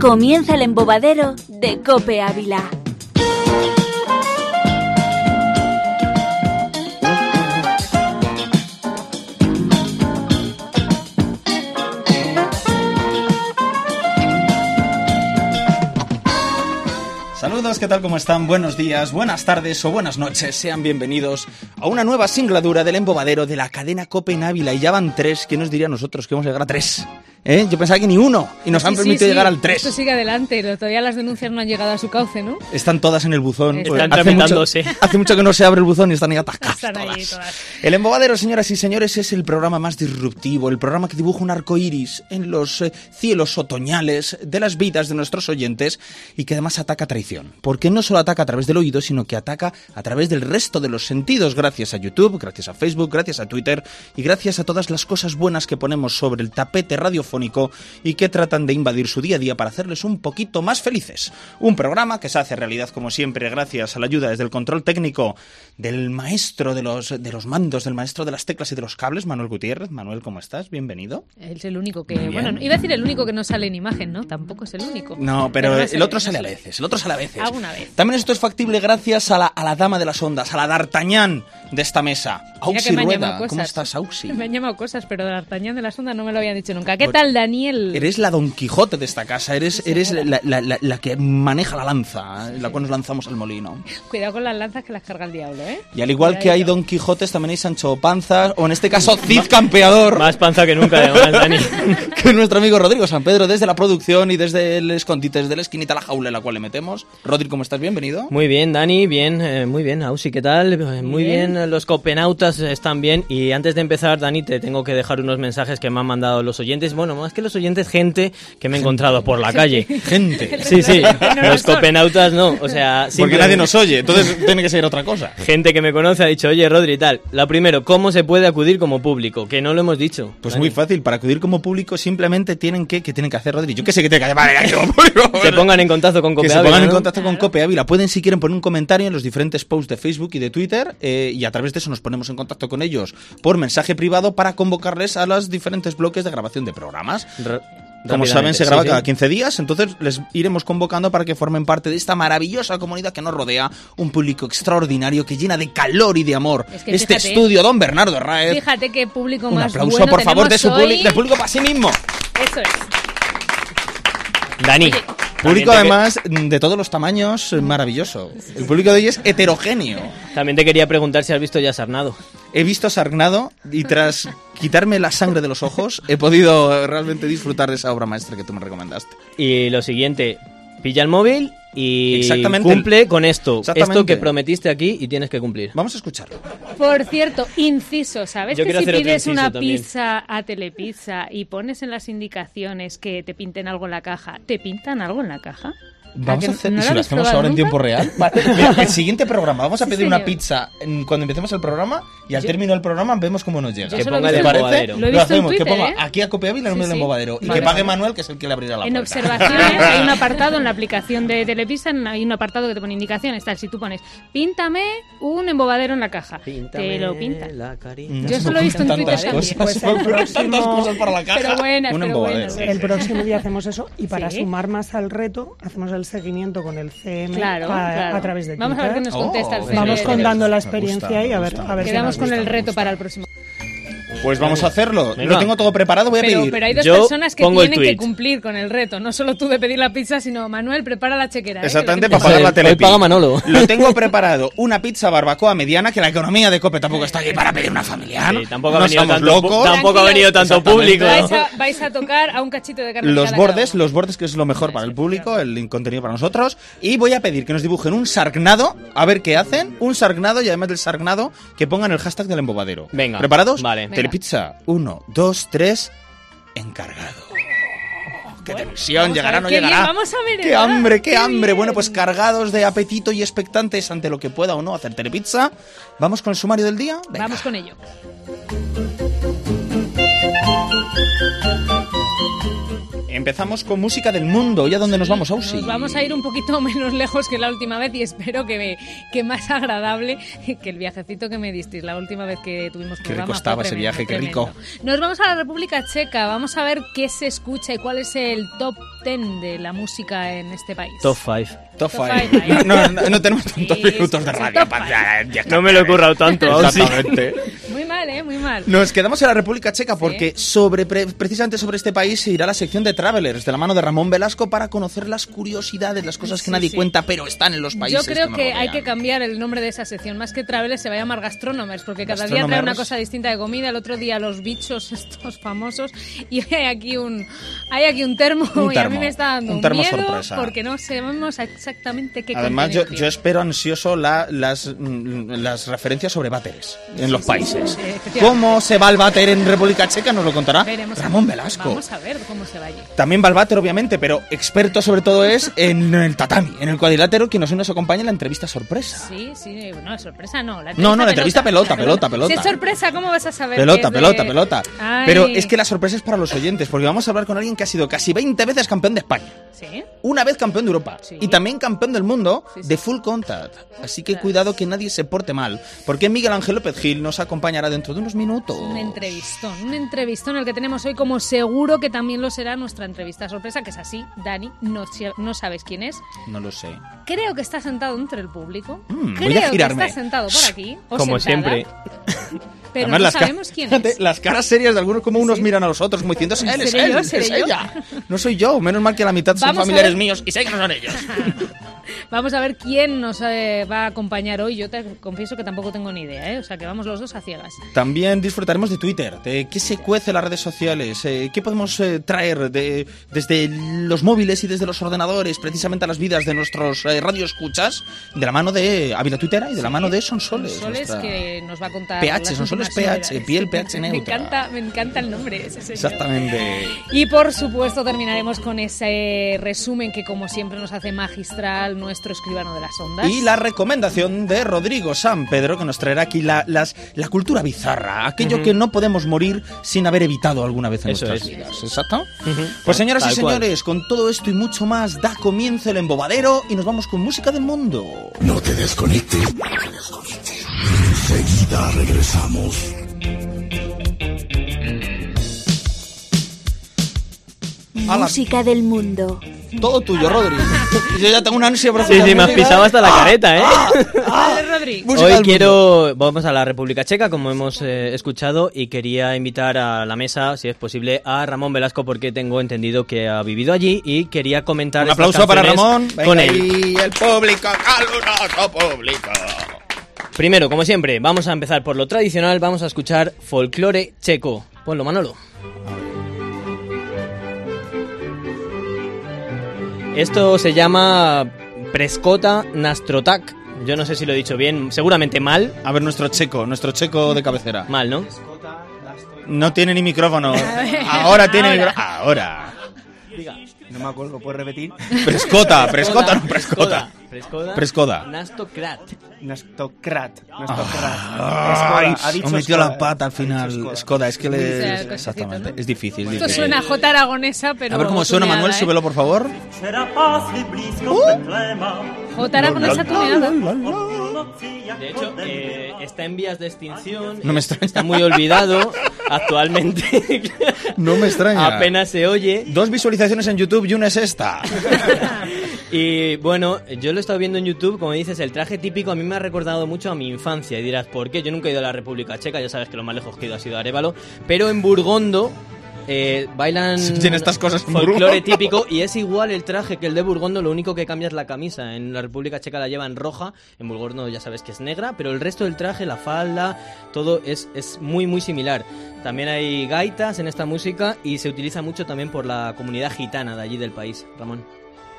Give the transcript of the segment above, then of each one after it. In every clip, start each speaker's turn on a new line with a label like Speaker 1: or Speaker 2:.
Speaker 1: Comienza el embobadero de Cope Ávila.
Speaker 2: Saludos, ¿qué tal? ¿Cómo están? Buenos días, buenas tardes o buenas noches. Sean bienvenidos a una nueva singladura del embobadero de la cadena Cope en Ávila. Y ya van tres. ¿Quién nos diría a nosotros que vamos a llegar a tres? ¿Eh? Yo pensaba que ni uno. Y nos han
Speaker 3: Sí, sí,
Speaker 2: permitido
Speaker 3: sí.
Speaker 2: llegar al tres.
Speaker 3: Esto sigue adelante, lo- todavía las denuncias no han llegado a su cauce, ¿no?
Speaker 2: Están todas en el buzón.
Speaker 3: Están
Speaker 2: Pues,
Speaker 4: tramitándose.
Speaker 2: Hace mucho, hace mucho que no se abre el buzón y están ahí atascadas.
Speaker 3: Están ahí todas.
Speaker 2: El Embobadero, señoras y señores, es el programa más disruptivo, el programa que dibuja un arco iris en los eh, cielos otoñales de las vidas de nuestros oyentes y que además ataca a traición. Porque no solo ataca a través del oído, sino que ataca a través del resto de los sentidos, gracias a YouTube, gracias a Facebook, gracias a Twitter y gracias a todas las cosas buenas que ponemos sobre el tapete radiofónico y que tratan de invadir su día a día para hacerles un poquito más felices. Un programa que se hace realidad, como siempre, gracias a la ayuda desde el control técnico del maestro de los, de los mandos, del maestro de las teclas y de los cables, Manuel Gutiérrez. Manuel, ¿cómo estás? Bienvenido.
Speaker 3: Él es el único que.
Speaker 2: Muy bien.
Speaker 3: Bueno, no- iba a decir el único que no sale en imagen, ¿no? Tampoco es el único.
Speaker 2: No, pero
Speaker 3: no
Speaker 2: el otro
Speaker 3: no
Speaker 2: sale a veces, el otro sale a veces.
Speaker 3: Alguna vez.
Speaker 2: También esto es factible gracias a la, a la dama de las ondas, a la D'Artagnan de esta mesa.
Speaker 3: Mira
Speaker 2: Auxi
Speaker 3: que me han llamado
Speaker 2: Rueda,
Speaker 3: cosas.
Speaker 2: ¿cómo estás, Auxi?
Speaker 3: Me han llamado cosas, pero de Artañán de la Sonda no me lo habían dicho nunca. ¿Qué tal, Daniel?
Speaker 2: Pues Eres la Don Quijote de esta casa, eres, eres la, la- la- la que maneja la lanza, la cual nos lanzamos al molino.
Speaker 3: Cuidado con las lanzas que las carga el diablo, ¿eh?
Speaker 2: Y al igual que hay
Speaker 3: Cuidadito.
Speaker 2: Don Quijotes, también hay Sancho Panzas, o en este caso Cid Campeador,
Speaker 4: Más panza que nunca, además, Dani.
Speaker 2: que es nuestro amigo Rodrigo San Pedro, desde la producción y desde el escondite, desde la esquinita, la jaula en la cual le metemos. Rodrigo, ¿cómo estás? Bienvenido.
Speaker 4: Muy bien, Dani, bien, eh, muy bien. Ausi, ¿qué tal? Eh, Muy
Speaker 3: Bien.
Speaker 4: bien. eh, los copenautas están bien. Y antes de empezar, Dani, te tengo que dejar unos mensajes que me han mandado los oyentes. Bueno, más que los oyentes, gente que me he encontrado por la calle.
Speaker 2: Gente.
Speaker 4: Sí, sí,
Speaker 3: No lo
Speaker 4: los
Speaker 3: son.
Speaker 4: copenautas no. O sea,
Speaker 2: Porque
Speaker 4: simplemente-
Speaker 2: nadie nos oye, entonces tiene que ser otra cosa.
Speaker 4: Gente que me conoce ha dicho, oye, Rodri, tal. La primero, ¿cómo se puede acudir como público? Que no lo hemos dicho.
Speaker 2: Pues
Speaker 4: Dani.
Speaker 2: muy fácil, para acudir como público simplemente tienen que, ¿qué tienen que hacer, Rodrigo? Yo que sé que tienen que llamar ahí como público.
Speaker 4: Se pongan en contacto con
Speaker 2: Que
Speaker 4: Copenhague.
Speaker 2: se pongan en contacto con Cope Ávila. Pueden, si quieren, poner un comentario en los diferentes posts de Facebook y de Twitter eh, y a través de eso nos ponemos en contacto con ellos por mensaje privado para convocarles a los diferentes bloques de grabación de programas. Como saben, se graba cada 15 días, entonces les iremos convocando para que formen parte de esta maravillosa comunidad que nos rodea, un público extraordinario que llena de calor y de amor.
Speaker 3: Es que
Speaker 2: este
Speaker 3: fíjate-
Speaker 2: estudio, don Bernardo Raez.
Speaker 3: Fíjate qué público
Speaker 2: Ah, un
Speaker 3: más
Speaker 2: aplauso,
Speaker 3: bueno
Speaker 2: por favor, de su
Speaker 3: tenemos hoy.
Speaker 2: público, del público para sí mismo.
Speaker 3: Eso es.
Speaker 4: Dani.
Speaker 2: Público,
Speaker 4: también te que-
Speaker 2: además, de todos los tamaños, eh, maravilloso. El público de hoy es heterogéneo.
Speaker 4: También te quería preguntar si has visto ya Sarnado.
Speaker 2: He visto Sarnado y tras quitarme la sangre de los
Speaker 3: Ah,
Speaker 2: ojos he podido realmente disfrutar de esa obra maestra que tú me recomendaste.
Speaker 4: Y lo siguiente, pilla el móvil y
Speaker 2: Exactamente.
Speaker 4: cumple con esto.
Speaker 2: Exactamente.
Speaker 4: Esto que prometiste aquí y tienes que cumplir.
Speaker 2: Vamos a escucharlo.
Speaker 3: Por cierto, inciso, ¿sabes
Speaker 4: Yo
Speaker 3: que
Speaker 4: quiero
Speaker 3: si
Speaker 4: hacer otro
Speaker 3: pides
Speaker 4: inciso
Speaker 3: una
Speaker 4: también.
Speaker 3: pizza a Telepizza y pones en las indicaciones que te pinten algo en la caja, ¿te pintan algo en la caja?
Speaker 2: Vamos
Speaker 3: que
Speaker 2: a
Speaker 3: no-
Speaker 2: hacer,
Speaker 3: no
Speaker 2: y
Speaker 3: lo
Speaker 2: si lo
Speaker 3: habéis
Speaker 2: hacemos
Speaker 3: probado
Speaker 2: ahora en
Speaker 3: nunca?
Speaker 2: tiempo real. Vale, mira, El siguiente programa, vamos a
Speaker 3: Sí,
Speaker 2: pedir una
Speaker 3: señor.
Speaker 2: pizza en- cuando empecemos el programa y al término del programa vemos cómo nos llega.
Speaker 4: Que
Speaker 3: solo he
Speaker 4: ponga el
Speaker 3: visto
Speaker 2: ¿Te
Speaker 3: en-
Speaker 2: parece?
Speaker 4: embobadero.
Speaker 3: Lo he visto en
Speaker 2: hacemos, que
Speaker 3: Twitter,
Speaker 2: ponga
Speaker 3: ¿eh?
Speaker 2: aquí a Copiavila el
Speaker 3: Sí,
Speaker 2: nombre del
Speaker 3: sí.
Speaker 2: embobadero y
Speaker 3: Vale,
Speaker 2: que pague
Speaker 3: vale.
Speaker 2: Manuel, que es el que le abrirá la
Speaker 3: En
Speaker 2: puerta.
Speaker 3: observaciones hay un apartado en la aplicación de Telepisan, hay un apartado que te pone indicaciones, tal, si tú pones, píntame un embobadero en la caja, te lo pinta.
Speaker 2: No
Speaker 3: Yo
Speaker 2: se
Speaker 3: solo
Speaker 2: me
Speaker 3: he visto en
Speaker 2: ocurren
Speaker 3: Twitter
Speaker 2: Mm.
Speaker 3: también.
Speaker 2: tantas cosas,
Speaker 5: Pues el
Speaker 2: tantas
Speaker 5: próximo-
Speaker 2: cosas para la caja.
Speaker 3: Pero buenas,
Speaker 2: un
Speaker 3: pero
Speaker 2: embobadero.
Speaker 3: buenas,
Speaker 5: El próximo día hacemos eso y para
Speaker 3: Sí.
Speaker 5: sumar más al reto hacemos el seguimiento con el CM
Speaker 3: Claro,
Speaker 5: a,
Speaker 3: claro.
Speaker 5: Ah, a través de Twitter.
Speaker 3: Vamos a ver qué nos contesta el
Speaker 2: Oh,
Speaker 3: CNR.
Speaker 5: Vamos contando la
Speaker 2: Me gusta,
Speaker 5: experiencia y a
Speaker 2: me
Speaker 5: ver,
Speaker 2: gusta.
Speaker 5: a ver si
Speaker 3: Quedamos
Speaker 5: nos
Speaker 3: con
Speaker 5: gusta.
Speaker 3: el reto para el próximo.
Speaker 2: Pues vamos a hacerlo.
Speaker 4: Venga.
Speaker 2: Lo tengo todo preparado, voy a
Speaker 3: Pero,
Speaker 2: pedir.
Speaker 3: pero hay dos
Speaker 4: Yo
Speaker 3: personas que
Speaker 4: pongo el
Speaker 3: tienen que
Speaker 4: tuit.
Speaker 3: cumplir ¿eh? con el reto. No solo tú de pedir la pizza, sino Manuel, prepara la chequera. ¿eh?
Speaker 2: Exactamente,
Speaker 3: Que lo
Speaker 2: para
Speaker 3: tienes-
Speaker 2: pagar la
Speaker 4: Hoy- hoy
Speaker 2: telepi.
Speaker 4: paga Manolo.
Speaker 2: Lo tengo preparado. Una pizza barbacoa mediana, que la economía de Cope tampoco está aquí para pedir una familiar.
Speaker 4: Sí, tampoco ha
Speaker 2: no
Speaker 4: venido
Speaker 2: somos
Speaker 4: tanto,
Speaker 2: locos.
Speaker 4: tampoco ha venido tanto público.
Speaker 3: Vais a, vais a tocar a un cachito de carne
Speaker 2: Los
Speaker 3: picada
Speaker 2: bordes,
Speaker 3: cada uno.
Speaker 2: los bordes que es lo mejor para el público, el contenido para nosotros. Y voy a pedir que nos dibujen un sargnado, a ver qué hacen. Un sargnado y además del sargnado, que pongan el hashtag del embobadero.
Speaker 4: Venga.
Speaker 2: ¿Preparados?
Speaker 4: Vale. Venga.
Speaker 2: Telepizza. Uno, dos, tres. Encargado. ¡Qué tensión!
Speaker 3: vamos a
Speaker 2: ¿Llegará o
Speaker 3: ver,
Speaker 2: no
Speaker 3: qué bien,
Speaker 2: llegará?
Speaker 3: vamos a ver,
Speaker 2: ¡Qué
Speaker 3: ¿verdad?
Speaker 2: hambre, qué,
Speaker 3: Qué
Speaker 2: hambre!
Speaker 3: bien.
Speaker 2: Bueno, pues cargados de apetito y expectantes ante lo que pueda o no hacer Telepizza. ¿Vamos con el sumario del día? Venga.
Speaker 3: Vamos con ello.
Speaker 2: empezamos con música del mundo. ¿Y a dónde nos vamos, Ausi?
Speaker 3: Nos vamos a ir un poquito menos lejos que la última vez y espero que, me- que más agradable que el viajecito que me disteis la última vez que tuvimos
Speaker 2: Qué
Speaker 3: programa.
Speaker 2: rico
Speaker 3: Fue
Speaker 2: estaba ese viaje, qué rico.
Speaker 3: Nos vamos a la República Checa, vamos a ver qué se escucha y cuál es el top 10 de la música en este país.
Speaker 4: Top 5.
Speaker 2: Top
Speaker 3: Top
Speaker 2: five.
Speaker 3: five, ahí.
Speaker 2: No, no, no tenemos tantos
Speaker 3: Sí,
Speaker 2: minutos de
Speaker 3: sí,
Speaker 2: radio
Speaker 3: top
Speaker 2: para...
Speaker 4: No me lo he currado tanto, Ausi.
Speaker 2: Exactamente.
Speaker 3: Muy mal, ¿eh? Muy mal.
Speaker 2: Nos quedamos en la República Checa porque sobre pre- precisamente sobre este país se irá la sección de Travelers de la mano de Ramón Velasco para conocer las curiosidades, las cosas que
Speaker 3: Sí,
Speaker 2: nadie
Speaker 3: sí.
Speaker 2: cuenta pero están en los
Speaker 3: Yo
Speaker 2: países.
Speaker 3: creo
Speaker 2: nos
Speaker 3: que hay
Speaker 2: rodean.
Speaker 3: que cambiar el nombre de esa sección. Más que Travelers se va a llamar Gastronomers, porque cada día trae una
Speaker 2: Gastronomers.
Speaker 3: cosa distinta de comida. El otro día los bichos estos famosos. Y hay aquí un, hay aquí un termo, y a
Speaker 2: Un
Speaker 3: mí
Speaker 2: termo.
Speaker 3: me está dando
Speaker 2: Un termo
Speaker 3: miedo
Speaker 2: sorpresa.
Speaker 3: porque no sabemos exactamente qué
Speaker 2: Además, yo,
Speaker 3: contiene
Speaker 2: yo
Speaker 3: el
Speaker 2: espero ansioso la- las, mm, las referencias sobre váteres en los países.
Speaker 3: sí, efectivamente.
Speaker 2: ¿Cómo se va el váter en República Checa? Nos lo contará
Speaker 3: Veremos a-
Speaker 2: Ramón Velasco.
Speaker 3: Vamos a ver cómo se va allí.
Speaker 2: También va el váter, obviamente, pero experto sobre todo es en el tatami, en el cuadrilátero, que nos, nos acompaña en la entrevista sorpresa.
Speaker 3: Sí, sí, no, es sorpresa, no. La
Speaker 2: No, no, la entrevista pelota, pelota, pelota.
Speaker 3: Si es sorpresa, ¿cómo vas a saber? que
Speaker 2: Pelota,
Speaker 3: es de-
Speaker 2: pelota, pelota.
Speaker 3: Ay.
Speaker 2: Pero es que la sorpresa es para los oyentes, porque vamos a hablar con alguien que ha sido casi 20 veces campeón de España,
Speaker 3: Sí.
Speaker 2: una vez campeón de Europa
Speaker 3: Sí.
Speaker 2: y también campeón del mundo
Speaker 3: Sí, sí.
Speaker 2: de full contact. Así que cuidado que nadie se porte mal, porque Miguel Ángel López Gil nos acompañará dentro de unos minutos.
Speaker 3: Un entrevistón, un entrevistón el que tenemos hoy, como seguro que también lo será nuestra entrevista sorpresa, que es así, Dani, no, si- no sabes quién es.
Speaker 2: No lo sé.
Speaker 3: Creo que está sentado entre el público.
Speaker 2: Mm, voy a
Speaker 3: Creo
Speaker 2: girarme.
Speaker 3: que está sentado por aquí. o
Speaker 4: Como
Speaker 3: sentada,
Speaker 4: siempre.
Speaker 3: Pero
Speaker 2: Además,
Speaker 3: no
Speaker 2: las ca-
Speaker 3: sabemos quién es.
Speaker 2: Las caras serias de algunos, como unos
Speaker 3: Sí.
Speaker 2: miran a los otros, como diciendo, él es
Speaker 3: ¿Seré
Speaker 2: él,
Speaker 3: yo?
Speaker 2: es
Speaker 3: ¿Seré yo?
Speaker 2: ella. No soy yo, menos mal que la mitad son
Speaker 3: Vamos a
Speaker 2: familiares
Speaker 3: ver.
Speaker 2: míos y sé que no son ellos.
Speaker 3: Vamos a ver quién nos eh, va a acompañar hoy. Yo te confieso que tampoco tengo ni idea, ¿eh? O sea, que vamos los dos a ciegas.
Speaker 2: También disfrutaremos de Twitter, de qué se cuece en las redes sociales, eh, qué podemos eh, traer de- desde los móviles y desde los ordenadores precisamente a las vidas de nuestros eh, radioescuchas, de la mano de Ávila Tuitera y de la mano de Sonsoles.
Speaker 3: Soles
Speaker 2: Pues nuestra-
Speaker 3: que nos va a contar.
Speaker 2: PH,
Speaker 3: las
Speaker 2: son soles
Speaker 3: últimas
Speaker 2: PH,
Speaker 3: novedades.
Speaker 2: piel PH
Speaker 3: Me
Speaker 2: neutra.
Speaker 3: encanta, me encanta el nombre ese señor.
Speaker 2: Exactamente.
Speaker 3: Y por supuesto terminaremos con ese resumen que como siempre nos hace magistral nuestro escribano de las ondas.
Speaker 2: Y la recomendación de Rodrigo San Pedro que nos traerá aquí la, las- la cultura bizarra, aquello que no podemos morir sin haber evitado alguna vez en
Speaker 4: Eso
Speaker 2: nuestras
Speaker 4: es.
Speaker 2: vidas. ¿Exacto?
Speaker 4: Ujú.
Speaker 2: Pues señoras y
Speaker 4: Tal cual.
Speaker 2: señores, con todo esto y mucho más, da comienzo el embobadero y nos vamos con música del mundo.
Speaker 6: No te desconectes. No te desconectes. Enseguida regresamos.
Speaker 2: Ala.
Speaker 1: Música del mundo.
Speaker 2: Todo tuyo, Rodri. Yo ya tengo una ansia por Ah. hacer
Speaker 4: Sí,
Speaker 2: la
Speaker 4: sí, me has
Speaker 2: música.
Speaker 4: pisado hasta la careta, ¿eh?
Speaker 3: Vale, Rodri.
Speaker 2: Música
Speaker 4: Hoy
Speaker 2: del mundo.
Speaker 4: quiero, vamos a la República Checa, como hemos eh, escuchado, y quería invitar a la mesa, si es posible, a Ramón Velasco, porque tengo entendido que ha vivido allí y quería comentar.
Speaker 2: Un
Speaker 4: estas
Speaker 2: aplauso para
Speaker 4: canciones
Speaker 2: Ramón. Venga
Speaker 4: Con él.
Speaker 2: ahí, el público, caluroso público.
Speaker 4: Primero, como siempre, vamos a empezar por lo tradicional, vamos a escuchar folclore checo. Ponlo, Manolo. Esto se llama Prescota Nastrotak. Yo no sé si lo he dicho bien, seguramente mal.
Speaker 2: A ver, nuestro checo, nuestro checo de cabecera.
Speaker 4: Mal, ¿no?
Speaker 2: No tiene ni micrófono. Ahora tiene
Speaker 3: Ahora.
Speaker 2: micrófono. Ahora.
Speaker 7: No me acuerdo, ¿puedes repetir?
Speaker 2: Prescota, prescota, no prescota.
Speaker 4: Prescoda.
Speaker 2: Prescoda.
Speaker 4: Nastocrat.
Speaker 7: Nastocrat.
Speaker 2: Ay, Ah.
Speaker 7: Nastocrat.
Speaker 2: ha metido la pata al final. Skoda, es que
Speaker 3: O sea,
Speaker 2: le.
Speaker 3: cosecita,
Speaker 2: Exactamente,
Speaker 3: ¿no?
Speaker 2: es difícil. es
Speaker 3: Esto
Speaker 2: difícil.
Speaker 3: suena a J aragonesa, pero
Speaker 2: A ver cómo suena,
Speaker 3: tuneada,
Speaker 2: Manuel,
Speaker 3: ¿eh? Uh.
Speaker 2: súbelo por favor.
Speaker 3: J aragonesa tuneada.
Speaker 4: De hecho, eh, está en vías de extinción.
Speaker 2: No me
Speaker 4: eh,
Speaker 2: extraña.
Speaker 4: Está muy olvidado actualmente.
Speaker 2: No me extraña.
Speaker 4: Apenas se oye.
Speaker 2: Dos visualizaciones en YouTube y una es esta.
Speaker 4: Y bueno, yo lo he estado viendo en YouTube. Como dices, el traje típico a mí me ha recordado mucho a mi infancia. Y dirás, ¿por qué? Yo nunca he ido a la República Checa. Ya sabes que lo más lejos que he ido ha sido Arevalo. Pero en Burgondo. eh, bailan
Speaker 2: Se oyen estas cosas en
Speaker 4: folclore
Speaker 2: Burgondo.
Speaker 4: típico y es igual el traje que el de Burgondo lo único que cambia es la camisa en la República Checa la llevan roja en Burgondo ya sabes que es negra pero el resto del traje la falda todo es, es muy muy similar también hay gaitas en esta música y se utiliza mucho también por la comunidad gitana de allí del país Ramón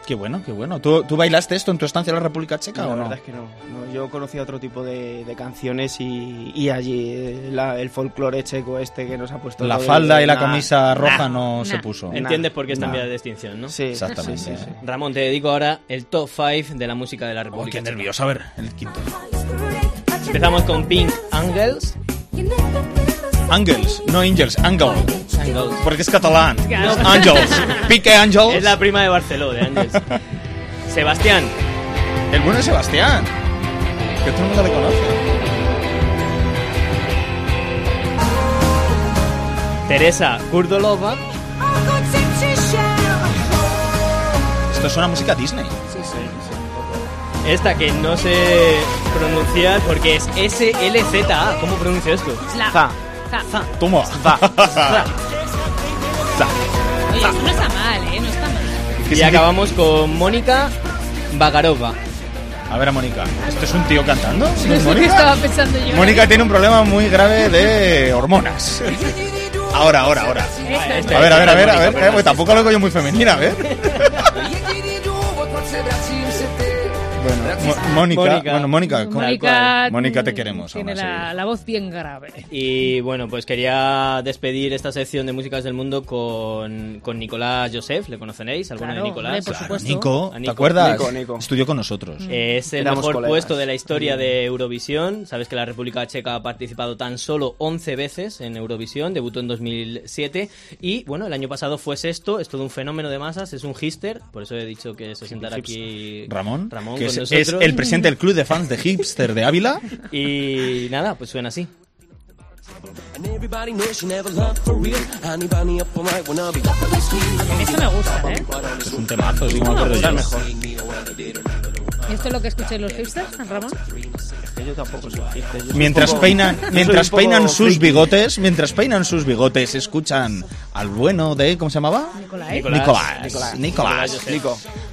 Speaker 2: Qué bueno, qué bueno. ¿Tú, tú bailaste esto en tu estancia en la República Checa
Speaker 7: la
Speaker 2: o no?
Speaker 7: verdad es que no. no, yo conocía otro tipo de, de canciones y, y allí eh, la- el folclore checo este que nos ha puesto.
Speaker 2: La
Speaker 7: todo el-
Speaker 2: falda y la
Speaker 7: nah.
Speaker 2: camisa roja no
Speaker 3: nah.
Speaker 2: se puso.
Speaker 7: En-
Speaker 4: entiendes por qué está en
Speaker 7: nah.
Speaker 4: vía de extinción ¿no?
Speaker 7: Sí,
Speaker 2: Exactamente.
Speaker 7: sí, sí, sí.
Speaker 4: Ramón te dedico ahora el top 5 de la música de la
Speaker 2: Oh,
Speaker 4: República
Speaker 2: qué
Speaker 4: Checa.
Speaker 2: nervioso. A ver, el quinto.
Speaker 4: empezamos con Pink Angels
Speaker 8: You never feel the
Speaker 2: Angels, no Angels, Angel.
Speaker 4: Angels.
Speaker 2: Porque es catalán.
Speaker 3: Claro.
Speaker 2: Angels. Pique
Speaker 4: Es
Speaker 2: Angels.
Speaker 4: la prima de Barceló, de Ángels. Sebastián,
Speaker 2: El bueno es Sebastián. Que todo el mundo le conoce.
Speaker 4: Teresa Kurdolova.
Speaker 2: Esto es una música Disney.
Speaker 4: Esta que no sé pronunciar porque es S-L-Z-A. ¿Cómo pronuncio esto?
Speaker 3: Sla.
Speaker 7: Za.
Speaker 3: Za.
Speaker 2: Toma.
Speaker 3: Oye, eso no está mal, ¿eh? No está mal.
Speaker 4: Y acabamos con Mónica Bagarova.
Speaker 2: A ver a Mónica. ¿Esto es un tío cantando? ¿No
Speaker 3: No
Speaker 2: es
Speaker 3: sé qué
Speaker 2: Mónica?
Speaker 3: estaba pensando yo.
Speaker 2: Mónica tiene un problema muy grave de hormonas. Ahora, ahora, ahora.
Speaker 3: Esta,
Speaker 4: Esta,
Speaker 2: A ver, a
Speaker 4: esta
Speaker 2: ver, a
Speaker 4: es Mónica,
Speaker 2: ver, a ver. eh,
Speaker 4: perdón.
Speaker 2: pues tampoco lo veo yo muy femenina, a ver. Bueno, Mo- Mónica,
Speaker 4: Mónica.
Speaker 2: bueno, Mónica, ¿cómo-
Speaker 3: Mónica,
Speaker 2: Mónica, te
Speaker 3: mm,
Speaker 2: queremos. aún
Speaker 3: Tiene
Speaker 2: así.
Speaker 3: la, la voz bien grave.
Speaker 4: Y bueno, pues quería despedir esta sección de Músicas del Mundo con, con Nicolás Joseph. ¿Le conoceréis? ¿Alguna
Speaker 3: Claro,
Speaker 4: de Nicolás?
Speaker 3: hombre, por
Speaker 2: Claro,
Speaker 3: supuesto.
Speaker 2: Nico,
Speaker 4: A
Speaker 2: ¿te
Speaker 4: Nico. Mm.
Speaker 2: acuerdas?
Speaker 7: Nico, Nico.
Speaker 2: Estudió con nosotros.
Speaker 4: Es el
Speaker 7: Éramos
Speaker 4: mejor
Speaker 7: colegas.
Speaker 4: puesto de la historia de Eurovisión. Sabes que la República Checa ha participado tan solo 11 veces en Eurovisión, debutó en 2007 y bueno, el año pasado fue sexto, es todo un fenómeno de masas, es un hipster, por eso he dicho que se sentara aquí
Speaker 2: Ramón,
Speaker 4: Ramón con
Speaker 2: que es, es
Speaker 4: nosotros.
Speaker 2: el presidente del club de fans de hipster de Ávila.
Speaker 4: Y nada, pues suena así.
Speaker 3: Esto me gusta, ¿eh?
Speaker 2: Es un temazo, sí, me acuerdo yo.
Speaker 3: ¿Esto es lo que escuché en los hipsters, Ramón?
Speaker 2: Mientras peinan, mientras
Speaker 7: poco
Speaker 2: peinan sus
Speaker 7: friki.
Speaker 2: bigotes, mientras peinan sus bigotes, escuchan al bueno de ¿cómo se llamaba?
Speaker 3: Nicolás.
Speaker 2: Nicolás. Nicolás.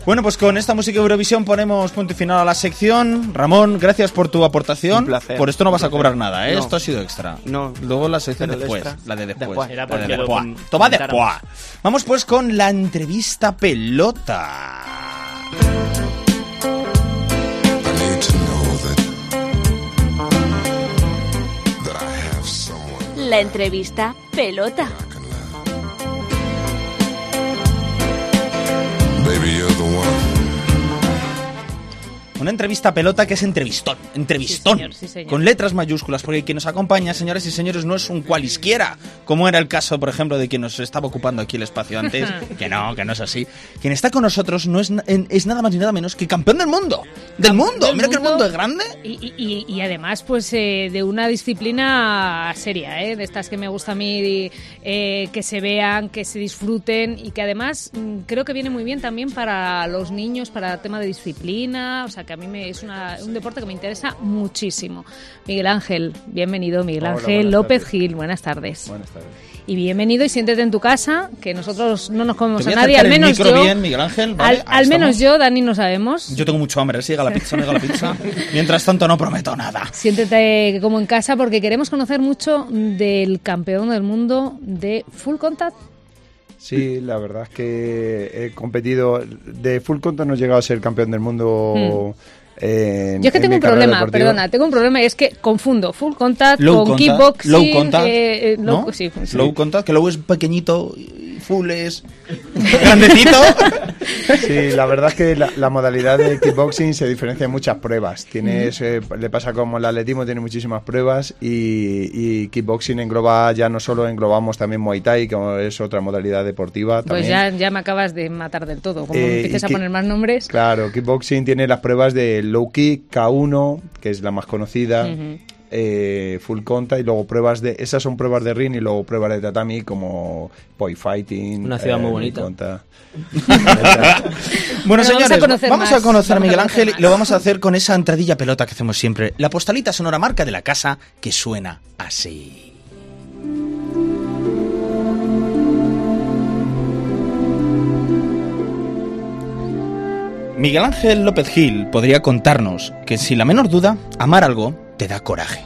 Speaker 2: Bueno, pues con esta música de Eurovisión ponemos punto y final a la sección. Ramón, gracias por tu aportación.
Speaker 7: Un placer.
Speaker 2: Por esto no vas a cobrar nada, ¿eh?
Speaker 7: No. Pues,
Speaker 2: Esto ha sido extra.
Speaker 7: No.
Speaker 2: Luego la sección
Speaker 7: Pero el
Speaker 2: después.
Speaker 7: extra.
Speaker 2: La de después.
Speaker 7: Después.
Speaker 4: Era
Speaker 2: La de
Speaker 4: porque lo
Speaker 2: después.
Speaker 4: com-
Speaker 2: Toma después.
Speaker 4: comentáramos.
Speaker 2: Vamos pues con la entrevista pelota.
Speaker 6: I need to know that that I have someone
Speaker 1: La entrevista pelota.
Speaker 6: I can love. Baby, you're the one.
Speaker 2: Una entrevista pelota que es entrevistón, entrevistón,
Speaker 3: Sí, señor, sí, señor.
Speaker 2: con letras mayúsculas, porque quien nos acompaña, señoras y señores, no es un cualisquiera, como era el caso, por ejemplo, de quien nos estaba ocupando aquí el espacio antes, que no, que no es así. Quien está con nosotros no es, na- en- es nada más ni nada menos que campeón del mundo, del mundo,
Speaker 3: del
Speaker 2: mira que el
Speaker 3: mundo.
Speaker 2: mundo es grande.
Speaker 3: Y, y- y- y además, pues eh, de una disciplina seria, ¿eh? de estas que me gusta a mí, eh, que se vean, que se disfruten y que además mm, creo que viene muy bien también para los niños, para el tema de disciplina. O sea, que a mí me, es una- un deporte que me interesa muchísimo. Miguel Ángel, bienvenido, Miguel
Speaker 8: Hola,
Speaker 3: Ángel
Speaker 8: buenas
Speaker 3: López
Speaker 8: tardes.
Speaker 3: Gil, buenas tardes.
Speaker 8: Buenas tardes.
Speaker 3: Y bienvenido y siéntete en tu casa, que nosotros no nos comemos
Speaker 2: Te
Speaker 3: a
Speaker 2: voy a
Speaker 3: nadie, al
Speaker 2: acercar el
Speaker 3: menos
Speaker 2: micro
Speaker 3: yo.
Speaker 2: bien, Miguel Ángel, ¿vale?
Speaker 3: al,
Speaker 2: Ahí
Speaker 3: al menos
Speaker 2: estamos.
Speaker 3: yo, Dani, no sabemos.
Speaker 2: Yo tengo mucho hambre, así llega la pizza, no llega la pizza. Mientras tanto, no prometo nada.
Speaker 3: Siéntete como en casa porque queremos conocer mucho del campeón del mundo de Full Contact.
Speaker 8: Sí, la verdad es que he competido. De full contact no he llegado a ser campeón del mundo. en-
Speaker 3: Hmm. Yo es que
Speaker 8: en
Speaker 3: tengo
Speaker 8: mi carrera
Speaker 3: un problema,
Speaker 8: deportiva.
Speaker 3: perdona, tengo un problema, es que confundo Full Contact
Speaker 2: Low
Speaker 3: con
Speaker 2: contact,
Speaker 3: kickboxing.
Speaker 2: low contact,
Speaker 3: eh, eh, low-
Speaker 2: ¿no?
Speaker 3: sí, sí.
Speaker 2: Low contact, que low es pequeñito, y full es grandecito.
Speaker 8: Sí, la verdad es que la, la modalidad de kickboxing se diferencia en muchas pruebas.
Speaker 3: Hmm.
Speaker 8: Tienes, eh, le pasa como el atletismo, tiene muchísimas pruebas y, y kickboxing engloba, ya no solo englobamos también Muay Thai, que es otra modalidad deportiva.
Speaker 3: Pues
Speaker 8: también.
Speaker 3: ya, ya me acabas de matar del todo, como
Speaker 8: Eh,
Speaker 3: me
Speaker 8: y
Speaker 3: empieces a
Speaker 8: que-
Speaker 3: poner más nombres.
Speaker 8: Claro, kickboxing tiene las pruebas de low kick, K1, que es la más conocida,
Speaker 3: Ujú.
Speaker 8: eh, full contact, y luego pruebas de. Esas son pruebas de ring y luego pruebas de tatami como poi fighting. eh,
Speaker 4: Una ciudad muy
Speaker 8: full
Speaker 4: bonita.
Speaker 8: contact.
Speaker 2: Bueno,
Speaker 3: Pero
Speaker 2: señores,
Speaker 3: vamos a conocer
Speaker 2: vamos
Speaker 3: más,
Speaker 2: a conocer a
Speaker 3: vamos a
Speaker 2: Miguel
Speaker 3: conocer
Speaker 2: Ángel
Speaker 3: más.
Speaker 2: y lo vamos a hacer con esa entradilla pelota que hacemos siempre. La postalita sonora marca de la casa que suena así. Miguel Ángel López Gil podría contarnos que sin la menor duda, amar algo te da coraje.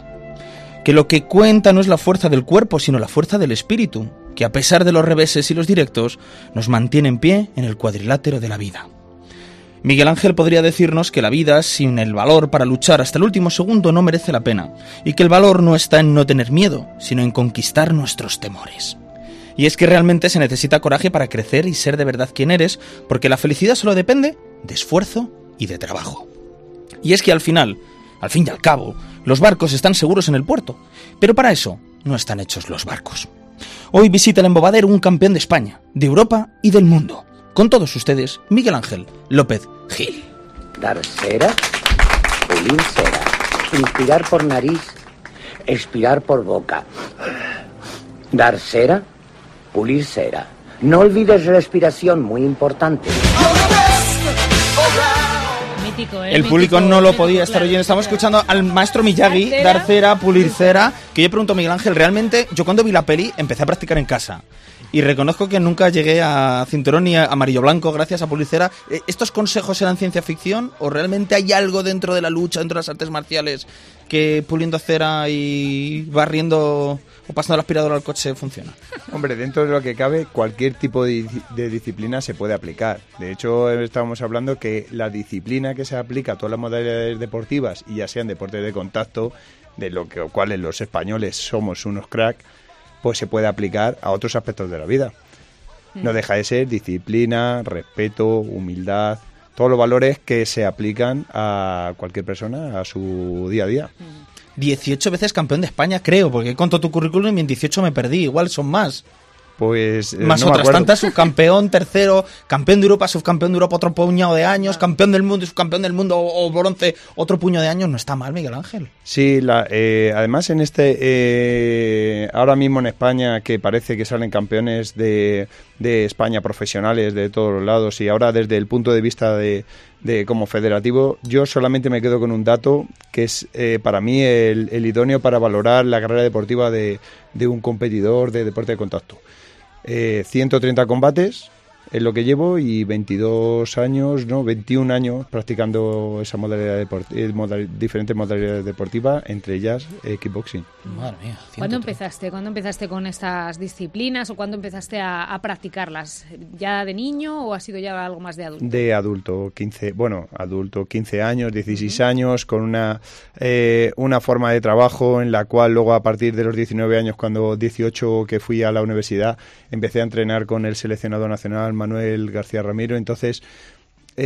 Speaker 2: Que lo que cuenta no es la fuerza del cuerpo, sino la fuerza del espíritu, que a pesar de los reveses y los directos, nos mantiene en pie en el cuadrilátero de la vida. Miguel Ángel podría decirnos que la vida sin el valor para luchar hasta el último segundo no merece la pena, y que el valor no está en no tener miedo, sino en conquistar nuestros temores. Y es que realmente se necesita coraje para crecer y ser de verdad quien eres, porque la felicidad solo depende de esfuerzo y de trabajo. Y es que al final, al fin y al cabo, los barcos están seguros en el puerto, pero para eso no están hechos los barcos. Hoy visita el embobadero un campeón de España, de Europa y del mundo. Con todos ustedes, Miguel Ángel López Gil.
Speaker 9: Dar cera, pulir cera, inspirar por nariz, expirar por boca. Dar cera, pulir cera. No olvides respiración, muy importante.
Speaker 3: Mítico, ¿eh?
Speaker 2: El público
Speaker 3: Mítico,
Speaker 2: no lo
Speaker 3: mítico,
Speaker 2: podía estar
Speaker 3: claro,
Speaker 2: oyendo. Estamos
Speaker 3: claro.
Speaker 2: escuchando al maestro Miyagi,
Speaker 3: Dar cera.
Speaker 2: dar cera, pulir cera. Que yo pregunto a Miguel Ángel, realmente, yo cuando vi la peli empecé a practicar en casa. Y reconozco que nunca llegué a cinturón ni a amarillo blanco gracias a pulir cera. Eh, ¿Estos consejos eran ciencia ficción o realmente hay algo dentro de la lucha, dentro de las artes marciales, que puliendo cera y barriendo o pasando el aspirador al coche funciona?
Speaker 8: Hombre, dentro de lo que cabe, cualquier tipo de, dis- de disciplina se puede aplicar. De hecho, eh, estábamos hablando que la disciplina que se aplica a todas las modalidades deportivas, y ya sean deportes de contacto, de lo que, cuales los españoles somos unos crack, pues se puede aplicar a otros aspectos de la vida.
Speaker 1: Mm.
Speaker 8: No deja de ser disciplina, respeto, humildad, todos los valores que se aplican a cualquier persona, a su día a día.
Speaker 2: 18 veces campeón de España, creo, porque contó tu currículum y en 18 me perdí. Igual son más.
Speaker 8: Pues eh,
Speaker 2: Más
Speaker 8: no me
Speaker 2: otras
Speaker 8: acuerdo.
Speaker 2: tantas, subcampeón, tercero, campeón de Europa, subcampeón de Europa, otro puñado de años, campeón del mundo y subcampeón del mundo, o, o bronce, otro puño de años, no está mal, Miguel Ángel.
Speaker 8: Sí, la- eh, además en este eh, ahora mismo en España que parece que salen campeones de, de España profesionales de todos los lados y ahora desde el punto de vista de, de como federativo yo solamente me quedo con un dato que es eh, para mí el, el idóneo para valorar la carrera deportiva de, de un competidor de deporte de contacto. Eh, 130 combates es lo que llevo y 22 años, no, 21 años practicando esa modalidad deportiva, diferentes modalidades deportivas, entre ellas eh, kickboxing.
Speaker 2: Madre mía.
Speaker 3: ¿Cuándo empezaste? ¿Cuándo empezaste con estas disciplinas o cuándo empezaste a, a practicarlas? ¿Ya de niño o ha sido ya algo más de adulto?
Speaker 8: De adulto, 15, bueno, adulto, 15 años, 16 años, con una, eh, una forma de trabajo en la cual luego a partir de los 19 años, cuando 18 que fui a la universidad, empecé a entrenar con el seleccionado nacional Manuel García Ramiro, entonces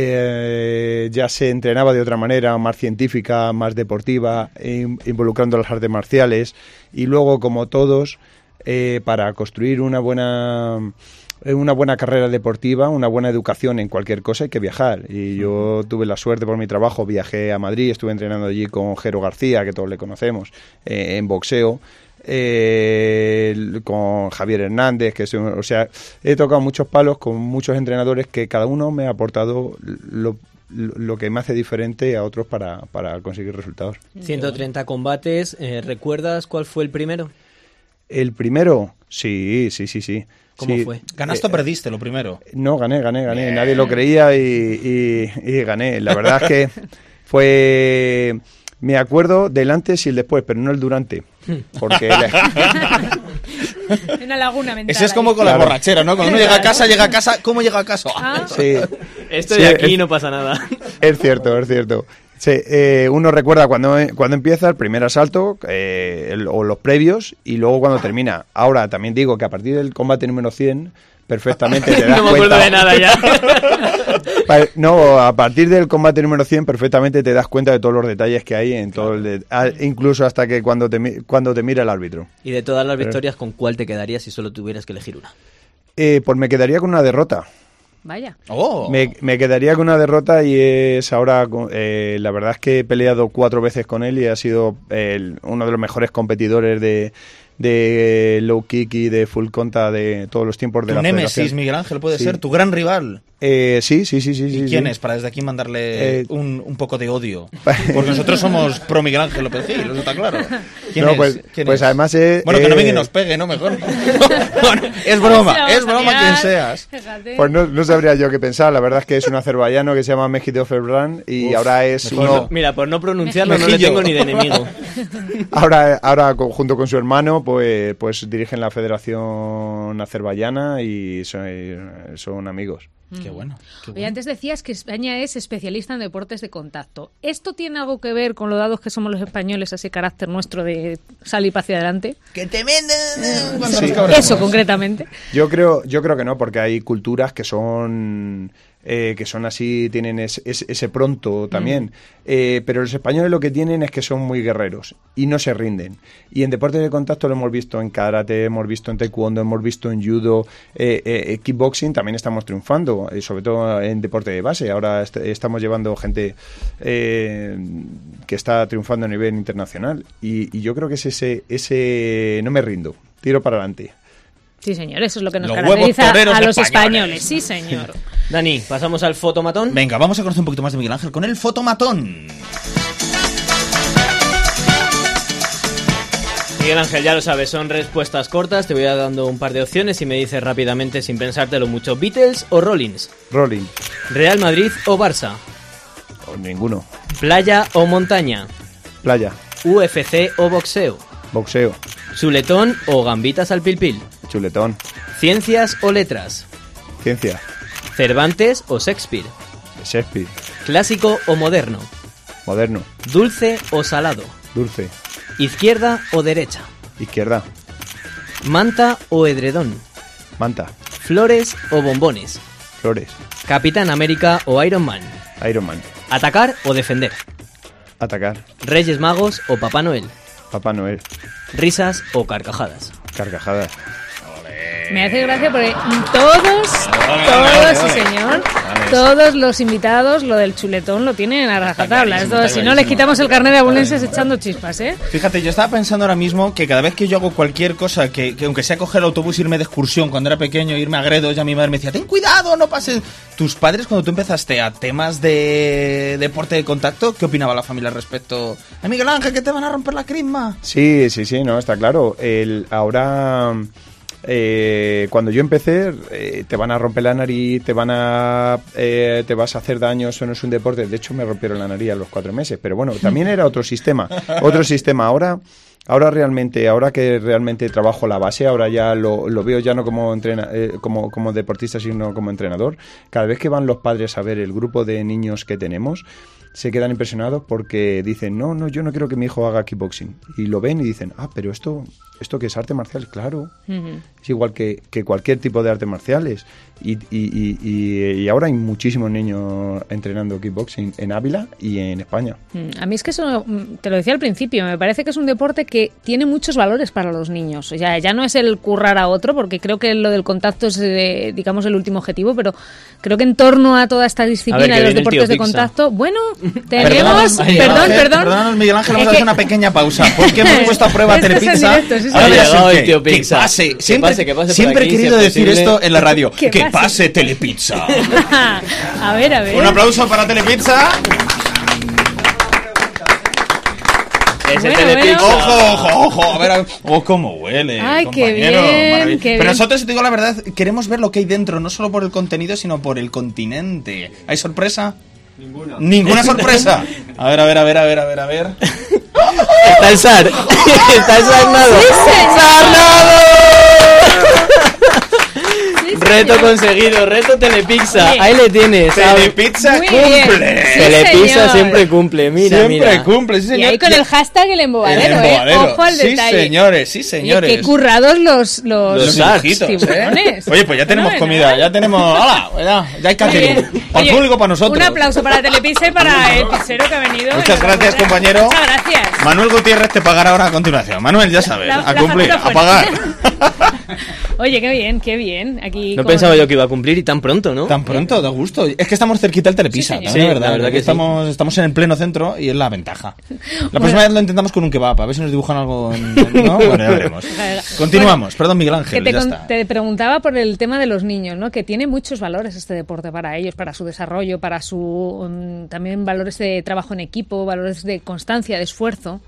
Speaker 8: eh, ya se entrenaba de otra manera, más científica, más deportiva, in- involucrando las artes marciales y luego, como todos, eh, para construir una buena eh, una buena carrera deportiva, una buena educación en cualquier cosa hay que viajar. Y yo tuve la suerte por mi trabajo, viajé a Madrid, estuve entrenando allí con Jero García, que todos le conocemos, eh, en boxeo. eh, el- con Javier Hernández, que es un- o sea, he tocado muchos palos con muchos entrenadores que cada uno me ha aportado lo, lo- lo que me hace diferente a otros para, para conseguir resultados.
Speaker 4: 130 combates. eh, ¿Recuerdas cuál fue el primero?
Speaker 8: El primero, sí, sí, sí, sí.
Speaker 4: ¿Cómo
Speaker 8: Sí. eh,
Speaker 4: fue?
Speaker 2: ¿Ganaste o perdiste lo primero?
Speaker 8: No, gané, gané, gané. Nadie lo creía y, y- y gané. La verdad es que fue... Me acuerdo del antes y el después, pero no el durante.
Speaker 4: Hmm.
Speaker 8: Porque la-
Speaker 3: Una laguna mental.
Speaker 2: Ese es como con la
Speaker 8: Claro.
Speaker 2: borrachera, ¿no? Cuando uno llega a casa, llega a casa, ¿cómo llega a casa?
Speaker 3: Ah.
Speaker 8: sí,
Speaker 4: Esto
Speaker 8: Sí,
Speaker 4: de aquí
Speaker 8: es-
Speaker 4: no pasa nada.
Speaker 8: es cierto, es cierto. Sí, eh, uno recuerda cuando, cuando empieza el primer asalto eh, el- o los previos y luego cuando termina. Ahora, también digo que a partir del combate número 100, perfectamente te das
Speaker 4: No me
Speaker 8: cuenta...
Speaker 4: acuerdo de nada ya.
Speaker 8: Pa- No, a partir del combate número 100 perfectamente te das cuenta de todos los detalles que hay en todo el de- ah, incluso hasta que cuando te mi- cuando te mira el árbitro.
Speaker 4: y de todas las
Speaker 8: Pero-
Speaker 4: victorias, ¿con cuál te quedarías si solo tuvieras que elegir una?
Speaker 8: Eh, pues me quedaría con una derrota.
Speaker 3: Vaya.
Speaker 2: Oh.
Speaker 8: Me, me quedaría con una derrota y es ahora, con- eh, la verdad es que he peleado cuatro veces con él y ha sido el- uno de los mejores competidores de, de low kick y de full conta de todos los tiempos de
Speaker 2: Tu
Speaker 8: la
Speaker 2: némesis,
Speaker 8: federación.
Speaker 2: Miguel Ángel, puede
Speaker 8: Sí.
Speaker 2: ser tu gran rival.
Speaker 8: Eh, sí, sí, sí, sí.
Speaker 2: ¿Y
Speaker 8: sí,
Speaker 2: quién
Speaker 8: sí.
Speaker 2: es? Para desde aquí mandarle
Speaker 8: Eh,
Speaker 2: un, un poco de odio. Porque nosotros somos pro Miguel Ángel López Gil, eso está claro. ¿Quién
Speaker 8: No,
Speaker 2: es?
Speaker 8: pues-
Speaker 2: ¿Quién
Speaker 8: pues
Speaker 2: es?
Speaker 8: además es,
Speaker 2: Bueno, que no
Speaker 8: eh,
Speaker 2: venga y nos pegue, ¿no? Mejor. Bueno, es broma, es broma quien seas.
Speaker 3: Fíjate.
Speaker 8: Pues no, no sabría yo qué pensar. La verdad es que es un azerbaiyano que se llama Mejide Oferbran y ahora es
Speaker 4: Por
Speaker 8: uno.
Speaker 4: no- mira, por no pronunciarlo no le
Speaker 2: Mejillo.
Speaker 4: tengo ni de enemigo.
Speaker 8: Ahora, ahora co- junto con su hermano, pues, pues dirigen la Federación Azerbaiyana y son, eh, son amigos.
Speaker 2: Qué bueno. qué
Speaker 3: Oye,
Speaker 2: bueno.
Speaker 3: antes decías que España es especialista en deportes de contacto. ¿Esto tiene algo que ver con lo dados que somos los españoles, a ese carácter nuestro de salir para hacia adelante?
Speaker 2: Que te venden. eh,
Speaker 8: Sí.
Speaker 2: Cabrón.
Speaker 3: Eso concretamente.
Speaker 8: Yo creo, yo creo que no, porque hay culturas que son eh, que son así, tienen es- es- ese pronto también. Eh, pero los españoles lo que tienen es que son muy guerreros y no se rinden. Y en deportes de contacto lo hemos visto en karate, hemos visto en taekwondo, hemos visto en judo, eh, eh, eh, kickboxing también estamos triunfando, eh, sobre todo en deporte de base. Ahora est- estamos llevando gente eh, que está triunfando a nivel internacional. Y, y yo creo que es ese, ese, no me rindo, tiro para adelante.
Speaker 3: Sí, señor, eso es lo que nos
Speaker 2: Los huevos
Speaker 3: caracteriza
Speaker 2: toreros
Speaker 3: a los
Speaker 2: españoles.
Speaker 3: españoles. Sí, señor.
Speaker 4: Dani, pasamos al fotomatón.
Speaker 2: Venga, vamos a conocer un poquito más de Miguel Ángel con el fotomatón.
Speaker 4: Miguel Ángel, ya lo sabes, son respuestas cortas. Te voy a dando un par de opciones y me dices rápidamente, sin pensártelo mucho, Beatles o Rollins,
Speaker 8: Rolling,
Speaker 4: Real Madrid o Barça,
Speaker 8: o Oh, ninguno.
Speaker 4: playa o montaña,
Speaker 8: Playa,
Speaker 4: UFC o boxeo,
Speaker 8: boxeo,
Speaker 4: chuletón o gambitas al pilpil,
Speaker 8: chuletón,
Speaker 4: ciencias o letras,
Speaker 8: ciencia,
Speaker 4: Cervantes o Shakespeare,
Speaker 8: Shakespeare,
Speaker 4: clásico o moderno,
Speaker 8: moderno,
Speaker 4: dulce o salado,
Speaker 8: dulce,
Speaker 4: izquierda o derecha,
Speaker 8: izquierda,
Speaker 4: manta o edredón,
Speaker 8: manta,
Speaker 4: flores o bombones,
Speaker 8: flores,
Speaker 4: Capitán América o Iron Man,
Speaker 8: Iron Man,
Speaker 4: atacar o defender.
Speaker 8: atacar,
Speaker 4: Reyes Magos o Papá Noel.
Speaker 8: Papá Noel,
Speaker 4: Risas o carcajadas.
Speaker 8: carcajadas.
Speaker 2: Eh.
Speaker 3: Me hace gracia porque todos, todos, sí señor, todos los invitados lo del chuletón lo tienen a rajatabla.
Speaker 2: clarísimo,
Speaker 3: Esto,
Speaker 2: está
Speaker 3: Si no, les
Speaker 2: clarísimo.
Speaker 3: quitamos el carnet de abulenses echando chispas, ¿eh?
Speaker 2: Fíjate, yo estaba pensando ahora mismo que cada vez que yo hago cualquier cosa, que, que aunque sea coger el autobús, irme de excursión cuando era pequeño, irme a Gredos, ya mi madre me decía, ten cuidado, no pases. Tus padres, cuando tú empezaste a temas de deporte de contacto, ¿qué opinaba la familia al respecto? ¡Ay, Eh, Miguel Ángel, que te van a romper la crisma!
Speaker 8: Sí, sí, sí, no, está claro. El, ahora, eh, cuando yo empecé, eh, te van a romper la nariz, te van a, eh, te vas a hacer daño, eso no es un deporte. De hecho, me rompieron la nariz a los cuatro meses, pero bueno, también era otro sistema, otro sistema. Ahora, ahora realmente, ahora que realmente trabajo la base, ahora ya lo, lo veo ya no como entrena, eh, como, como deportista, sino como entrenador. Cada vez que van los padres a ver el grupo de niños que tenemos, se quedan impresionados porque dicen, no, no, yo no quiero que mi hijo haga kickboxing. Y lo ven y dicen, ah, pero esto, esto que es arte marcial, claro. Es igual que, que cualquier tipo de artes marciales. Y, y- y- y- y ahora hay muchísimos niños entrenando kickboxing en Ávila y en España.
Speaker 3: Mm, A mí es que eso, mm, te lo decía al principio, me parece que es un deporte que tiene muchos valores para los niños. O sea, ya no es el currar a otro, porque creo que lo del contacto es, eh, digamos, el último objetivo, pero creo que en torno a toda esta
Speaker 4: que
Speaker 3: disciplina de los
Speaker 4: viene el tío
Speaker 3: deportes de
Speaker 4: Pizza.
Speaker 3: contacto, bueno, tenemos,
Speaker 2: Perdónanos, Miguel
Speaker 3: perdón,
Speaker 2: Ángel,
Speaker 3: perdón.
Speaker 2: Perdónanos, Miguel Ángel, vamos
Speaker 3: Es
Speaker 2: a hacer
Speaker 3: que-
Speaker 2: una pequeña pausa. Porque hemos puesto a prueba
Speaker 3: Esto es en
Speaker 2: Telepizza.
Speaker 3: directo, sí, sí.
Speaker 2: Ahora
Speaker 3: Ha
Speaker 2: verás
Speaker 4: llegado
Speaker 2: el
Speaker 4: el
Speaker 2: qué.
Speaker 4: tío
Speaker 2: Que
Speaker 4: Pizza.
Speaker 2: pase.
Speaker 4: Que
Speaker 2: Siempre,
Speaker 4: pase, que pase por
Speaker 2: siempre
Speaker 4: aquí,
Speaker 2: he
Speaker 4: si
Speaker 2: querido
Speaker 4: es
Speaker 2: decir
Speaker 4: posible.
Speaker 2: esto en la radio. Que,
Speaker 3: Que
Speaker 2: pase.
Speaker 3: pase.
Speaker 2: Telepizza.
Speaker 3: a ver, a ver.
Speaker 2: Un aplauso para Telepizza.
Speaker 4: Es el
Speaker 3: Bueno,
Speaker 4: Telepizza.
Speaker 3: bueno.
Speaker 2: Ojo, ojo, ojo. A ver, a ver. oh, cómo huele.
Speaker 3: Ay,
Speaker 2: compañero.
Speaker 3: qué bien,
Speaker 2: Maravilloso.
Speaker 3: qué
Speaker 2: Pero
Speaker 3: bien.
Speaker 2: nosotros, si te digo la verdad, queremos ver lo que hay dentro, no solo por el contenido, sino por el continente. ¿Hay sorpresa? Ninguna. Ninguna sorpresa. A ver, a ver, a ver, a ver, a ver, a ver.
Speaker 4: Está el SAR. Está el sarnado.
Speaker 3: Sí,
Speaker 4: Reto
Speaker 3: señor.
Speaker 4: conseguido, reto Telepizza.
Speaker 3: Bien.
Speaker 4: Ahí le tienes. ¿sabes?
Speaker 2: Telepizza
Speaker 3: Muy
Speaker 2: cumple.
Speaker 3: bien. Sí,
Speaker 4: Telepizza
Speaker 3: señor.
Speaker 4: siempre cumple, mira,
Speaker 2: Siempre
Speaker 4: mira.
Speaker 2: cumple, sí,
Speaker 3: Y
Speaker 2: señor.
Speaker 3: ahí con el hashtag el
Speaker 2: El
Speaker 3: embobadero, ¿eh?
Speaker 2: embobadero.
Speaker 3: Ojo al
Speaker 2: Sí,
Speaker 3: detalle.
Speaker 2: señores, sí,
Speaker 3: Oye,
Speaker 2: señores.
Speaker 3: qué currados los, los,
Speaker 2: Los
Speaker 4: Los
Speaker 2: dibujitos, ¿eh?
Speaker 3: tiburones.
Speaker 2: Oye, pues ya tenemos
Speaker 3: Fenomenal.
Speaker 2: comida, ya tenemos. ¡Hala! Ya, ya hay
Speaker 3: Muy
Speaker 2: catering.
Speaker 3: bien.
Speaker 2: Para el
Speaker 3: Oye,
Speaker 2: público, para nosotros.
Speaker 3: Un aplauso para Telepizza y para el pizzero que ha venido.
Speaker 2: Muchas gracias,
Speaker 3: Enhorabuena.
Speaker 2: compañero.
Speaker 3: Muchas gracias.
Speaker 2: Manuel Gutiérrez te pagará ahora a continuación. Manuel, ya sabes,
Speaker 3: La-
Speaker 2: a
Speaker 3: la
Speaker 2: cumplir, a
Speaker 3: factura
Speaker 2: pagar.
Speaker 3: Oye, qué bien, qué bien. Aquí
Speaker 4: No
Speaker 3: con-
Speaker 4: pensaba yo que iba a cumplir y tan pronto, ¿no?
Speaker 2: Tan pronto, da gusto. Es que estamos cerquita del Telepisa,
Speaker 3: Sí, señor.
Speaker 2: también,
Speaker 4: Sí,
Speaker 2: ¿verdad?
Speaker 4: la verdad
Speaker 2: Aquí
Speaker 4: que sí.
Speaker 2: estamos, estamos en el pleno centro y es la ventaja. La próxima vez lo intentamos con un kebab, a ver si nos dibujan algo. en- ¿no? Bueno, ya veremos. Continuamos, perdón, Miguel
Speaker 3: Que
Speaker 2: Ángel,
Speaker 3: te,
Speaker 2: ya
Speaker 3: con-
Speaker 2: está.
Speaker 3: te preguntaba por el tema de los niños, ¿no? Que tiene muchos valores este deporte para ellos, para su desarrollo, para su mm, también valores de trabajo en equipo, valores de constancia, de esfuerzo.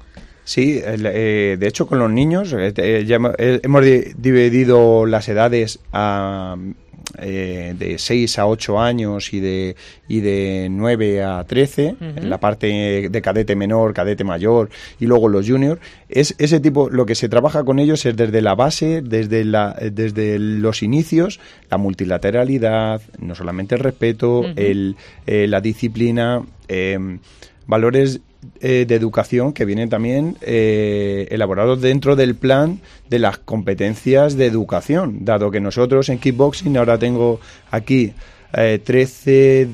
Speaker 8: Sí, el, eh, de hecho con los niños eh, te- eh, ya hemo- eh, hemos di- dividido las edades a, mm, eh, de 6 a 8 años y de, y de 9 a 13, en la parte de cadete menor, cadete mayor y luego los juniors. Es, ese tipo, lo que se trabaja con ellos es desde la base, desde, la, eh, desde los inicios, la multilateralidad, no solamente el respeto, el, eh, la disciplina. em, valores eh, de educación que vienen también eh, elaborados dentro del plan de las competencias de educación, dado que nosotros en kickboxing ahora tengo aquí eh, 13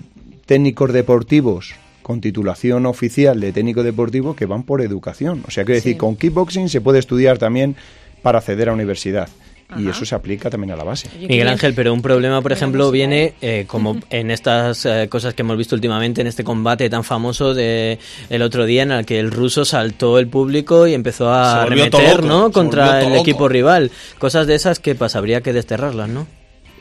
Speaker 8: técnicos deportivos con titulación oficial de técnico deportivo que van por educación. O sea, quiero decir,
Speaker 3: Sí.
Speaker 8: con kickboxing se puede estudiar también para acceder a universidad. Y
Speaker 3: Ajá.
Speaker 8: eso se aplica también a la base.
Speaker 4: Miguel Ángel, pero un problema, por
Speaker 3: Pero
Speaker 4: ejemplo,
Speaker 3: vamos a
Speaker 4: viene eh, como en estas eh, cosas que hemos visto últimamente, en este combate tan famoso de el otro día en el que el ruso saltó el público y empezó
Speaker 2: Se
Speaker 4: a
Speaker 2: volvió todo
Speaker 4: arremeter,
Speaker 2: loco,
Speaker 4: ¿no?
Speaker 2: se
Speaker 4: Contra
Speaker 2: volvió todo
Speaker 4: el
Speaker 2: loco.
Speaker 4: equipo rival. Cosas de esas que pues, habría que desterrarlas, ¿no?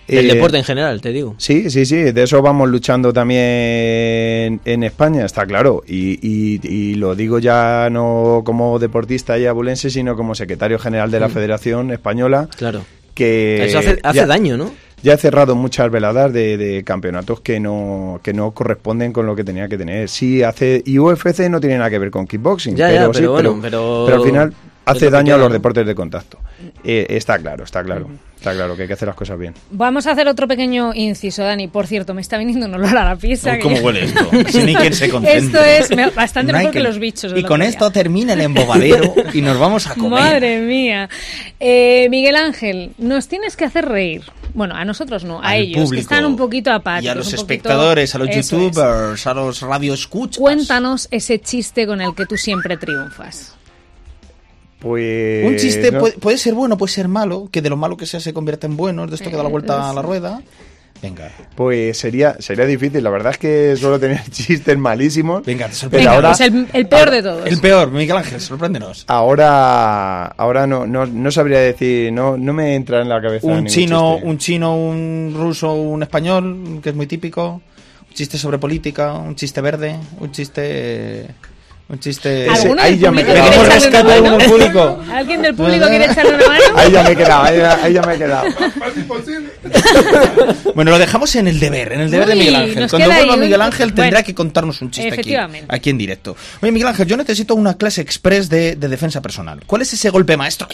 Speaker 4: El
Speaker 8: Eh,
Speaker 4: deporte en general, te digo.
Speaker 8: Sí, sí, sí, de eso vamos luchando también en España, está claro. Y, y- y lo digo ya no como deportista y abulense, sino como secretario general de la Federación Española,
Speaker 4: Mm. Claro.
Speaker 2: eh,
Speaker 8: que
Speaker 4: Eso hace, hace
Speaker 8: ya-
Speaker 4: daño, ¿no?
Speaker 8: Ya he cerrado muchas veladas de, de campeonatos que no, que no corresponden con lo que tenía que tener. Sí, hace. Y UFC no tiene nada que ver con kickboxing.
Speaker 4: Ya, ya,
Speaker 8: pero,
Speaker 4: pero
Speaker 8: sí,
Speaker 4: bueno,
Speaker 8: pero,
Speaker 4: pero-
Speaker 8: pero al final hace
Speaker 4: pero
Speaker 8: daño a los
Speaker 4: picado.
Speaker 8: deportes de contacto. Eh, está claro, está claro. Está claro que hay que hacer las cosas bien.
Speaker 3: Vamos a hacer otro pequeño inciso, Dani. Por cierto, me está viniendo un olor a la pizza.
Speaker 2: Uy,
Speaker 3: que
Speaker 2: ¿Cómo
Speaker 3: ya-
Speaker 2: huele esto? Sin ni quien se
Speaker 3: Esto
Speaker 2: concentre.
Speaker 3: es me- bastante
Speaker 2: No hay
Speaker 3: mejor que
Speaker 2: quien-
Speaker 3: los bichos. del
Speaker 2: Y
Speaker 3: otro
Speaker 2: con
Speaker 3: día.
Speaker 2: esto termina el embobadero y nos vamos a comer.
Speaker 3: Madre mía. Eh, Miguel Ángel, nos tienes que hacer reír. Bueno, a nosotros no, a
Speaker 2: Al
Speaker 3: ellos, que
Speaker 2: público
Speaker 3: están un poquito apáticos.
Speaker 2: Y a los
Speaker 3: un poquito-
Speaker 2: espectadores, a los
Speaker 3: Eso es.
Speaker 2: youtubers, a los radioescuchas.
Speaker 3: Cuéntanos ese chiste con el que tú siempre triunfas.
Speaker 8: Pues.
Speaker 2: Un chiste
Speaker 8: no-
Speaker 2: puede, puede ser bueno, puede ser malo, que de lo malo que sea se convierta en bueno, de esto que da la vuelta a la rueda. Venga,
Speaker 8: Pues sería, sería difícil. La verdad es que solo tenía chistes malísimos.
Speaker 2: Venga, te sorprendo.
Speaker 8: pero
Speaker 3: Venga,
Speaker 8: ahora,
Speaker 3: pues el, el peor de todos.
Speaker 2: el peor, Miguel Ángel, sorpréndenos.
Speaker 8: ahora, ahora no, no, no sabría decir, no, no me entra en la cabeza.
Speaker 2: Un
Speaker 8: ningún
Speaker 2: chino,
Speaker 8: chiste.
Speaker 2: un chino, un ruso, un español, que es muy típico. Un chiste sobre política, un chiste verde, un chiste... Un chiste...
Speaker 8: Ese-
Speaker 3: ¿Alguno
Speaker 8: ahí
Speaker 3: del
Speaker 8: ya me
Speaker 3: público
Speaker 8: he quedado.
Speaker 3: quiere
Speaker 2: Vamos,
Speaker 3: echarle
Speaker 2: rescate
Speaker 3: una mano?
Speaker 2: algún público.
Speaker 3: ¿Alguien del público quiere echarle una mano?
Speaker 8: Ahí ya me he quedado, ahí ya- ahí ya me he quedado.
Speaker 2: Bueno, lo dejamos en el deber, en el deber de
Speaker 3: Uy,
Speaker 2: Miguel Ángel.
Speaker 3: nos
Speaker 2: Cuando
Speaker 3: queda ahí
Speaker 2: vuelva
Speaker 3: un-
Speaker 2: Miguel Ángel tendrá
Speaker 3: bueno,
Speaker 2: que contarnos un chiste aquí,
Speaker 3: efectivamente.
Speaker 2: aquí en directo. Oye, Miguel Ángel, yo necesito una clase express de, de defensa personal. ¿Cuál es ese golpe maestro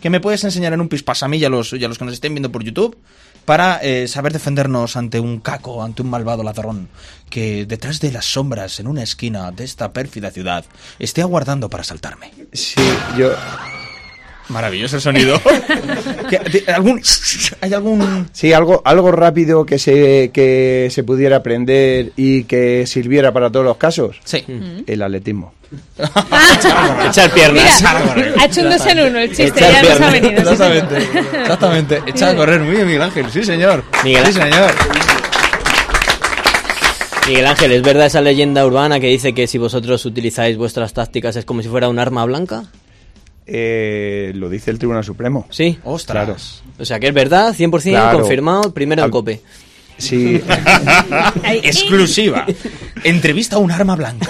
Speaker 2: que me puedes enseñar en un pispás a mí y a los, y a los que nos estén viendo por YouTube para eh, saber defendernos ante un caco, ante un malvado ladrón que detrás de las sombras en una esquina de esta pérfida ciudad esté aguardando para asaltarme?
Speaker 8: Sí, yo.
Speaker 2: Maravilloso el sonido. ¿Qué- de- algún, ¿Hay algún...?
Speaker 8: Sí, algo, algo rápido que se, que se pudiera aprender y que sirviera para todos los casos.
Speaker 2: Sí. Ah,
Speaker 8: El atletismo.
Speaker 4: Mm. Echar piernas.
Speaker 3: Ha hecho un dos en uno el chiste,
Speaker 4: Echar
Speaker 3: ya nos ha
Speaker 4: piernas.
Speaker 3: venido. sí, señor.
Speaker 2: Exactamente, exactamente. Echad a correr, muy bien, Miguel Ángel, sí señor.
Speaker 4: Miguel
Speaker 2: sí, señor.
Speaker 4: Miguel Ángel, ¿es verdad esa leyenda urbana que dice que si vosotros utilizáis vuestras tácticas es como si fuera un arma blanca?
Speaker 8: Eh, lo dice el Tribunal Supremo.
Speaker 4: Sí.
Speaker 2: Ostras.
Speaker 8: Claro.
Speaker 4: O sea que es verdad, 100%
Speaker 8: Claro.
Speaker 4: confirmado, primero en
Speaker 8: Al-
Speaker 4: COPE.
Speaker 8: Sí,
Speaker 2: Exclusiva. Entrevista a un arma blanca.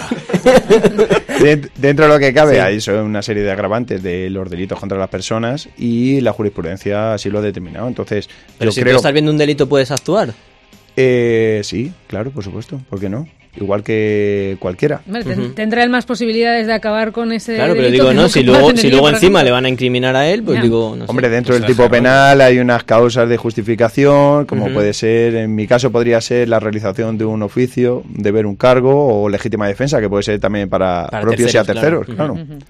Speaker 8: de- dentro de lo que cabe, hay son una serie de agravantes de los delitos contra las personas y la jurisprudencia así lo ha determinado. Entonces,
Speaker 4: Pero
Speaker 8: yo
Speaker 4: si tú
Speaker 8: creo.
Speaker 4: estás viendo un delito puedes actuar.
Speaker 8: Eh, sí, claro, por supuesto. ¿Por qué no? Igual que cualquiera.
Speaker 3: Hombre, ten- Tendrá él más posibilidades de abar con ese.
Speaker 4: Claro, pero
Speaker 3: delito
Speaker 4: digo,
Speaker 3: que
Speaker 4: no,
Speaker 3: nunca
Speaker 4: si
Speaker 3: va a
Speaker 4: luego,
Speaker 3: tener
Speaker 4: si
Speaker 3: yo,
Speaker 4: luego
Speaker 3: por
Speaker 4: encima le
Speaker 3: ejemplo.
Speaker 4: van a incriminar a él, pues
Speaker 3: Ya.
Speaker 4: digo, no sé.
Speaker 8: Hombre, dentro del
Speaker 2: Pues la
Speaker 8: tipo
Speaker 2: jarra.
Speaker 8: penal hay unas causas de justificación, como puede ser, en mi caso podría ser la realización de un oficio, deber un cargo o legítima defensa, que puede ser también para,
Speaker 4: Para
Speaker 8: propios y a
Speaker 4: terceros,
Speaker 8: terceros,
Speaker 4: claro.
Speaker 8: claro.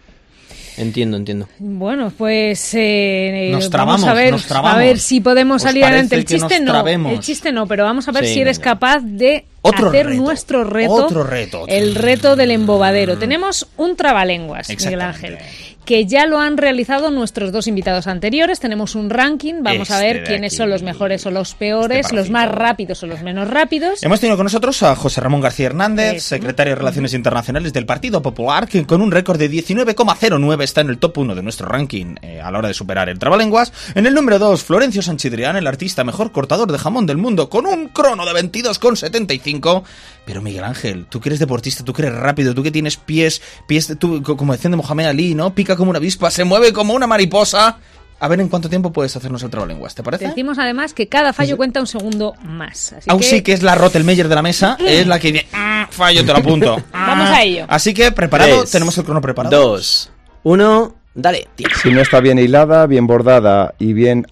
Speaker 4: Entiendo, entiendo.
Speaker 3: Bueno, pues eh,
Speaker 2: Nos
Speaker 3: vamos
Speaker 2: trabamos,
Speaker 3: a ver,
Speaker 2: nos trabamos.
Speaker 3: a ver si podemos
Speaker 2: ¿Os
Speaker 3: salir adelante. El
Speaker 2: parece que
Speaker 3: chiste
Speaker 2: nos
Speaker 3: no,
Speaker 2: trabemos?
Speaker 3: el chiste no, pero vamos a ver
Speaker 4: Sí,
Speaker 3: si eres
Speaker 4: venga.
Speaker 3: capaz de
Speaker 2: Otro
Speaker 3: hacer
Speaker 2: reto,
Speaker 3: nuestro reto,
Speaker 2: otro reto.
Speaker 5: Eh,
Speaker 2: Mm.
Speaker 3: el reto del embobadero. Tenemos un trabalenguas, Miguel Ángel,
Speaker 2: Exactamente.
Speaker 3: que ya lo han realizado nuestros dos invitados anteriores. Tenemos un ranking, vamos a
Speaker 2: Este
Speaker 3: ver
Speaker 2: de
Speaker 3: quiénes
Speaker 2: aquí.
Speaker 3: son los mejores o los peores,
Speaker 2: Este
Speaker 3: los
Speaker 2: parásito.
Speaker 3: más rápidos o los menos rápidos.
Speaker 2: Hemos tenido con nosotros a José Ramón García Hernández,
Speaker 3: Eso.
Speaker 2: secretario de Relaciones Internacionales del Partido Popular, que con un récord de 19,09 está en el top 1 de nuestro ranking eh, a la hora de superar el trabalenguas. En el número 2, Florencio Sanchidrián, el artista mejor cortador de jamón del mundo, con un crono de 22,75. Pero Miguel Ángel, tú que eres deportista, tú que eres rápido, tú que tienes pies, pies tú, co- como decían de Mohamed Ali, ¿no? Pica como una avispa, se mueve como una mariposa. A ver en cuánto tiempo puedes hacernos el trabalenguas, ¿te parece?
Speaker 3: Decimos además que cada fallo cuenta un segundo más. Así
Speaker 2: Pues Aún sí que es la Rottelmeier de la mesa, es la que dice, "Ah, fallo, te lo apunto.
Speaker 3: Vamos a ello.
Speaker 2: Así que preparado,
Speaker 4: Tres,
Speaker 2: tenemos el crono preparado.
Speaker 4: Dos, uno, dale.
Speaker 8: Si no está bien hilada, bien bordada y bien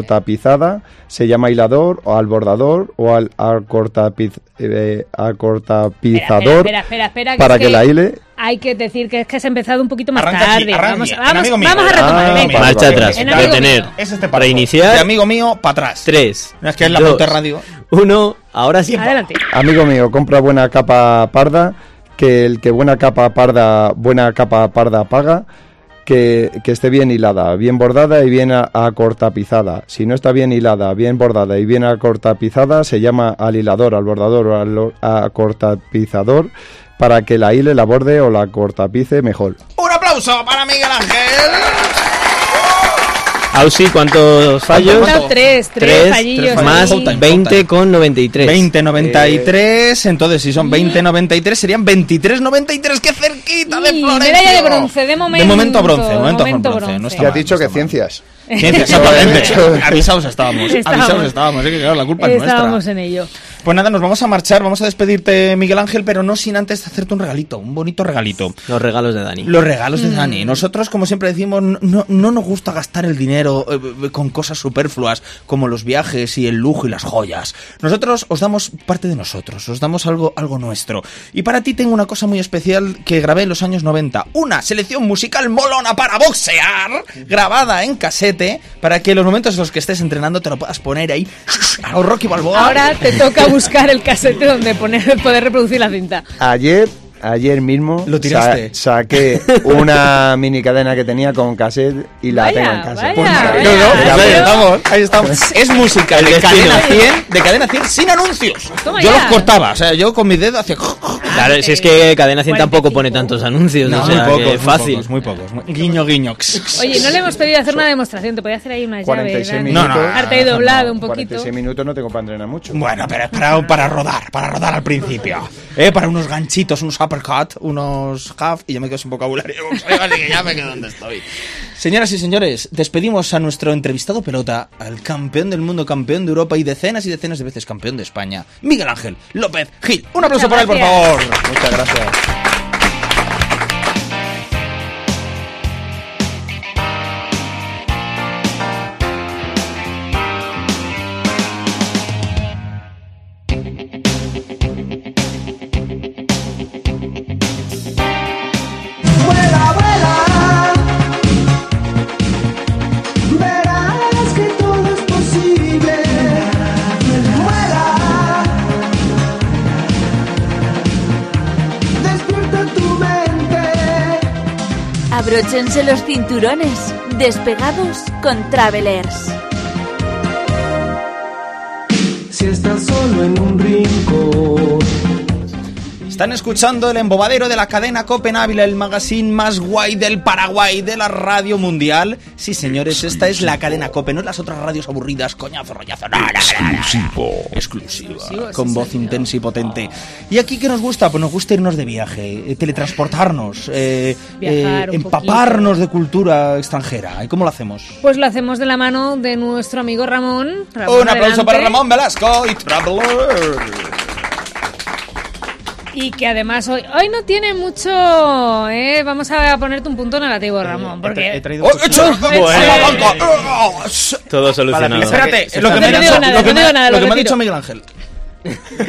Speaker 8: acotapizada, se llama hilador o al bordador o al acortapiz- eh,
Speaker 3: Espera,
Speaker 8: acortapizador
Speaker 3: espera, espera, espera, espera,
Speaker 8: para
Speaker 3: es
Speaker 8: que, la hile.
Speaker 3: Hay que decir que es que has empezado un poquito más
Speaker 2: Arranca aquí,
Speaker 3: tarde.
Speaker 2: arranca
Speaker 3: vamos,
Speaker 2: aquí.
Speaker 3: vamos-
Speaker 2: En amigo mío.
Speaker 3: vamos a retomar.
Speaker 8: Ah,
Speaker 3: venga.
Speaker 8: vale,
Speaker 4: Marcha
Speaker 8: vale,
Speaker 4: atrás,
Speaker 3: En amigo
Speaker 4: detener,
Speaker 3: mío.
Speaker 2: Es este párrafo. De
Speaker 4: reiniciar,
Speaker 2: amigo mío, para atrás.
Speaker 4: tres,
Speaker 2: No, es que es la
Speaker 4: dos,
Speaker 2: Ponte Radio.
Speaker 4: uno, Ahora sí.
Speaker 3: Adelante.
Speaker 8: Amigo mío, compra buena capa parda, que el que buena capa parda, buena capa parda paga, que, que esté bien hilada, bien bordada y bien a- acortapizada. Si no está bien hilada, bien bordada y bien acortapizada, se llama al hilador, al bordador o al lo- acortapizador para que la hile, la borde o la acortapice mejor.
Speaker 2: Un aplauso para Miguel Ángel.
Speaker 4: Ausi, ¿cuántos fallos?
Speaker 2: ¿Cuánto?
Speaker 3: Faltan tres, tres,
Speaker 4: Tres,
Speaker 3: fallillos.
Speaker 2: tres
Speaker 4: Más
Speaker 2: fallos.
Speaker 3: ahí.
Speaker 2: Jota,
Speaker 4: 20 con 93.
Speaker 2: 2093, Eh, entonces si son 2093 serían 2393, qué cerquita de
Speaker 3: Y
Speaker 2: Florencio.
Speaker 3: medalla de bronce, de momento.
Speaker 2: momento bronce, de momento
Speaker 3: Momento
Speaker 2: bronce,
Speaker 3: bronce.
Speaker 2: no está
Speaker 8: Ya has
Speaker 2: mal,
Speaker 8: dicho
Speaker 2: no
Speaker 8: que
Speaker 2: está mal.
Speaker 8: ciencias.
Speaker 2: Ciencia, exactamente. avisados estábamos,
Speaker 3: Estábamos.
Speaker 2: avisados estábamos, es que claro, la culpa es
Speaker 3: Estábamos
Speaker 2: nuestra.
Speaker 3: en ello.
Speaker 2: Pues nada, nos vamos a marchar, vamos a despedirte Miguel Ángel, pero no sin antes hacerte un regalito, un bonito regalito.
Speaker 4: Los regalos de Dani.
Speaker 2: Los regalos
Speaker 3: Mm.
Speaker 2: de Dani. Nosotros, como siempre decimos, no, no nos gusta gastar el dinero eh, con cosas superfluas como los viajes y el lujo y las joyas. Nosotros os damos parte de nosotros, os damos algo, algo nuestro. Y para ti tengo una cosa muy especial que grabé en los años 90. Una selección musical molona para boxear, grabada en casete, para que en los momentos en los que estés entrenando te lo puedas poner ahí a lo Rocky Balboa.
Speaker 3: Ahora te toca buscar el casete donde poner, poder reproducir la cinta.
Speaker 8: Ayer, ayer mismo
Speaker 2: Lo tiraste.
Speaker 8: sa- saqué una mini cadena que tenía con cassette y la
Speaker 3: Vaya,
Speaker 8: tengo en casa.
Speaker 3: vaya,
Speaker 8: Pues nada,
Speaker 3: vaya.
Speaker 8: no, no,
Speaker 3: Ahí
Speaker 8: la
Speaker 3: Vaya.
Speaker 2: ahí
Speaker 8: veo.
Speaker 2: estamos, ahí estamos. Es música de cadena,
Speaker 4: destino.
Speaker 2: 100, de cadena 100 sin anuncios.
Speaker 3: Toma
Speaker 2: yo
Speaker 3: ya.
Speaker 2: los cortaba, o sea, yo con mi dedo hacía.
Speaker 4: Claro, si es que Cadena 100 tampoco pone
Speaker 3: 45.
Speaker 4: tantos anuncios.
Speaker 2: No,
Speaker 4: o
Speaker 2: muy
Speaker 4: sea,
Speaker 2: pocos,
Speaker 4: que
Speaker 2: muy
Speaker 4: fácil.
Speaker 2: pocos, muy pocos. muy- Guiño, guiño.
Speaker 3: Oye, no le hemos pedido hacer una demostración, te podía hacer ahí una llave.
Speaker 8: 46
Speaker 3: grande.
Speaker 8: minutos.
Speaker 2: No, no, no,
Speaker 3: Arte ahí
Speaker 2: no,
Speaker 3: doblado
Speaker 8: No,
Speaker 3: un poquito.
Speaker 8: 46 minutos no tengo para entrenar mucho.
Speaker 2: Bueno, pero espera para rodar, para rodar al principio. Eh, Para unos ganchitos, unos uppercut, unos half, y yo me quedo sin vocabulario. Así que ya me quedo donde estoy. Señoras y señores, despedimos a nuestro entrevistado pelota, al campeón del mundo, campeón de Europa y decenas y decenas de veces campeón de España, Miguel Ángel López Gil. Un aplauso
Speaker 3: Muchas
Speaker 2: para él, por
Speaker 3: gracias.
Speaker 2: favor.
Speaker 8: Muchas gracias.
Speaker 6: Verás que todo es posible. Vuela. Despierta tu mente.
Speaker 1: Abróchense los cinturones. Despegados con Travelers.
Speaker 6: Si estás solo en un rincón.
Speaker 2: Están escuchando el embobadero de la cadena Copenhague, el magazine más guay del Paraguay de la radio mundial. Sí, señores, esta es la cadena Cope, no las otras radios aburridas, coñazo, rollazo. No, no, no, no. Exclusiva, con voz intensa y potente. ¿Y aquí qué nos gusta? Pues nos gusta irnos de viaje, eh, teletransportarnos, eh,
Speaker 3: Viajar
Speaker 2: eh,
Speaker 3: un
Speaker 2: empaparnos de cultura extranjera. ¿Y cómo lo hacemos?
Speaker 3: Pues lo hacemos de la mano de nuestro amigo Ramón. Ramón,
Speaker 2: Un aplauso
Speaker 3: adelante.
Speaker 2: para Ramón Velasco y Traveler.
Speaker 3: Y que además hoy, hoy no tiene mucho. ¿eh? Vamos a ponerte un punto negativo, Ramón.
Speaker 7: He, tra- he
Speaker 3: Porque.
Speaker 7: traído
Speaker 2: ¡Oh,
Speaker 7: cositas.
Speaker 2: hecho!
Speaker 3: Bueno.
Speaker 2: ¡A la banca! ¡Oh, oh!
Speaker 4: Todo
Speaker 7: solucionado.
Speaker 4: solucionado.
Speaker 7: Para la
Speaker 2: Espérate, lo que
Speaker 3: No
Speaker 2: me
Speaker 3: te
Speaker 2: ha
Speaker 3: digo
Speaker 2: dicho-
Speaker 3: nada,
Speaker 2: lo que
Speaker 3: no
Speaker 2: me
Speaker 3: digo
Speaker 2: ha-
Speaker 3: nada,
Speaker 2: lo
Speaker 3: lo
Speaker 2: que me ha
Speaker 3: retiro.
Speaker 2: dicho Miguel Ángel.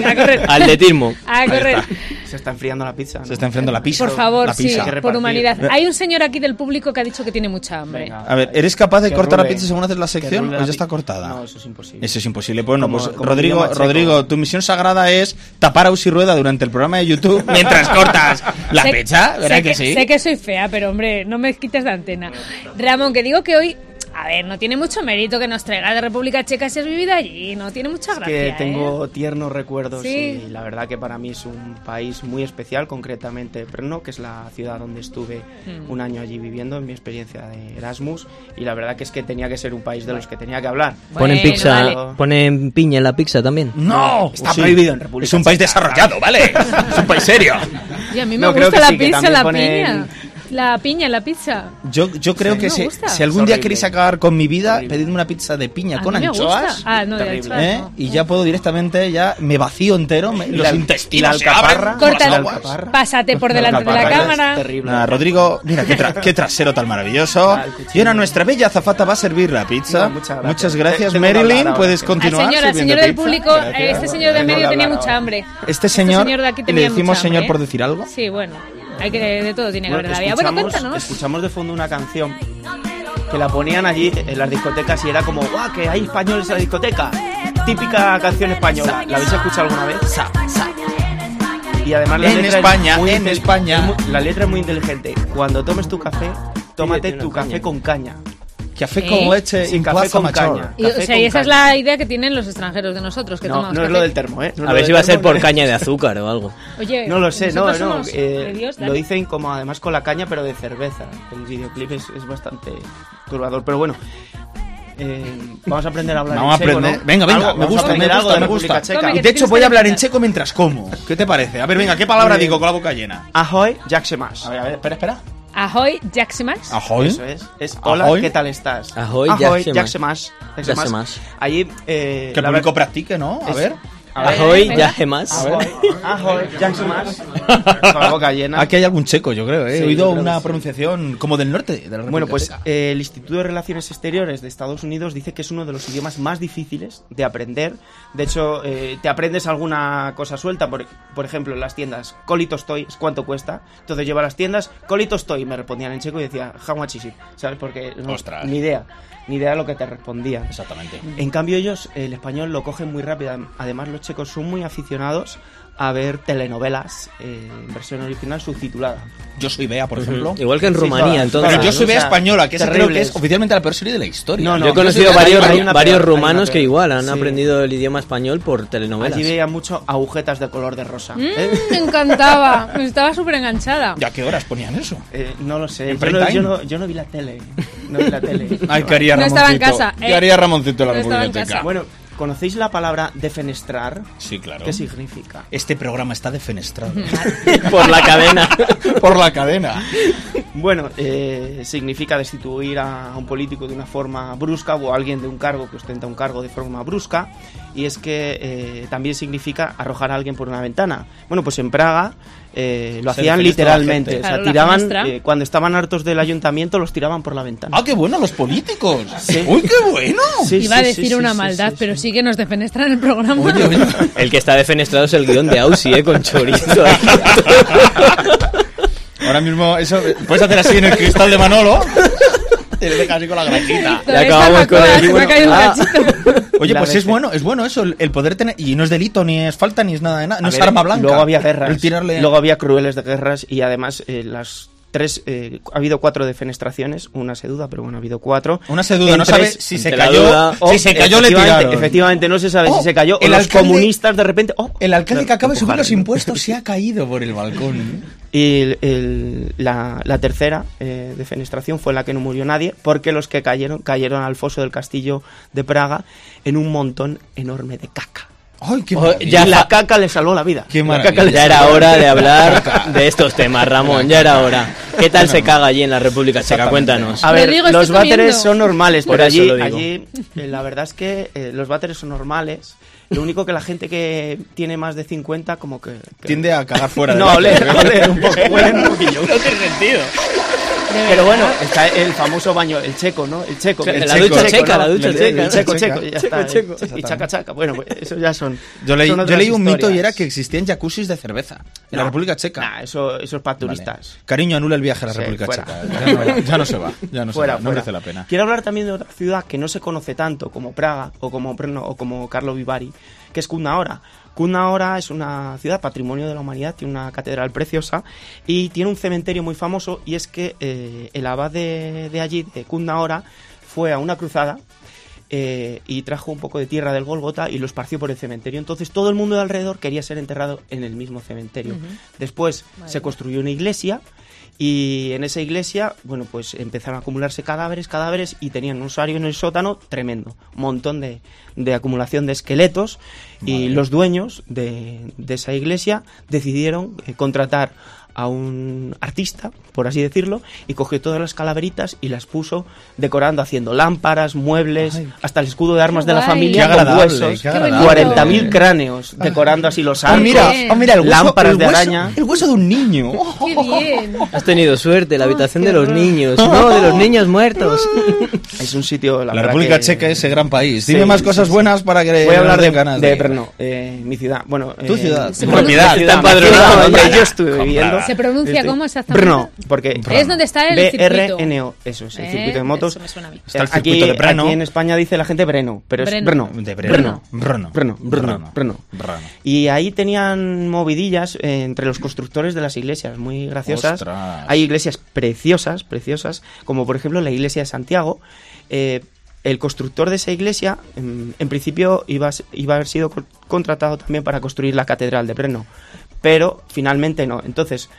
Speaker 3: A correr.
Speaker 4: Atletismo.
Speaker 3: A correr.
Speaker 7: Se está enfriando la pizza. ¿no?
Speaker 2: Se está enfriando la pizza.
Speaker 3: Por favor,
Speaker 2: la
Speaker 3: sí,
Speaker 2: pizza.
Speaker 7: que
Speaker 3: por
Speaker 7: repartir.
Speaker 3: humanidad. Hay un señor aquí del público que ha dicho que tiene mucha hambre.
Speaker 7: Venga.
Speaker 2: A ver, ¿eres capaz de
Speaker 7: Que
Speaker 2: cortar la
Speaker 7: rule.
Speaker 2: pizza según haces la
Speaker 7: Que
Speaker 2: sección
Speaker 7: rule
Speaker 2: o
Speaker 7: la
Speaker 2: ya está
Speaker 7: pi-
Speaker 2: cortada?
Speaker 7: No, eso es imposible.
Speaker 2: Eso es imposible. Bueno,
Speaker 7: Como-
Speaker 2: pues
Speaker 7: como
Speaker 2: Rodrigo,
Speaker 7: idioma checo.
Speaker 2: Rodrigo, tu misión sagrada es tapar a Usi Rueda durante el programa de YouTube mientras cortas la
Speaker 3: Sé-
Speaker 2: pizza, ¿verdad
Speaker 3: sé
Speaker 2: que, sí?
Speaker 3: Sé que soy fea, pero hombre, no me quites la antena. Ramón, que digo que hoy. A ver, no tiene mucho mérito que nos traiga de República Checa si has vivido allí. No tiene mucha
Speaker 7: Es
Speaker 3: gracia.
Speaker 7: que tengo
Speaker 3: ¿eh?
Speaker 7: tiernos recuerdos
Speaker 3: Sí.
Speaker 7: y la verdad que para mí es un país muy especial, concretamente Brno, que es la ciudad donde estuve
Speaker 3: Mm.
Speaker 7: un año allí viviendo en mi experiencia de Erasmus y la verdad que es que tenía que ser un país de los que tenía que hablar.
Speaker 4: Ponen
Speaker 3: Bueno,
Speaker 4: pizza.
Speaker 3: vale.
Speaker 4: Ponen piña en la pizza también.
Speaker 2: No, está
Speaker 7: Sí.
Speaker 2: prohibido en República Es un país desarrollado, ¿vale? Es un país serio.
Speaker 3: ¿eh? Y a mí me
Speaker 7: No, creo
Speaker 3: gusta
Speaker 7: que
Speaker 3: la
Speaker 7: sí, que
Speaker 3: pizza,
Speaker 7: también
Speaker 3: la
Speaker 7: ponen-
Speaker 3: piña. La piña, la pizza.
Speaker 2: Yo, yo creo
Speaker 3: Sí,
Speaker 2: que
Speaker 3: me
Speaker 2: si,
Speaker 3: gusta.
Speaker 2: si algún día
Speaker 7: Horrible.
Speaker 2: queréis acabar con mi vida,
Speaker 7: Horrible.
Speaker 2: pedidme una pizza de piña
Speaker 3: A
Speaker 2: con
Speaker 3: mí me gusta.
Speaker 2: anchoas.
Speaker 3: Ah, no, de
Speaker 7: Terrible.
Speaker 3: anchoas
Speaker 2: ¿eh?
Speaker 3: no.
Speaker 2: Y ya puedo directamente, ya me vacío entero, me- los
Speaker 7: la-
Speaker 2: intestinos
Speaker 7: y la
Speaker 2: se abren
Speaker 7: alcaparra.
Speaker 2: por las
Speaker 3: Corta-
Speaker 7: la
Speaker 2: aguas.
Speaker 7: alcaparra.
Speaker 3: Pásate por delante de la
Speaker 7: Alcaparra es
Speaker 3: cámara.
Speaker 7: Terrible.
Speaker 2: Nada, Rodrigo, mira qué, tra- qué trasero tan maravilloso.
Speaker 7: Ah, el cuchillo.
Speaker 2: Y ahora nuestra bella azafata va a servir la pizza.
Speaker 7: No, muchas gracias.
Speaker 2: gracias,
Speaker 7: Te- tengo que hablar
Speaker 2: Marilyn.
Speaker 7: ahora,
Speaker 2: Puedes
Speaker 7: sí.
Speaker 3: Al
Speaker 2: continuar.
Speaker 3: señor, al
Speaker 2: sirviendo
Speaker 3: señor del
Speaker 2: pizza.
Speaker 3: público,
Speaker 7: Gracias.
Speaker 3: este señor de en
Speaker 7: Tengo
Speaker 3: medio
Speaker 7: que
Speaker 3: tenía
Speaker 7: hablar
Speaker 3: mucha
Speaker 7: ahora.
Speaker 3: hambre.
Speaker 2: Este señor,
Speaker 3: de aquí
Speaker 2: ¿le
Speaker 3: tenía
Speaker 2: decimos
Speaker 3: mucha hambre,
Speaker 2: señor
Speaker 3: ¿eh?
Speaker 2: por decir algo?
Speaker 3: Sí, bueno, hay que de todo tiene que haber
Speaker 7: Bueno,
Speaker 3: la vida. Bueno,
Speaker 7: escuchamos-
Speaker 3: cuéntanos.
Speaker 7: Escuchamos de fondo una canción que la ponían allí en las discotecas y era como, ¡guau! Que hay españoles en la discoteca. típica canción española. ¿La habéis escuchado alguna vez? Y además la
Speaker 2: En
Speaker 7: letra es
Speaker 2: España,
Speaker 7: muy
Speaker 2: en
Speaker 7: intel-
Speaker 2: España.
Speaker 7: es muy- La letra es muy inteligente. Cuando tomes tu café, tómate
Speaker 4: Pídete
Speaker 7: tu
Speaker 4: una
Speaker 7: café
Speaker 4: caña.
Speaker 7: con caña.
Speaker 2: Café
Speaker 3: ¿Eh?
Speaker 2: con leche
Speaker 7: Sí,
Speaker 2: en
Speaker 7: café
Speaker 2: Plaza
Speaker 7: con
Speaker 2: Machor.
Speaker 7: caña.
Speaker 3: Y, o
Speaker 7: Café
Speaker 3: sea,
Speaker 7: con
Speaker 3: y esa es
Speaker 7: caña.
Speaker 3: la idea que tienen los extranjeros de nosotros, que
Speaker 7: No,
Speaker 3: tomamos
Speaker 7: no es
Speaker 3: café.
Speaker 7: lo del termo, ¿eh? No es
Speaker 4: A
Speaker 7: lo
Speaker 4: ver
Speaker 7: del
Speaker 4: si va a ser
Speaker 7: termo,
Speaker 4: por
Speaker 7: no.
Speaker 4: caña de azúcar o algo.
Speaker 3: Oye,
Speaker 7: No lo sé, no,
Speaker 3: nosotros
Speaker 7: no.
Speaker 3: somos
Speaker 7: eh,
Speaker 3: judíos,
Speaker 7: lo
Speaker 3: dale.
Speaker 7: dicen como además con la caña, pero de cerveza. El videoclip es, es bastante turbador, pero bueno. eh, vamos a aprender a hablar
Speaker 2: Vamos a
Speaker 7: en checo,
Speaker 2: aprender.
Speaker 7: ¿no?
Speaker 2: Venga, venga,
Speaker 7: Algo-
Speaker 2: me
Speaker 7: vamos a
Speaker 2: gusta, me
Speaker 7: aprender algo
Speaker 2: gusta,
Speaker 7: de
Speaker 2: me
Speaker 7: República
Speaker 2: gusta.
Speaker 7: Checa.
Speaker 3: Tome,
Speaker 2: Y
Speaker 3: que
Speaker 2: de
Speaker 3: te
Speaker 2: hecho
Speaker 3: tienes
Speaker 2: voy
Speaker 3: que
Speaker 2: a hablar en
Speaker 3: alimentar.
Speaker 2: checo mientras como. ¿Qué te parece? A ver, venga, ¿qué palabra
Speaker 7: Eh,
Speaker 2: digo con la boca llena?
Speaker 7: Ahoy, Jack Semas.
Speaker 2: A ver, a ver, espera, espera.
Speaker 3: Ahoy, Jack Max.
Speaker 2: Ahoy.
Speaker 7: Eso es. Es hola,
Speaker 2: Ahoy.
Speaker 7: ¿qué tal estás?
Speaker 4: Ahoy, Jack
Speaker 7: Jack
Speaker 4: Semas.
Speaker 7: Semas.
Speaker 4: Jack Semas.
Speaker 7: Allí, eh,
Speaker 2: Que el
Speaker 7: la
Speaker 2: público
Speaker 7: verdad-
Speaker 2: practique, ¿no? A
Speaker 7: es-
Speaker 2: ver.
Speaker 7: A ver.
Speaker 4: Ahoy,
Speaker 3: venga.
Speaker 4: ya más.
Speaker 7: Ahoy, ahoy, Jack Semas. Con la boca llena.
Speaker 2: Aquí hay algún checo, yo creo. ¿eh?
Speaker 7: Sí,
Speaker 2: He
Speaker 7: yo
Speaker 2: oído
Speaker 7: creo que
Speaker 2: una
Speaker 7: sí.
Speaker 2: pronunciación como del norte. de la República
Speaker 7: Bueno, pues
Speaker 2: Checa.
Speaker 7: eh, el Instituto de Relaciones Exteriores de Estados Unidos dice que es uno de los idiomas más difíciles de aprender. De hecho, eh, te aprendes alguna cosa suelta, por, por ejemplo, en las tiendas, colitos toy, es cuánto cuesta. Entonces yo iba a las tiendas, colitos toy, me respondían en checo y decía, how much is it?", ¿Sabes? Porque no,
Speaker 2: Ostras.
Speaker 7: pues, ni idea, ni idea lo que te respondían.
Speaker 2: Exactamente.
Speaker 7: En cambio ellos eh, el español lo cogen muy rápido. Además los checos son muy aficionados a ver telenovelas eh, en versión original subtitulada.
Speaker 2: Yo soy Bea, por ejemplo.
Speaker 4: Igual que en
Speaker 7: Sí,
Speaker 4: Rumanía,
Speaker 7: claro.
Speaker 4: entonces.
Speaker 2: Pero yo
Speaker 7: ¿no?
Speaker 2: soy Bea
Speaker 7: O sea,
Speaker 2: española, que esa creo que
Speaker 7: terribles.
Speaker 2: es oficialmente la peor serie de la historia.
Speaker 7: No, no.
Speaker 4: Yo he
Speaker 7: Yo soy-
Speaker 4: conocido
Speaker 7: hay-
Speaker 4: varios,
Speaker 7: hay una
Speaker 4: varios
Speaker 7: peor, hay una
Speaker 4: rumanos que
Speaker 7: peor.
Speaker 4: igual han
Speaker 7: Sí.
Speaker 4: aprendido el idioma español por telenovelas.
Speaker 7: Allí veía mucho agujetas de color de rosa. ¿eh?
Speaker 3: Mm, me encantaba, estaba súper enganchada.
Speaker 2: ¿Ya qué horas ponían eso?
Speaker 7: Eh, no lo sé.
Speaker 2: ¿En
Speaker 7: Yo
Speaker 2: prime
Speaker 7: no,
Speaker 2: time?
Speaker 7: yo no- yo no vi la tele. No vi la tele.
Speaker 2: Ay, que haría
Speaker 3: No
Speaker 2: Ramoncito.
Speaker 3: estaba en casa,
Speaker 2: ¿Qué
Speaker 3: eh.
Speaker 2: haría Ramoncito en la
Speaker 3: No estaba en
Speaker 2: República Checa?
Speaker 3: casa.
Speaker 7: bueno, ¿conocéis la palabra defenestrar?
Speaker 2: Sí, claro.
Speaker 7: ¿Qué significa?
Speaker 2: Este programa está defenestrado
Speaker 4: por la cadena.
Speaker 2: por la cadena.
Speaker 7: Bueno, eh, significa destituir a un político de una forma brusca o a alguien de un cargo que ostenta un cargo de forma brusca. Y es que eh, también significa arrojar a alguien por una ventana. Bueno, pues en Praga eh, lo
Speaker 2: Se
Speaker 7: hacían
Speaker 2: defenestra a la
Speaker 7: literalmente.
Speaker 2: gente.
Speaker 7: O sea,
Speaker 3: Claro, la
Speaker 7: tiraban,
Speaker 3: fenestra.
Speaker 7: eh, cuando estaban hartos del ayuntamiento, los tiraban por la ventana.
Speaker 2: Ah, qué bueno, los políticos.
Speaker 7: Sí.
Speaker 2: Uy, qué bueno.
Speaker 7: Sí,
Speaker 3: Iba a
Speaker 7: sí,
Speaker 3: decir
Speaker 7: sí, sí,
Speaker 3: una
Speaker 7: sí,
Speaker 3: maldad,
Speaker 7: sí,
Speaker 3: pero
Speaker 7: sí.
Speaker 3: sí. que nos defenestran el programa.
Speaker 2: Oye, oye.
Speaker 4: El que está defenestrado es el guión de Ausi, ¿eh? Con chorizo.
Speaker 2: Ahora mismo, eso pues puedes hacer así en el cristal de Manolo. Te lo dejas así con la granjita.
Speaker 3: Todavía
Speaker 4: Ya acabamos
Speaker 3: está
Speaker 4: con
Speaker 3: vacuna,
Speaker 4: el-
Speaker 3: se me ha
Speaker 4: bueno,
Speaker 3: caído un
Speaker 4: ah.
Speaker 3: cachito.
Speaker 2: Oye,
Speaker 7: La
Speaker 2: pues
Speaker 7: vez-
Speaker 2: es bueno, es bueno eso, el, el poder tener. Y no es delito, ni es falta, ni es nada de nada. No
Speaker 7: A
Speaker 2: es
Speaker 7: ver,
Speaker 2: arma blanca.
Speaker 7: Luego había guerras.
Speaker 2: El tirarle.
Speaker 7: Luego había crueles de guerras y además eh, las tres. eh, ha habido cuatro defenestraciones. Una se duda, pero bueno, ha habido cuatro.
Speaker 2: Una se duda,
Speaker 7: En
Speaker 2: no
Speaker 7: tres-
Speaker 2: sabe si se
Speaker 4: entre la
Speaker 2: cayó.
Speaker 4: duda,
Speaker 7: o-
Speaker 2: si se cayó, le
Speaker 7: efectivamente-
Speaker 2: tiraron.
Speaker 7: Efectivamente, no se sabe
Speaker 2: Oh,
Speaker 7: si se cayó. o
Speaker 2: el
Speaker 7: los
Speaker 2: alcalde-
Speaker 7: comunistas de repente. oh,
Speaker 2: El alcalde
Speaker 7: lo-
Speaker 2: que acaba de subir
Speaker 7: empujaron.
Speaker 2: los impuestos se ha caído por el balcón.
Speaker 7: Y el- el- la, la tercera eh, defenestración fue en la que no murió nadie, porque los que cayeron cayeron al foso del castillo de Praga en un montón enorme de caca.
Speaker 2: Ay, qué
Speaker 4: Oh,
Speaker 2: maravilla.
Speaker 4: ya
Speaker 7: y la
Speaker 4: fa-
Speaker 7: caca le salvó la vida.
Speaker 2: Qué
Speaker 7: La
Speaker 2: maravilla.
Speaker 7: caca le
Speaker 4: Ya era
Speaker 7: salvó la
Speaker 4: hora de
Speaker 7: vida.
Speaker 4: hablar de estos temas, Ramón. Ya era hora. ¿Qué tal se caga allí en la República Checa?
Speaker 2: Exactamente.
Speaker 4: Cuéntanos.
Speaker 7: A
Speaker 3: Lo
Speaker 7: ver,
Speaker 3: digo, estoy
Speaker 7: los váteres
Speaker 3: comiendo.
Speaker 7: son normales,
Speaker 4: Por
Speaker 7: pero
Speaker 4: eso
Speaker 7: allí,
Speaker 4: lo digo.
Speaker 7: allí eh, la verdad es que eh, los váteres son normales. Lo único que la gente que tiene más de 50 como que... que-
Speaker 2: Tiende a cagar fuera. de
Speaker 7: no,
Speaker 2: la-
Speaker 7: oler, oler un poco, huelen un poquillo. Pero bueno, está el famoso baño, el checo, ¿no? El checo.
Speaker 4: La
Speaker 7: el
Speaker 4: ducha
Speaker 7: checo,
Speaker 4: checa,
Speaker 7: ¿no?
Speaker 4: la ducha
Speaker 7: El-
Speaker 4: checa.
Speaker 7: El checo,
Speaker 2: La
Speaker 7: checo,
Speaker 2: checa.
Speaker 7: ya está.
Speaker 4: Checo,
Speaker 2: checo.
Speaker 7: Y chaca, chaca. Bueno, pues eso ya son...
Speaker 2: Yo leí,
Speaker 7: son
Speaker 2: yo
Speaker 7: otras
Speaker 2: leí un mito y era
Speaker 7: historias.
Speaker 2: que existían jacuzzis de cerveza en la
Speaker 7: No.
Speaker 2: República Checa.
Speaker 7: Nah, eso, eso es para
Speaker 2: Vale.
Speaker 7: turistas.
Speaker 2: Cariño, anula el viaje a la
Speaker 7: Sí,
Speaker 2: República
Speaker 7: fuera.
Speaker 2: Checa. Ya no, ya no se va.
Speaker 7: fuera,
Speaker 2: Ya no se va. No
Speaker 7: fuera.
Speaker 2: merece la pena.
Speaker 7: Quiero hablar también de otra ciudad que no se conoce tanto como Praga o como Brno o como Carlo Vivari, que es Cunahora. Cunahora es una ciudad patrimonio de la humanidad, tiene una catedral preciosa y tiene un cementerio muy famoso y es que eh, el abad de, de allí, de Cunahora, fue a una cruzada eh, y trajo un poco de tierra del Golgota y lo esparció por el cementerio. Entonces todo el mundo de alrededor quería ser enterrado en el mismo cementerio. Después se construyó una iglesia y en esa iglesia, bueno, pues empezaron a acumularse cadáveres, cadáveres y tenían un usuario en el sótano tremendo. Montón de, de acumulación de esqueletos y los dueños de, de esa iglesia decidieron eh, contratar a un artista, por así decirlo, y cogió todas las calaveritas y las puso decorando, haciendo lámparas, muebles,
Speaker 2: Ay.
Speaker 7: hasta el escudo de armas de la
Speaker 3: guay.
Speaker 7: familia
Speaker 2: Qué
Speaker 7: con
Speaker 2: agradable,
Speaker 7: huesos,
Speaker 2: qué
Speaker 3: agradable.
Speaker 7: 40.000 cráneos, decorando así los
Speaker 2: Oh,
Speaker 7: arcos,
Speaker 2: mira, oh, mira, el hueso,
Speaker 7: lámparas
Speaker 2: el
Speaker 7: de
Speaker 2: hueso-
Speaker 7: araña.
Speaker 2: El hueso de un niño.
Speaker 3: Qué bien.
Speaker 4: Hasta tenido suerte,
Speaker 7: Oh,
Speaker 4: la habitación
Speaker 5: qué
Speaker 4: de los
Speaker 5: horror.
Speaker 4: niños, no, de los niños muertos.
Speaker 7: Es un sitio, la,
Speaker 2: La
Speaker 7: verdad
Speaker 2: República
Speaker 7: que-
Speaker 2: Checa, ese gran país.
Speaker 7: Sí,
Speaker 2: Dime más
Speaker 7: sí,
Speaker 2: cosas
Speaker 7: sí.
Speaker 2: buenas para que
Speaker 7: Voy a hablar Eh, de,
Speaker 2: ganas.
Speaker 7: de Brno, eh, mi ciudad. Bueno,
Speaker 2: Tu
Speaker 7: eh,
Speaker 2: ciudad.
Speaker 7: mi ciudad,
Speaker 2: Propiedad. Está
Speaker 7: mi ciudad,
Speaker 2: empadronado,
Speaker 7: donde
Speaker 2: hombre.
Speaker 7: yo estuve viviendo.
Speaker 3: ¿Se pronuncia
Speaker 7: Este,
Speaker 3: cómo exactamente?
Speaker 7: Brno, porque
Speaker 3: Es donde está el circuito.
Speaker 7: BRNO, eso es, el
Speaker 3: Eh,
Speaker 7: circuito de motos.
Speaker 3: eso me suena a mí.
Speaker 2: Está el
Speaker 7: Eh, aquí-
Speaker 2: circuito de Brno.
Speaker 7: Aquí en España dice la gente Breno, pero es
Speaker 3: Brno.
Speaker 7: Brno.
Speaker 2: De
Speaker 7: Brno.
Speaker 2: Brno. Brno.
Speaker 7: Brno,
Speaker 2: Brno.
Speaker 7: Brno, Brno.
Speaker 2: Brno.
Speaker 7: Y ahí tenían movidillas eh, entre los constructores de las iglesias, muy graciosas.
Speaker 2: Ostras.
Speaker 7: Hay iglesias preciosas, preciosas, como por ejemplo la iglesia de Santiago. Eh, el constructor de esa iglesia, en, en principio, iba a, se- iba a haber sido co- contratado también para construir la catedral de Brno, pero finalmente no. Entonces,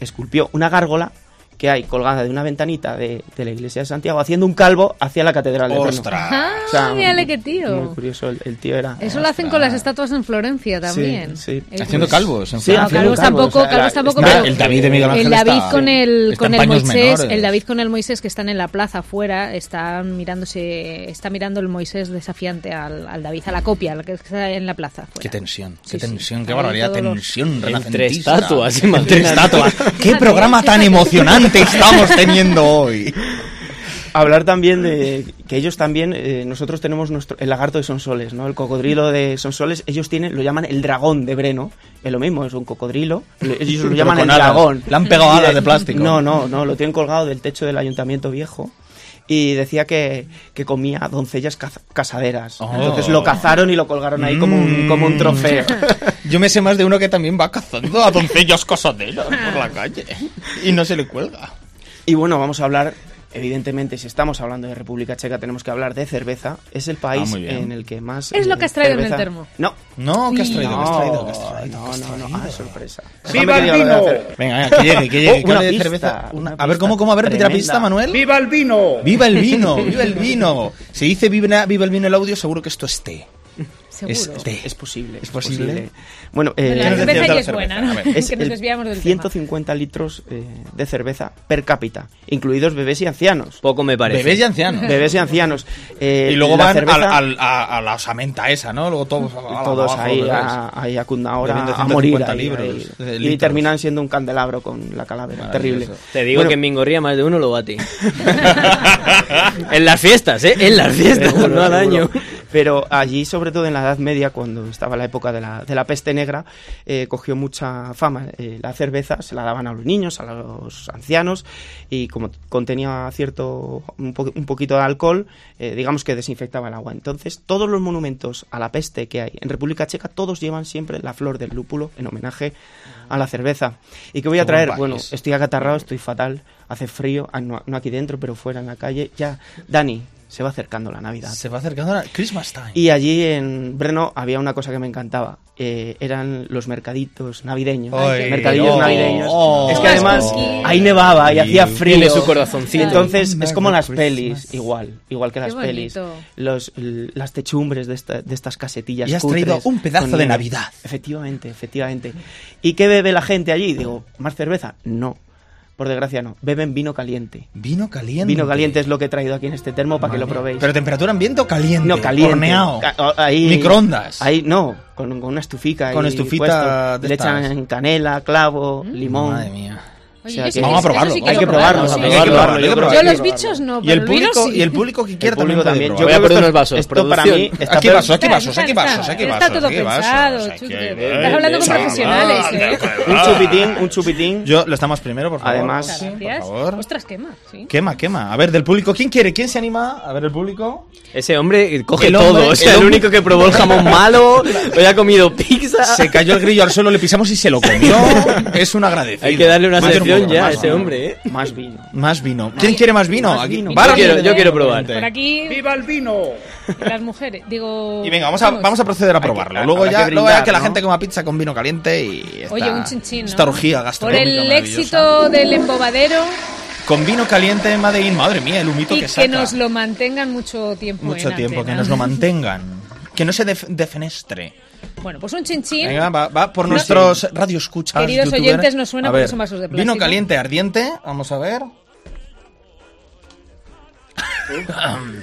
Speaker 7: esculpió una gárgola que hay colgada de una ventanita de, de la iglesia de Santiago haciendo un calvo hacia la catedral de Brno.
Speaker 2: Ostras.
Speaker 3: Ah,
Speaker 7: O sea,
Speaker 3: mírale qué tío.
Speaker 7: Muy curioso, el, el tío era...
Speaker 3: Eso lo hacen con las estatuas en Florencia también.
Speaker 7: sí.
Speaker 3: Es
Speaker 2: Haciendo
Speaker 3: muy-
Speaker 2: calvos. en
Speaker 7: Sí,
Speaker 2: Francia.
Speaker 3: No,
Speaker 7: haciendo
Speaker 3: Carlos
Speaker 7: calvos,
Speaker 3: tampoco,
Speaker 7: o sea,
Speaker 3: Carlos tampoco,
Speaker 7: está-
Speaker 3: pero
Speaker 2: el David de Miguel Ángel
Speaker 3: el David
Speaker 2: está-
Speaker 3: con el
Speaker 2: está
Speaker 3: con
Speaker 2: en
Speaker 3: el
Speaker 2: paños
Speaker 3: Moisés,
Speaker 2: menores.
Speaker 3: el David con el Moisés que están en la plaza afuera, están mirándose, está mirando el Moisés desafiante al, al David a la copia, al que está en la plaza. afuera.
Speaker 2: Qué tensión,
Speaker 3: Sí, sí.
Speaker 2: qué tensión, qué
Speaker 3: Ahí
Speaker 2: barbaridad,
Speaker 3: todo lo-
Speaker 2: tensión
Speaker 4: Entre
Speaker 2: renacentista.
Speaker 4: estatuas,
Speaker 2: Entre
Speaker 4: imagínate.
Speaker 2: estatuas. Qué programa tan emocionante estamos teniendo hoy.
Speaker 7: Hablar también de que ellos también, eh, nosotros tenemos nuestro, el lagarto de Sonsoles, ¿no? El cocodrilo de Sonsoles, ellos tienen, lo llaman el dragón de Breno, es lo mismo, es un cocodrilo, lo- ellos lo
Speaker 2: Pero
Speaker 7: llaman el
Speaker 2: con alas.
Speaker 7: dragón.
Speaker 2: Le han pegado
Speaker 7: Y
Speaker 2: alas de plástico.
Speaker 7: No, no, no, lo tienen colgado del techo del ayuntamiento viejo. Y decía que, que comía doncellas caz- casaderas.
Speaker 2: Oh. Mm.
Speaker 7: Entonces lo cazaron y lo colgaron ahí como un, como un trofeo.
Speaker 2: Yo me sé más de uno que también va cazando a doncellas casaderas por la calle ¿eh? y no se le cuelga.
Speaker 7: Y bueno, vamos a hablar, evidentemente, si estamos hablando de República Checa, tenemos que hablar de cerveza. Es el país
Speaker 2: Ah, muy bien.
Speaker 7: en el que más.
Speaker 3: Es lo
Speaker 7: eh,
Speaker 3: que has traído en el
Speaker 7: cerveza-
Speaker 3: termo.
Speaker 7: No.
Speaker 2: No, que has traído, que has traído, que has
Speaker 7: No,
Speaker 2: traído.
Speaker 7: no, no, no. Ah, sorpresa.
Speaker 6: ¡Viva el vino!
Speaker 2: Venga, venga, que llegue, que llegue.
Speaker 7: Oh,
Speaker 2: que
Speaker 7: una
Speaker 2: hable de
Speaker 7: pista,
Speaker 2: cerveza.
Speaker 7: una
Speaker 2: a ver,
Speaker 7: pista
Speaker 2: ¿cómo, cómo? A ver, repite la
Speaker 7: tremenda.
Speaker 2: pista, Manuel.
Speaker 6: ¡Viva el vino!
Speaker 2: ¡Viva el vino! ¡Viva el vino! Si dice viva, viva el vino el audio, seguro que esto es té.
Speaker 3: Seguro.
Speaker 2: Es té.
Speaker 7: Es posible.
Speaker 2: ¿Es posible?
Speaker 3: Bueno,
Speaker 7: Bueno, eh,
Speaker 2: ¿Qué
Speaker 3: la
Speaker 2: nos decías
Speaker 3: cerveza
Speaker 2: de
Speaker 3: ya
Speaker 2: la
Speaker 3: es buena,
Speaker 2: cerveza?
Speaker 3: ¿no?
Speaker 2: A ver.
Speaker 7: es
Speaker 3: que nos
Speaker 7: el
Speaker 3: desviamos del tema.
Speaker 7: 150 litros eh, de cerveza per cápita, incluidos bebés y ancianos.
Speaker 4: Poco me parece.
Speaker 2: Bebés y ancianos.
Speaker 7: Bebés y ancianos. Eh,
Speaker 2: Y luego
Speaker 7: la
Speaker 2: van al-
Speaker 7: cerveza-
Speaker 2: al- a, a la osamenta esa, ¿no? Luego todos, a- a-
Speaker 7: todos
Speaker 2: abajo,
Speaker 7: ahí
Speaker 2: Ah, ¿verdad?
Speaker 7: a, ahí a Cundaora
Speaker 2: Bebiendo
Speaker 7: a morir
Speaker 2: 150
Speaker 7: ahí,
Speaker 2: libros,
Speaker 7: ahí.
Speaker 2: eh,
Speaker 7: y
Speaker 2: litros.
Speaker 7: terminan siendo un candelabro con la calavera
Speaker 2: Maravilloso.
Speaker 7: terrible
Speaker 4: Te digo
Speaker 7: Bueno,
Speaker 4: que en Mingorría más de uno lo bati. en las fiestas, ¿eh? En las fiestas,
Speaker 7: seguro,
Speaker 4: no al
Speaker 7: seguro.
Speaker 4: año.
Speaker 7: pero allí sobre todo en la Edad Media cuando estaba la época de la, de la peste negra eh, cogió mucha fama Eh, la cerveza se la daban a los niños a los ancianos y como contenía cierto un, po- un poquito de alcohol eh, digamos que desinfectaba el agua entonces todos los monumentos a la peste que hay en República Checa todos llevan siempre la flor del lúpulo en homenaje a la cerveza y que voy a
Speaker 2: Qué buen
Speaker 7: traer
Speaker 2: país.
Speaker 7: bueno Estoy acatarrado, estoy fatal, hace frío, ah, no, no aquí dentro, pero fuera en la calle. Ya, Dani, se va acercando la Navidad.
Speaker 2: Se va acercando la Christmas time.
Speaker 7: Y allí en Brno había una cosa que me encantaba. eh, eran los mercaditos navideños.
Speaker 2: Ay,
Speaker 7: mercadillos
Speaker 2: oh,
Speaker 7: navideños.
Speaker 2: oh.
Speaker 7: es que además
Speaker 3: Cookies.
Speaker 7: ahí nevaba y
Speaker 2: You
Speaker 7: hacía frío.
Speaker 4: tiene su corazoncito.
Speaker 7: Entonces es como las
Speaker 2: Merry
Speaker 7: pelis, igual. Igual que las
Speaker 3: bonito.
Speaker 7: pelis. Los, l- las techumbres de, esta- de estas casetillas.
Speaker 2: Y has
Speaker 7: cutres
Speaker 2: traído un pedazo
Speaker 7: con
Speaker 2: de
Speaker 7: nieve.
Speaker 2: Navidad.
Speaker 7: Efectivamente, efectivamente. ¿Y qué bebe la gente allí? Digo, ¿más cerveza? No. Por desgracia no. Beben vino caliente.
Speaker 2: Vino caliente.
Speaker 7: Vino caliente es lo que he traído aquí en este termo para que lo probéis.
Speaker 2: Pero temperatura ambiente o caliente.
Speaker 7: No, caliente.
Speaker 2: Horneado.
Speaker 7: Ca- o- ahí-
Speaker 2: Microondas.
Speaker 7: Ahí no, con, con una estufica.
Speaker 2: Con
Speaker 7: ahí
Speaker 2: estufita
Speaker 7: puesto.
Speaker 2: de
Speaker 7: Le
Speaker 2: estas.
Speaker 7: echan canela, clavo, limón.
Speaker 2: Madre mía.
Speaker 3: Oye,
Speaker 7: O sea
Speaker 3: yo
Speaker 7: que-
Speaker 3: sí que-
Speaker 2: Vamos a
Speaker 3: eso sí
Speaker 2: probarlo.
Speaker 3: que
Speaker 7: Hay
Speaker 3: lo
Speaker 7: que probarlo,
Speaker 3: probamos,
Speaker 7: hay
Speaker 3: ¿eh?
Speaker 7: que probarlo, hay que probarlo.
Speaker 3: Yo
Speaker 7: hay que
Speaker 3: los
Speaker 7: probarlo.
Speaker 3: bichos no,
Speaker 2: Y
Speaker 3: pero
Speaker 2: el
Speaker 3: el vino
Speaker 2: público,
Speaker 3: sí.
Speaker 2: y el público que quiera
Speaker 7: El
Speaker 2: también
Speaker 7: público
Speaker 2: puede
Speaker 7: también. Yo
Speaker 2: probar.
Speaker 4: Voy a
Speaker 7: creo
Speaker 4: poner
Speaker 7: que
Speaker 4: unos vasos,
Speaker 7: Esto para
Speaker 4: producción.
Speaker 7: mí está
Speaker 2: Aquí
Speaker 7: per-
Speaker 2: vasos, aquí vasos,
Speaker 3: Está-
Speaker 2: aquí
Speaker 3: está-
Speaker 2: vasos, aquí
Speaker 3: está
Speaker 2: vasos.
Speaker 3: todo
Speaker 2: aquí vasos,
Speaker 3: pensado,
Speaker 2: aquí
Speaker 3: Chucho,
Speaker 2: hay-
Speaker 3: que- estás hablando con
Speaker 2: Chaval,
Speaker 3: profesionales, ¿eh?
Speaker 7: Un chupitín, un chupitín.
Speaker 2: Yo lo estamos primero, por favor.
Speaker 7: Además-
Speaker 3: Gracias.
Speaker 2: Por favor.
Speaker 3: Ostras, quema, sí.
Speaker 2: Quema, quema. A ver, del público, ¿quién quiere? ¿Quién se anima? A ver, el público.
Speaker 4: Ese hombre coge
Speaker 2: El
Speaker 4: todo.
Speaker 2: hombre-
Speaker 4: o sea,
Speaker 2: el
Speaker 4: el,
Speaker 2: hombre-
Speaker 4: único que probó el jamón malo, hoy ha comido pizza.
Speaker 2: Se cayó el grillo al suelo, le pisamos y se lo comió. es un agradecido.
Speaker 4: Hay que darle una
Speaker 2: Más
Speaker 4: selección
Speaker 2: vino,
Speaker 4: ya a
Speaker 2: más
Speaker 4: ese
Speaker 2: vino.
Speaker 4: hombre, ¿eh?
Speaker 7: Más vino.
Speaker 2: Más vino. ¿Quién quiere más vino? Aquí-
Speaker 7: vino.
Speaker 2: Barra
Speaker 4: Yo quiero,
Speaker 2: libre.
Speaker 4: yo quiero probar.
Speaker 3: Por aquí. ¡Viva el vino! Las mujeres, digo.
Speaker 2: Y venga, vamos a, vamos a proceder a probarlo.
Speaker 7: habrá
Speaker 2: luego
Speaker 7: que
Speaker 2: ya, luego
Speaker 7: brindar,
Speaker 2: ya que la
Speaker 7: ¿no?
Speaker 2: gente coma pizza con vino caliente y esta,
Speaker 3: Oye, un chinchín. ¿no?
Speaker 2: esta orgía
Speaker 3: Por
Speaker 2: gastronómica
Speaker 3: el
Speaker 2: maravillosa.
Speaker 3: éxito del embobadero
Speaker 2: Con vino caliente en Madrid, madre mía, el humito
Speaker 3: y
Speaker 2: que
Speaker 3: que,
Speaker 2: saca.
Speaker 3: nos lo mantengan mucho tiempo.
Speaker 2: Mucho
Speaker 3: en
Speaker 2: tiempo, que
Speaker 3: antena.
Speaker 2: nos lo mantengan. Que no se def- defenestre.
Speaker 3: Bueno, pues un chinchín.
Speaker 2: Venga, va, va por
Speaker 3: No.
Speaker 2: nuestros radioescuchas.
Speaker 3: Queridos
Speaker 2: youtuber.
Speaker 3: oyentes, nos suena
Speaker 2: A
Speaker 3: porque
Speaker 2: ver,
Speaker 3: son vasos de
Speaker 2: Vino
Speaker 3: plástico.
Speaker 2: caliente, ardiente, vamos a ver.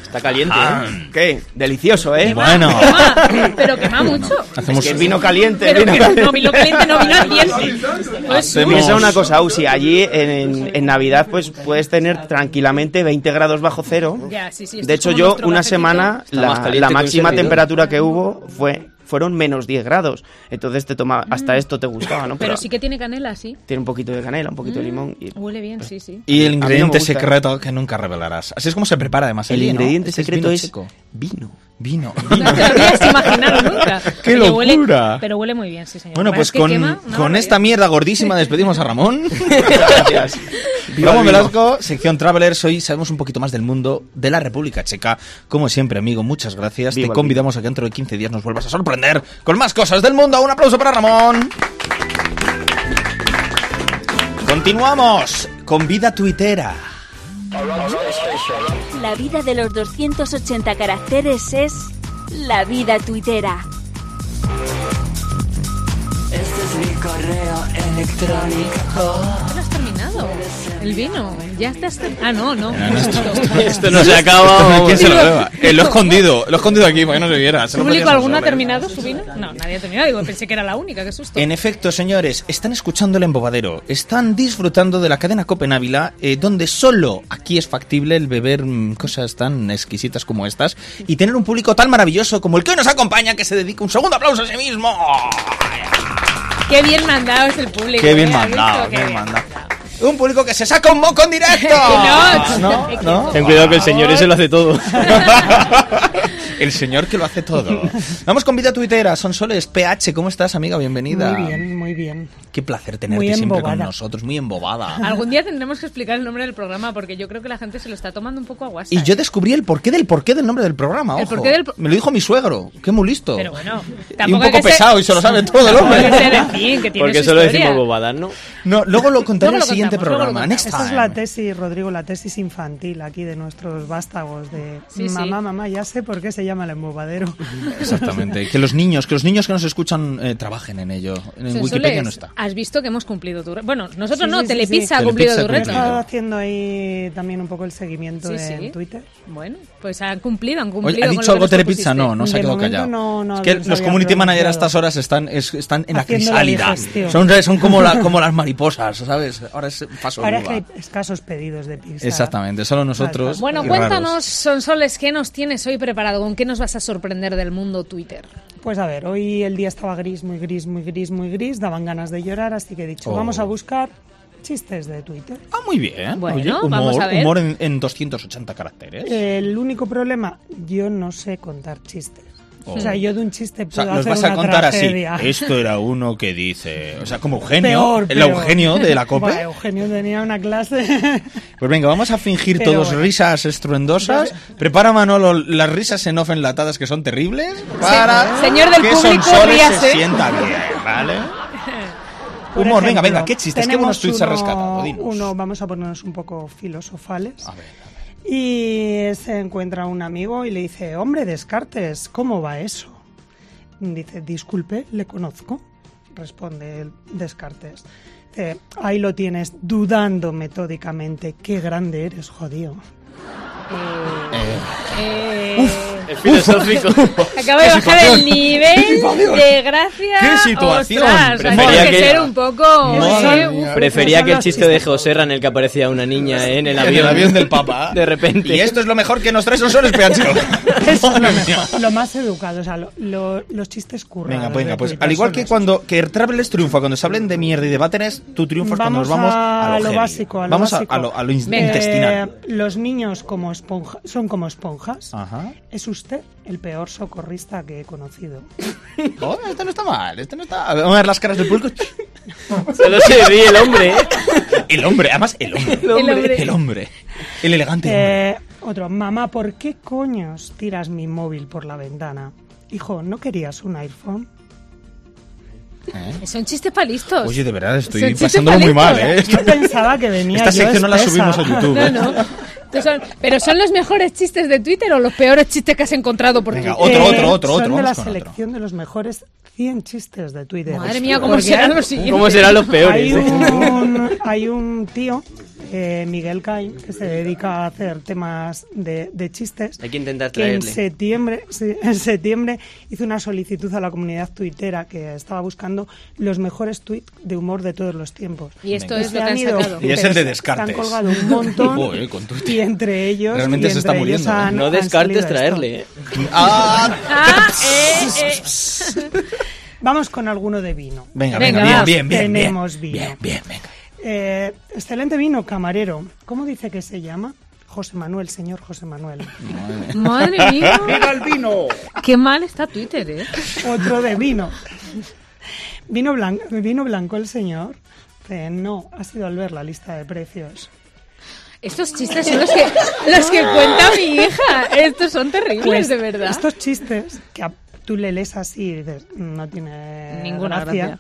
Speaker 4: Está caliente, ¿eh?
Speaker 7: ¿Qué? Delicioso, ¿eh?
Speaker 2: Bueno,
Speaker 3: Quema, pero quema mucho.
Speaker 2: hacemos
Speaker 7: Es que vino caliente,
Speaker 3: Pero
Speaker 7: vino
Speaker 3: que
Speaker 7: caliente.
Speaker 3: no vino caliente, no vino ardiente. Pues,
Speaker 2: Hacemos-
Speaker 7: Piensa una cosa, Usi, allí en, en- en Navidad pues puedes tener tranquilamente 20 grados bajo cero.
Speaker 3: Ya, sí, sí, esto
Speaker 7: de
Speaker 3: es
Speaker 7: hecho,
Speaker 3: como
Speaker 7: yo
Speaker 3: nuestro
Speaker 7: una
Speaker 3: cafecito.
Speaker 7: semana
Speaker 4: Está más
Speaker 7: la,
Speaker 4: caliente
Speaker 7: la
Speaker 4: que un
Speaker 7: máxima
Speaker 4: servidor.
Speaker 7: temperatura que hubo fue fueron menos 10 grados. Entonces te toma, hasta esto te gustaba, ¿no?
Speaker 3: Mm. pero sí que Mm. tiene canela, sí.
Speaker 7: tiene un poquito de canela, un poquito de limón. y-
Speaker 3: Huele bien, sí, sí.
Speaker 2: Y el
Speaker 7: A mí no me
Speaker 2: ingrediente
Speaker 7: gusta.
Speaker 2: secreto que nunca revelarás. Así es como se prepara además el,
Speaker 7: el
Speaker 2: vino, ¿no?
Speaker 7: ingrediente
Speaker 2: Ese
Speaker 7: secreto
Speaker 2: vino
Speaker 7: es
Speaker 2: checo.
Speaker 7: vino.
Speaker 2: vino.
Speaker 3: No te lo habías imaginado nunca.
Speaker 2: ¡Qué
Speaker 3: Oye, huele-
Speaker 2: locura!
Speaker 3: pero huele muy bien, sí, señor.
Speaker 2: Bueno,
Speaker 3: La verdad
Speaker 2: pues
Speaker 3: Eh, es que
Speaker 2: con,
Speaker 3: quema, no,
Speaker 2: con
Speaker 3: no,
Speaker 2: esta
Speaker 3: ya.
Speaker 2: mierda gordísima despedimos a Ramón.
Speaker 7: Gracias. Viva
Speaker 2: Ramón
Speaker 7: el vino.
Speaker 2: Velasco, sección Travelers. Hoy sabemos un poquito más del mundo de la República Checa. Como siempre, amigo, muchas gracias.
Speaker 7: Viva el
Speaker 2: Te
Speaker 7: vino.
Speaker 2: convidamos a que dentro de 15 días nos vuelvas a sorprender con más cosas del mundo. Un aplauso para Ramón. Continuamos con vida tuitera.
Speaker 1: La vida de los 280 caracteres es la vida tuitera.
Speaker 3: ¿Te lo has terminado? El vino. Ya estás. ter- Ah, no, no.
Speaker 4: Esto no se acaba. vamos.
Speaker 2: ¿Quién se lo beba? Eh, lo he escondido, lo he escondido aquí para que no se viera. se lo
Speaker 3: ¿Público
Speaker 2: podíamos
Speaker 3: alguno ha
Speaker 2: saber.
Speaker 3: terminado su vino? No, nadie ha terminado. Digo, pensé que era la única, qué susto.
Speaker 2: En efecto, señores, están escuchando el embobadero, están disfrutando de la cadena Copenávila, eh, donde solo aquí es factible el beber mm, cosas tan exquisitas como estas y tener un público tan maravilloso como el que hoy nos acompaña, que se dedica un segundo aplauso a sí mismo.
Speaker 3: Qué bien mandado es el público.
Speaker 2: Qué bien
Speaker 3: ¿eh? ¿Has
Speaker 2: mandado,
Speaker 3: visto?
Speaker 2: qué
Speaker 3: Qué
Speaker 2: bien mandado. Un público que se saca un moco en directo.
Speaker 3: Que
Speaker 2: ¿No?
Speaker 3: no,
Speaker 2: ¿No?
Speaker 4: Ten cuidado que el señor ese lo hace todo.
Speaker 2: El señor que lo hace todo. Vamos con vida tuitera, Sonsoles, PH, ¿cómo estás, amiga? Bienvenida.
Speaker 5: Muy bien, muy bien.
Speaker 2: Qué placer tenerte
Speaker 5: Muy
Speaker 2: siempre con
Speaker 5: embobada.
Speaker 2: nosotros, muy embobada.
Speaker 3: Algún día tendremos que explicar el nombre del programa porque yo creo que la gente se lo está tomando un poco a guasa.
Speaker 2: Y
Speaker 3: ¿eh?
Speaker 2: yo descubrí el porqué del porqué del nombre del programa,
Speaker 3: El
Speaker 2: ojo.
Speaker 3: porqué del pro-
Speaker 2: Me lo dijo mi suegro, que muy listo.
Speaker 3: Pero bueno,
Speaker 2: y un
Speaker 3: tampoco hay que
Speaker 2: poco
Speaker 3: ser-
Speaker 2: pesado y se lo sabe todo el
Speaker 3: Tampoco hay que ser
Speaker 2: hombre.
Speaker 3: en fin, que tiene
Speaker 4: Porque
Speaker 3: su
Speaker 4: solo
Speaker 3: historia.
Speaker 4: decimos bobadas, ¿no?
Speaker 2: No, luego lo contaré
Speaker 3: Luego
Speaker 2: en el
Speaker 3: lo
Speaker 2: siguiente
Speaker 3: contamos, luego lo
Speaker 2: programa.
Speaker 3: contamos.
Speaker 2: Next
Speaker 5: Esta es
Speaker 2: time.
Speaker 5: la tesis, Rodrigo, la tesis infantil aquí de nuestros vástagos de
Speaker 3: Sí, sí.
Speaker 5: mamá, mamá, ya sé por qué se llama el embobadero.
Speaker 2: Exactamente. Que los niños, que los niños que nos escuchan eh, trabajen en ello. En
Speaker 3: Sonsoles,
Speaker 2: Wikipedia no está.
Speaker 3: Has visto que hemos cumplido tu reto. Bueno, nosotros
Speaker 5: Sí,
Speaker 3: no,
Speaker 5: sí, sí,
Speaker 3: Telepizza
Speaker 5: sí.
Speaker 3: ha cumplido tu
Speaker 2: Telepizza ha
Speaker 5: He
Speaker 3: reto.
Speaker 2: cumplido.
Speaker 5: estado haciendo ahí también un poco el seguimiento
Speaker 3: Sí,
Speaker 5: en
Speaker 3: sí.
Speaker 5: Twitter.
Speaker 3: Bueno, pues han cumplido, han cumplido.
Speaker 2: Oye, ¿ha
Speaker 3: con
Speaker 2: dicho
Speaker 3: lo que
Speaker 2: algo
Speaker 3: nos
Speaker 2: Telepizza?
Speaker 3: propusiste.
Speaker 2: No, no se ha
Speaker 5: De
Speaker 2: quedado
Speaker 5: momento
Speaker 2: callado.
Speaker 5: no- no
Speaker 2: es que
Speaker 5: habíamos-
Speaker 2: los community
Speaker 5: habíamos
Speaker 2: manager a
Speaker 5: anunciado.
Speaker 2: estas horas están, es- están en la
Speaker 5: Haciendo la
Speaker 2: crisálida.
Speaker 5: digestión.
Speaker 2: Son, son como, la, como las mariposas, ¿sabes? Ahora es paso
Speaker 5: Ahora
Speaker 2: de
Speaker 5: es que
Speaker 2: uva.
Speaker 5: hay escasos pedidos de pizza.
Speaker 2: Exactamente, solo nosotros.
Speaker 3: Bueno,
Speaker 2: y
Speaker 3: cuéntanos,
Speaker 2: raros.
Speaker 3: Sonsoles, ¿qué nos tienes hoy preparado? ¿Con qué nos vas a sorprender del mundo Twitter?
Speaker 5: Pues a ver, hoy el día estaba gris, muy gris, muy gris, muy gris, daban ganas de llorar, así que he dicho,
Speaker 2: Oh.
Speaker 5: vamos a buscar chistes de Twitter.
Speaker 2: Ah, muy bien.
Speaker 3: Bueno,
Speaker 2: Oye, humor,
Speaker 3: vamos a ver.
Speaker 2: humor en, en 280 caracteres.
Speaker 5: El único problema, yo no sé contar chistes.
Speaker 2: Oh.
Speaker 5: O sea, yo de un chiste
Speaker 2: o
Speaker 5: puedo
Speaker 2: sea, los
Speaker 5: hacer
Speaker 2: vas a
Speaker 5: una
Speaker 2: contar
Speaker 5: tragedia.
Speaker 2: así. Esto era uno que dice. O sea, como Eugenio.
Speaker 5: Peor,
Speaker 2: el
Speaker 5: peor.
Speaker 2: Eugenio de la
Speaker 5: Buah,
Speaker 2: COPE.
Speaker 5: Eugenio tenía una clase.
Speaker 2: Pues venga, vamos a fingir
Speaker 5: Pero
Speaker 2: todos
Speaker 5: bueno.
Speaker 2: risas estruendosas. Prepara Manolo las risas en off enlatadas que son terribles. Para
Speaker 3: señor del
Speaker 2: que
Speaker 3: público,
Speaker 2: Sonsoles se
Speaker 3: ríase.
Speaker 2: sienta bien, ¿vale?
Speaker 5: Por
Speaker 2: Humor, venga,
Speaker 5: ejemplo,
Speaker 2: venga, qué chistes, qué buenos
Speaker 5: tenemos
Speaker 2: tweets se
Speaker 5: uno-
Speaker 2: rescatan. dinos.
Speaker 5: Uno, vamos a ponernos un poco filosofales.
Speaker 2: A ver.
Speaker 5: Y se encuentra un amigo y le dice, hombre, Descartes, ¿cómo va eso? Dice, disculpe, le conozco. Responde el Descartes. Dice, ahí lo tienes, dudando metódicamente. Qué grande eres, jodido.
Speaker 3: Eh,
Speaker 4: Es filosófico.
Speaker 3: acaba de
Speaker 2: qué
Speaker 3: bajar el
Speaker 2: situación. Qué
Speaker 3: nivel
Speaker 2: situación.
Speaker 3: de gracia.
Speaker 2: Qué situación.
Speaker 3: Ostras, hay
Speaker 4: Prefería
Speaker 3: que,
Speaker 4: que-
Speaker 3: ser un poco.
Speaker 2: Madre
Speaker 3: eh,
Speaker 2: mía.
Speaker 4: Prefería
Speaker 5: Son
Speaker 4: que el
Speaker 5: los
Speaker 4: chiste de
Speaker 5: chistes.
Speaker 4: Joserra en el que aparecía una niña en el
Speaker 2: En
Speaker 4: avión.
Speaker 2: el avión del Papa.
Speaker 4: De repente.
Speaker 2: Y esto es lo mejor que nos trae Sonsoles Peacho.
Speaker 5: Eso es lo, mejor, lo más educado, o sea, lo- lo- los chistes currados.
Speaker 2: Venga, venga,
Speaker 5: de
Speaker 2: pues
Speaker 5: Twitter
Speaker 2: al igual
Speaker 5: son
Speaker 2: que
Speaker 5: esos.
Speaker 2: cuando que Travelers triunfa, cuando se hablen de mierda y de váteres, tú triunfas cuando nos
Speaker 5: Vamos
Speaker 2: vamos
Speaker 5: a
Speaker 2: a lo,
Speaker 5: lo
Speaker 2: heavy.
Speaker 5: básico, a lo
Speaker 2: vamos
Speaker 5: básico.
Speaker 2: A, lo, a lo in-
Speaker 3: Venga.
Speaker 2: intestinal. Ah.
Speaker 5: Eh, los niños como esponja, son como esponjas.
Speaker 2: Ajá.
Speaker 5: Es usted el peor socorrista que he conocido.
Speaker 2: Oh, este no está mal, este no está. Vamos a ver las caras del público.
Speaker 4: Solo se ríe el hombre, ¿eh?
Speaker 2: El hombre, además el hombre. El
Speaker 3: hombre.
Speaker 2: El hombre. El elegante hombre.
Speaker 5: Eh, otro, mamá, ¿por qué coños tiras mi móvil por la ventana? Hijo, ¿no querías un iPhone?
Speaker 3: Son chistes palistos.
Speaker 2: Oye, de verdad, estoy
Speaker 3: Son chistes
Speaker 2: pasándolo muy mal,
Speaker 3: palistas.
Speaker 2: ¿eh? Esto-
Speaker 5: Yo pensaba que venía
Speaker 2: Esta
Speaker 5: yo
Speaker 2: sección no la
Speaker 5: espesa.
Speaker 2: subimos a YouTube. ¿eh?
Speaker 3: No, no. Estos son- pero son los mejores chistes de Twitter o los peores chistes que has encontrado por
Speaker 2: Venga,
Speaker 3: Twitter?
Speaker 5: Eh,
Speaker 2: Otro, otro, otro,
Speaker 5: Son
Speaker 2: otro,
Speaker 5: de
Speaker 2: vamos
Speaker 5: la
Speaker 2: con otro.
Speaker 5: selección de los mejores 100 chistes de Twitter.
Speaker 2: ¿eh?
Speaker 3: Madre mía, ¿cómo serán los siguientes?
Speaker 4: ¿Cómo serán los
Speaker 5: hay
Speaker 4: peores? eh?
Speaker 5: un, hay un tío eh, Miguel Cain, que se dedica a hacer temas de, de chistes.
Speaker 4: Hay que intentar
Speaker 5: que en
Speaker 4: traerle.
Speaker 5: septiembre, sí, en septiembre hizo una solicitud a la comunidad tuitera que estaba buscando los mejores tweets de humor de todos los tiempos.
Speaker 3: Y esto
Speaker 5: Y
Speaker 3: es
Speaker 5: se
Speaker 3: lo que
Speaker 5: han
Speaker 3: han
Speaker 5: ido-
Speaker 3: sacado.
Speaker 2: Y es
Speaker 5: se-
Speaker 2: el de
Speaker 5: se han
Speaker 2: Descartes.
Speaker 5: colgado un montón.
Speaker 2: Joder, con Twitter.
Speaker 5: y entre ellos.
Speaker 2: Realmente
Speaker 5: y
Speaker 2: se está
Speaker 5: entre ellos
Speaker 2: muriendo, ¿eh?
Speaker 5: han-
Speaker 4: No
Speaker 5: han
Speaker 4: descartes
Speaker 5: salido esto.
Speaker 4: traerle, ¿eh?
Speaker 2: ¡Ah!
Speaker 3: Ah, eh, eh.
Speaker 5: Vamos con alguno de vino.
Speaker 2: Venga, venga,
Speaker 3: Venga, vamos.
Speaker 2: bien, bien, bien. bien,
Speaker 5: Tenemos vino.
Speaker 2: Bien, bien, venga.
Speaker 5: Eh, excelente vino, camarero. ¿Cómo dice que se llama? José Manuel, señor José Manuel.
Speaker 3: Madre mía.
Speaker 2: el vino!
Speaker 3: Qué mal está Twitter, ¿eh?
Speaker 5: Otro de vino. Vino blanco, vino blanco el señor. Eh, no, ha sido al ver la lista de precios.
Speaker 3: Estos chistes son los que, los que cuenta mi hija. Estos son terribles,
Speaker 5: Pues,
Speaker 3: de verdad.
Speaker 5: Estos chistes que a- tú le lees así y dices, "Mm, no tiene
Speaker 3: Ninguna gracia.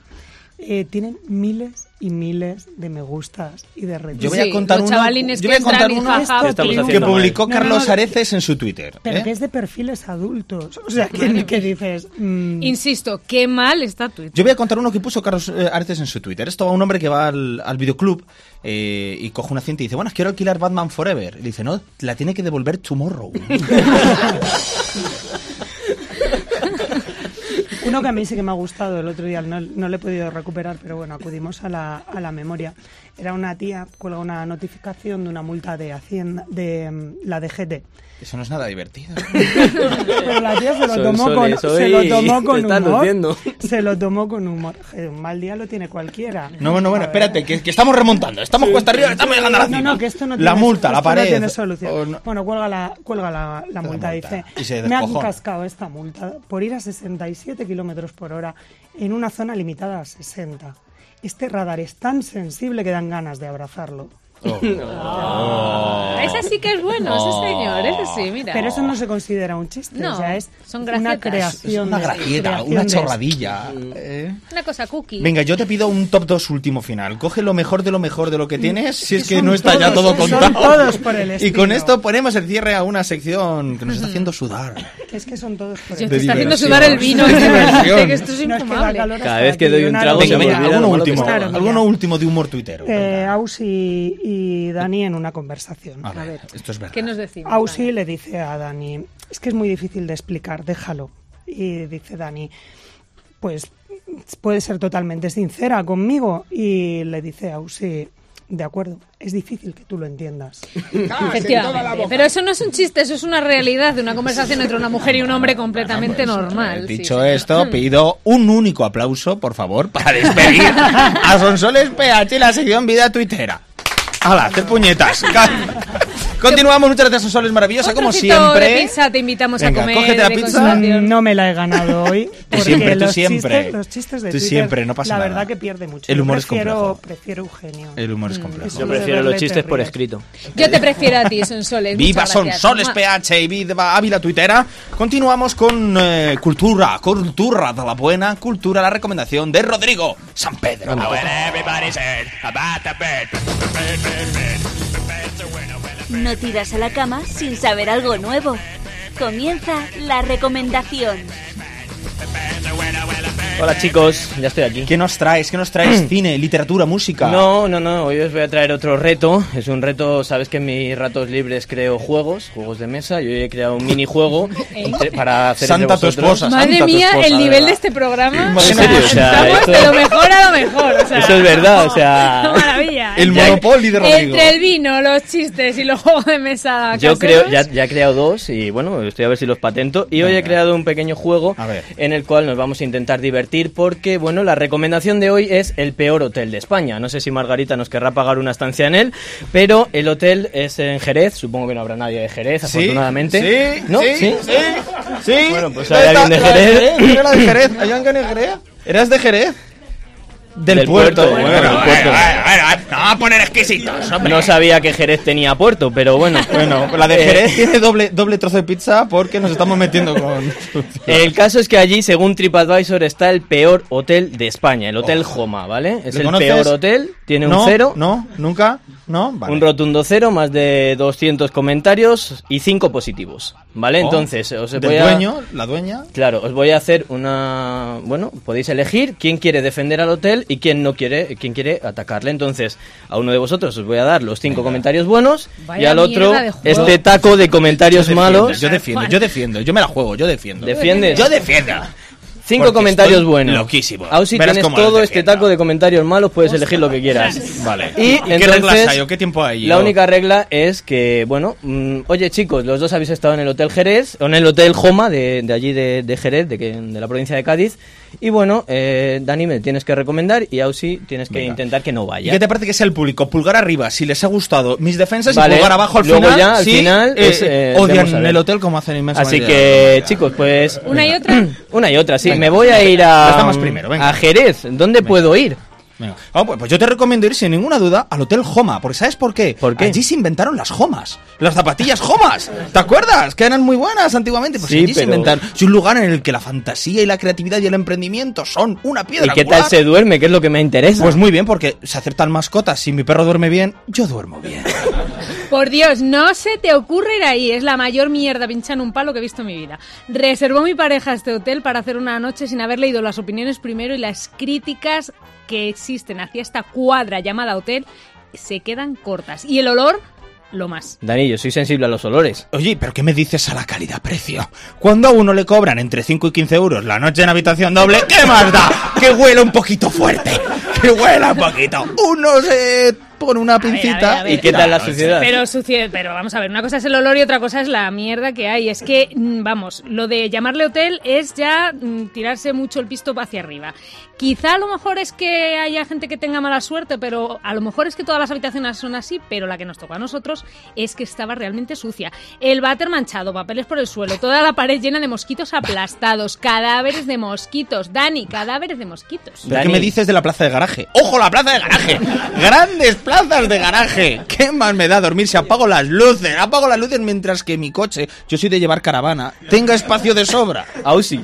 Speaker 5: eh, tienen miles y miles de me gustas y de
Speaker 2: Yo
Speaker 5: retweets.
Speaker 2: voy a
Speaker 3: Sí,
Speaker 2: contar
Speaker 3: los
Speaker 2: uno,
Speaker 3: chavalines
Speaker 2: yo
Speaker 3: que
Speaker 2: voy a contar
Speaker 3: entran y
Speaker 2: uno
Speaker 3: jaja,
Speaker 5: Que
Speaker 4: estamos
Speaker 3: piru.
Speaker 2: que
Speaker 4: Haciendo mal.
Speaker 2: publicó
Speaker 5: No,
Speaker 2: Carlos
Speaker 5: no, no.
Speaker 2: Areces en su Twitter.
Speaker 5: Pero
Speaker 2: ¿eh?
Speaker 5: que es de perfiles adultos. O sea, que, que dices... mm,
Speaker 3: Insisto, qué mal está Twitter.
Speaker 2: Yo voy a contar uno que puso Carlos eh, Areces en su Twitter. Esto va un hombre que va al, al videoclub eh, y coge una cinta y dice, bueno, quiero alquilar Batman Forever. Y le dice, no, la tiene que devolver tomorrow.
Speaker 5: Uno que a mí sí que me ha gustado el otro día, no, no lo he podido recuperar, pero bueno, acudimos a la, a la memoria. Era una tía, cuelga una notificación de una multa de Hacienda, de mm, la DGT.
Speaker 2: Eso no es nada divertido.
Speaker 5: Pero la tía se lo
Speaker 4: Sol,
Speaker 5: tomó
Speaker 4: Sol,
Speaker 5: con,
Speaker 4: eso
Speaker 5: se
Speaker 4: y-
Speaker 5: lo tomó
Speaker 4: te
Speaker 5: con
Speaker 4: estás
Speaker 5: humor.
Speaker 4: luciendo.
Speaker 5: Se lo tomó con humor. Joder, Un mal día lo tiene cualquiera.
Speaker 2: No, bueno, bueno,
Speaker 5: A ver.
Speaker 2: espérate, que, que estamos remontando. Estamos cuesta arriba, estamos llegando a la
Speaker 5: No,
Speaker 2: cima.
Speaker 5: no, que esto no
Speaker 2: La
Speaker 5: tiene-
Speaker 2: multa, la
Speaker 5: esto
Speaker 2: pared.
Speaker 5: No tiene solución.
Speaker 2: o no-
Speaker 5: Bueno, cuelga la, cuelga la, la multa,
Speaker 2: multa.
Speaker 5: dice.
Speaker 2: Y se
Speaker 5: me han
Speaker 2: descojona.
Speaker 5: cascado esta multa por ir a 67 kilómetros por hora en una zona limitada a 60. Este radar es tan sensible que dan ganas de abrazarlo.
Speaker 2: Oh.
Speaker 3: Ese sí que es bueno, ese señor. Ese sí, mira.
Speaker 5: Pero eso no se considera un chiste,
Speaker 3: No,
Speaker 5: o sea, es
Speaker 3: son
Speaker 5: una
Speaker 3: gracietas.
Speaker 5: creación.
Speaker 2: Es una
Speaker 5: de-
Speaker 2: gracieta,
Speaker 5: creación
Speaker 2: una
Speaker 5: de-
Speaker 2: chorradilla. ¿eh?
Speaker 3: Una cosa cookie.
Speaker 2: Venga, yo te pido un top 2 último final. Coge lo mejor de lo mejor de lo que tienes, si es que
Speaker 5: Mm, son
Speaker 2: no está ya todo
Speaker 5: todos, eh, son
Speaker 2: contado.
Speaker 5: todos por el
Speaker 2: y con
Speaker 5: estilo.
Speaker 2: esto ponemos el cierre a una sección que nos
Speaker 3: Mm.
Speaker 2: está haciendo sudar.
Speaker 5: Es que son todos por
Speaker 3: Yo
Speaker 5: el-
Speaker 3: te está haciendo
Speaker 2: diversión.
Speaker 3: sudar el vino.
Speaker 2: De
Speaker 3: de verdad,
Speaker 2: diversión.
Speaker 3: que esto es
Speaker 5: No, es que da
Speaker 3: infumable.
Speaker 5: calor
Speaker 4: Cada
Speaker 5: hasta
Speaker 4: vez
Speaker 5: la
Speaker 4: que doy un
Speaker 5: tribuna,
Speaker 4: trago
Speaker 5: no
Speaker 2: Venga,
Speaker 4: se me
Speaker 2: venga,
Speaker 5: llega.
Speaker 4: olvida
Speaker 2: alguno
Speaker 4: lo malo que
Speaker 2: último,
Speaker 4: estaba.
Speaker 5: Claro,
Speaker 2: alguno
Speaker 5: mira.
Speaker 2: último de humor tuitero.
Speaker 5: Eh,
Speaker 2: venga.
Speaker 5: Ausi y Dani en una conversación.
Speaker 2: A ver, esto es verdad.
Speaker 3: ¿Qué nos decimos?
Speaker 5: Ausi le dice a Dani, es que es muy difícil de explicar, déjalo. Y dice Dani, pues puede ser totalmente sincera conmigo. Y le dice Ausi, de acuerdo, es difícil que tú lo entiendas.
Speaker 3: Ah,
Speaker 5: Ah,
Speaker 3: Efectivamente. Pero eso no es un chiste, eso es una realidad de una conversación entre una mujer y un hombre completamente
Speaker 2: Bueno, pues,
Speaker 3: normal.
Speaker 2: eh,
Speaker 3: sí, Mm.
Speaker 2: Dicho
Speaker 3: señor.
Speaker 2: esto, pido un único aplauso, por favor, para despedir a Sonsoles PH y la sección Vida Tuitera. ¡Hala, hacer puñetas! Continuamos, muchas gracias, Sonsoles, maravillosa,
Speaker 3: Un
Speaker 2: como
Speaker 3: trocito
Speaker 2: siempre.
Speaker 3: De pizza te invitamos
Speaker 2: Venga,
Speaker 3: a comer.
Speaker 2: cógete la
Speaker 3: Eh, de
Speaker 2: pizza.
Speaker 3: consolación.
Speaker 5: No me la he ganado hoy. Porque
Speaker 2: siempre, tú
Speaker 5: los
Speaker 2: siempre.
Speaker 5: Chistes, los chistes de
Speaker 2: Tú
Speaker 5: Twitter,
Speaker 2: siempre, no pasa
Speaker 5: La
Speaker 2: nada.
Speaker 5: verdad que pierde mucho.
Speaker 2: El
Speaker 5: Yo
Speaker 2: humor es
Speaker 5: prefiero,
Speaker 2: complejo.
Speaker 5: prefiero Eugenio.
Speaker 2: El humor es complejo.
Speaker 4: Yo
Speaker 5: Yo Eso de prefiero
Speaker 4: prefiero
Speaker 5: verle
Speaker 4: los
Speaker 5: los te
Speaker 4: chistes
Speaker 5: chistes por
Speaker 4: por
Speaker 5: ríes.
Speaker 4: escrito.
Speaker 3: Yo te prefiero a ti, Sonsoles.
Speaker 2: Viva
Speaker 3: muchas gracias.
Speaker 2: Sonsoles
Speaker 3: Mua.
Speaker 2: PH y viva Ávila Tuitera. Continuamos con eh, cultura, cultura de la buena, cultura, la recomendación de Rodrigo San Pedro. eh.
Speaker 1: No tiras a la cama sin saber algo nuevo. Comienza la recomendación.
Speaker 4: Hola chicos, ya estoy aquí.
Speaker 2: ¿Qué nos traes? ¿Qué nos traes? Cine, literatura, música.
Speaker 4: No, no, no, hoy os voy a traer otro reto. Es un reto, sabes que en mis ratos libres creo juegos, juegos de mesa. Yo he creado un minijuego entre- para hacer entre
Speaker 2: Santa tu
Speaker 4: vosotros.
Speaker 2: esposa.
Speaker 3: ¿Eh? Madre
Speaker 2: Santa tu
Speaker 3: mía,
Speaker 2: esposa,
Speaker 3: el
Speaker 2: de
Speaker 3: nivel
Speaker 2: verdad.
Speaker 3: de este programa.
Speaker 2: En serio,
Speaker 4: o sea,
Speaker 3: estamos
Speaker 4: esto-
Speaker 3: de lo mejor a lo mejor. o sea,
Speaker 4: Eso es verdad, o sea-
Speaker 3: Maravilla.
Speaker 2: Ah.
Speaker 3: ¿eh?
Speaker 2: El
Speaker 4: Ya-
Speaker 2: Monopoly de Rodrigo.
Speaker 3: Entre el vino, los chistes y los juegos de mesa.
Speaker 4: Yo creo,
Speaker 3: caseros,
Speaker 4: ya, ya he creado dos y bueno, estoy a ver si los patento. Y hoy he
Speaker 2: Venga.
Speaker 4: creado un pequeño juego
Speaker 2: A ver.
Speaker 4: en el cual nos vamos a intentar divertir porque, bueno, la recomendación de hoy es el peor hotel de España. No sé si Margarita nos querrá pagar una estancia en él, pero el hotel es en Jerez. Supongo que no habrá nadie de Jerez,
Speaker 2: Sí,
Speaker 4: afortunadamente.
Speaker 2: Sí,
Speaker 4: ¿No?
Speaker 2: sí, sí, sí.
Speaker 4: Bueno, pues
Speaker 2: ¿Dónde
Speaker 4: hay
Speaker 2: está?
Speaker 4: alguien de
Speaker 2: ¿La
Speaker 4: Jerez.
Speaker 2: ¿Era la de Jerez? ¿Hay alguien de Jerez? ¿Eras de Jerez? Del,
Speaker 4: Del
Speaker 2: puerto.
Speaker 4: puerto, bueno, del puerto.
Speaker 2: no vamos a poner exquisitos, hombre.
Speaker 4: No sabía que Jerez tenía puerto, pero bueno.
Speaker 2: Bueno, la de
Speaker 4: Eh,
Speaker 2: Jerez tiene doble, doble trozo de pizza porque nos estamos metiendo con...
Speaker 4: El caso es que allí, según TripAdvisor, está el peor hotel de España, el Hotel Joma, ¿vale? Es
Speaker 2: ¿Le
Speaker 4: el
Speaker 2: Oh. conoces?
Speaker 4: peor hotel, tiene
Speaker 2: No,
Speaker 4: un cero.
Speaker 2: No, nunca.
Speaker 8: ¿no? Vale.
Speaker 4: Un rotundo cero, más de 200 comentarios y 5 positivos. ¿Vale?
Speaker 2: Oh,
Speaker 4: Entonces, os
Speaker 2: del
Speaker 4: voy a...
Speaker 2: dueño, la dueña.
Speaker 4: Claro, os voy a hacer una. Bueno, podéis elegir quién quiere defender al hotel y quién no quiere, quién quiere atacarle. Entonces, a uno de vosotros os voy a dar los cinco comentarios buenos y
Speaker 3: Vaya
Speaker 4: al otro
Speaker 3: mierda de juego.
Speaker 4: este taco de comentarios
Speaker 2: Yo defiendo,
Speaker 4: malos.
Speaker 2: Yo defiendo, yo defiendo, yo me la juego, yo defiendo.
Speaker 4: Defiendes.
Speaker 2: Yo defiendo.
Speaker 4: Cinco
Speaker 2: Porque
Speaker 4: comentarios
Speaker 2: estoy
Speaker 4: buenos.
Speaker 2: loquísimo.
Speaker 4: Ausi,
Speaker 2: Verás
Speaker 4: tienes
Speaker 2: cómo los
Speaker 4: todo este
Speaker 2: defiendo.
Speaker 4: taco de comentarios malos, puedes elegir lo que quieras.
Speaker 2: Vale.
Speaker 4: Y,
Speaker 2: ¿Y qué reglas
Speaker 4: entonces,
Speaker 2: hay o qué tiempo hay?
Speaker 4: La
Speaker 2: o-
Speaker 4: única regla es que, bueno, mm, oye chicos, los dos habéis estado en el Hotel Jerez, o en el Hotel Joma de, de allí de, de Jerez, de, que- de la provincia de Cádiz. Y bueno, eh, Dani me tienes que recomendar y Ausi tienes que
Speaker 2: Venga.
Speaker 4: intentar que no
Speaker 2: ¿Y
Speaker 4: vaya.
Speaker 2: qué te parece que sea el público? Pulgar arriba si les ha gustado mis defensas
Speaker 4: Vale.
Speaker 2: y pulgar abajo al
Speaker 4: Luego
Speaker 2: final.
Speaker 4: ya, al
Speaker 2: si,
Speaker 4: final,
Speaker 2: eh,
Speaker 4: es, eh,
Speaker 2: odian
Speaker 4: vamos a ver.
Speaker 2: el hotel como hacen inmensa
Speaker 4: Así
Speaker 2: mayoría.
Speaker 4: que, chicos, pues...
Speaker 3: ¿Una y otra?
Speaker 4: Una y otra, sí.
Speaker 2: Venga.
Speaker 4: Me voy a ir a...
Speaker 2: Las damas primero, venga.
Speaker 4: A Jerez. ¿Dónde puedo ir?
Speaker 2: Venga. Ah, pues, pues yo te recomiendo ir sin ninguna duda al Hotel Joma, porque ¿sabes por qué?
Speaker 4: ¿Por qué?
Speaker 2: Allí se inventaron las Jomas, las zapatillas Jomas, ¿te acuerdas? Que eran muy buenas antiguamente, pues
Speaker 4: Sí,
Speaker 2: allí se
Speaker 4: pero-
Speaker 2: inventaron. Es un lugar en el que la fantasía y la creatividad y el emprendimiento son una
Speaker 4: ¿Y
Speaker 2: piedra
Speaker 4: qué tal
Speaker 2: angular.
Speaker 4: se duerme? ¿Qué es lo que me interesa?
Speaker 2: Pues muy bien, porque se aceptan mascotas. Si mi perro duerme bien, yo duermo bien.
Speaker 3: Por Dios, no se te ocurre ir ahí. Es la mayor mierda pinchan un palo que he visto en mi vida. Reservó mi pareja este hotel para hacer una noche sin haber leído las opiniones primero y las críticas que existen hacia esta cuadra llamada hotel se quedan cortas. Y el olor, lo más.
Speaker 4: Dani, yo soy sensible a los olores.
Speaker 2: Oye, ¿pero qué me dices a la calidad-precio? Cuando a uno le cobran entre 5 y 15 euros la noche en habitación doble, ¿qué más da? Que huela un poquito fuerte. Que huela un poquito. Uno se pone una
Speaker 3: ver, a ver,
Speaker 2: pincita. Ah,
Speaker 3: a ver.
Speaker 4: ¿Y qué tal la suciedad?
Speaker 3: Pero, sucie- pero vamos a ver, una cosa es el olor y otra cosa es la mierda que hay. Es que, mm, vamos, lo de llamarle hotel es ya mm, tirarse mucho el pisto hacia arriba. Quizá a lo mejor es que haya gente que tenga mala suerte, pero a lo mejor es que todas las habitaciones son así, pero la que nos tocó a nosotros es que estaba realmente sucia. El váter manchado, papeles por el suelo, toda la pared llena de mosquitos aplastados, cadáveres de mosquitos. Dani, cadáveres de mosquitos.
Speaker 2: ¿Pero qué
Speaker 4: Dani.
Speaker 2: me dices de la plaza de garaje? ¡Ojo, la plaza de garaje! ¡Grandes plazas de garaje! ¿Qué más me da dormir si apago las luces? Apago las luces mientras que mi coche, yo soy de llevar caravana, tenga espacio de sobra.
Speaker 4: Ausi.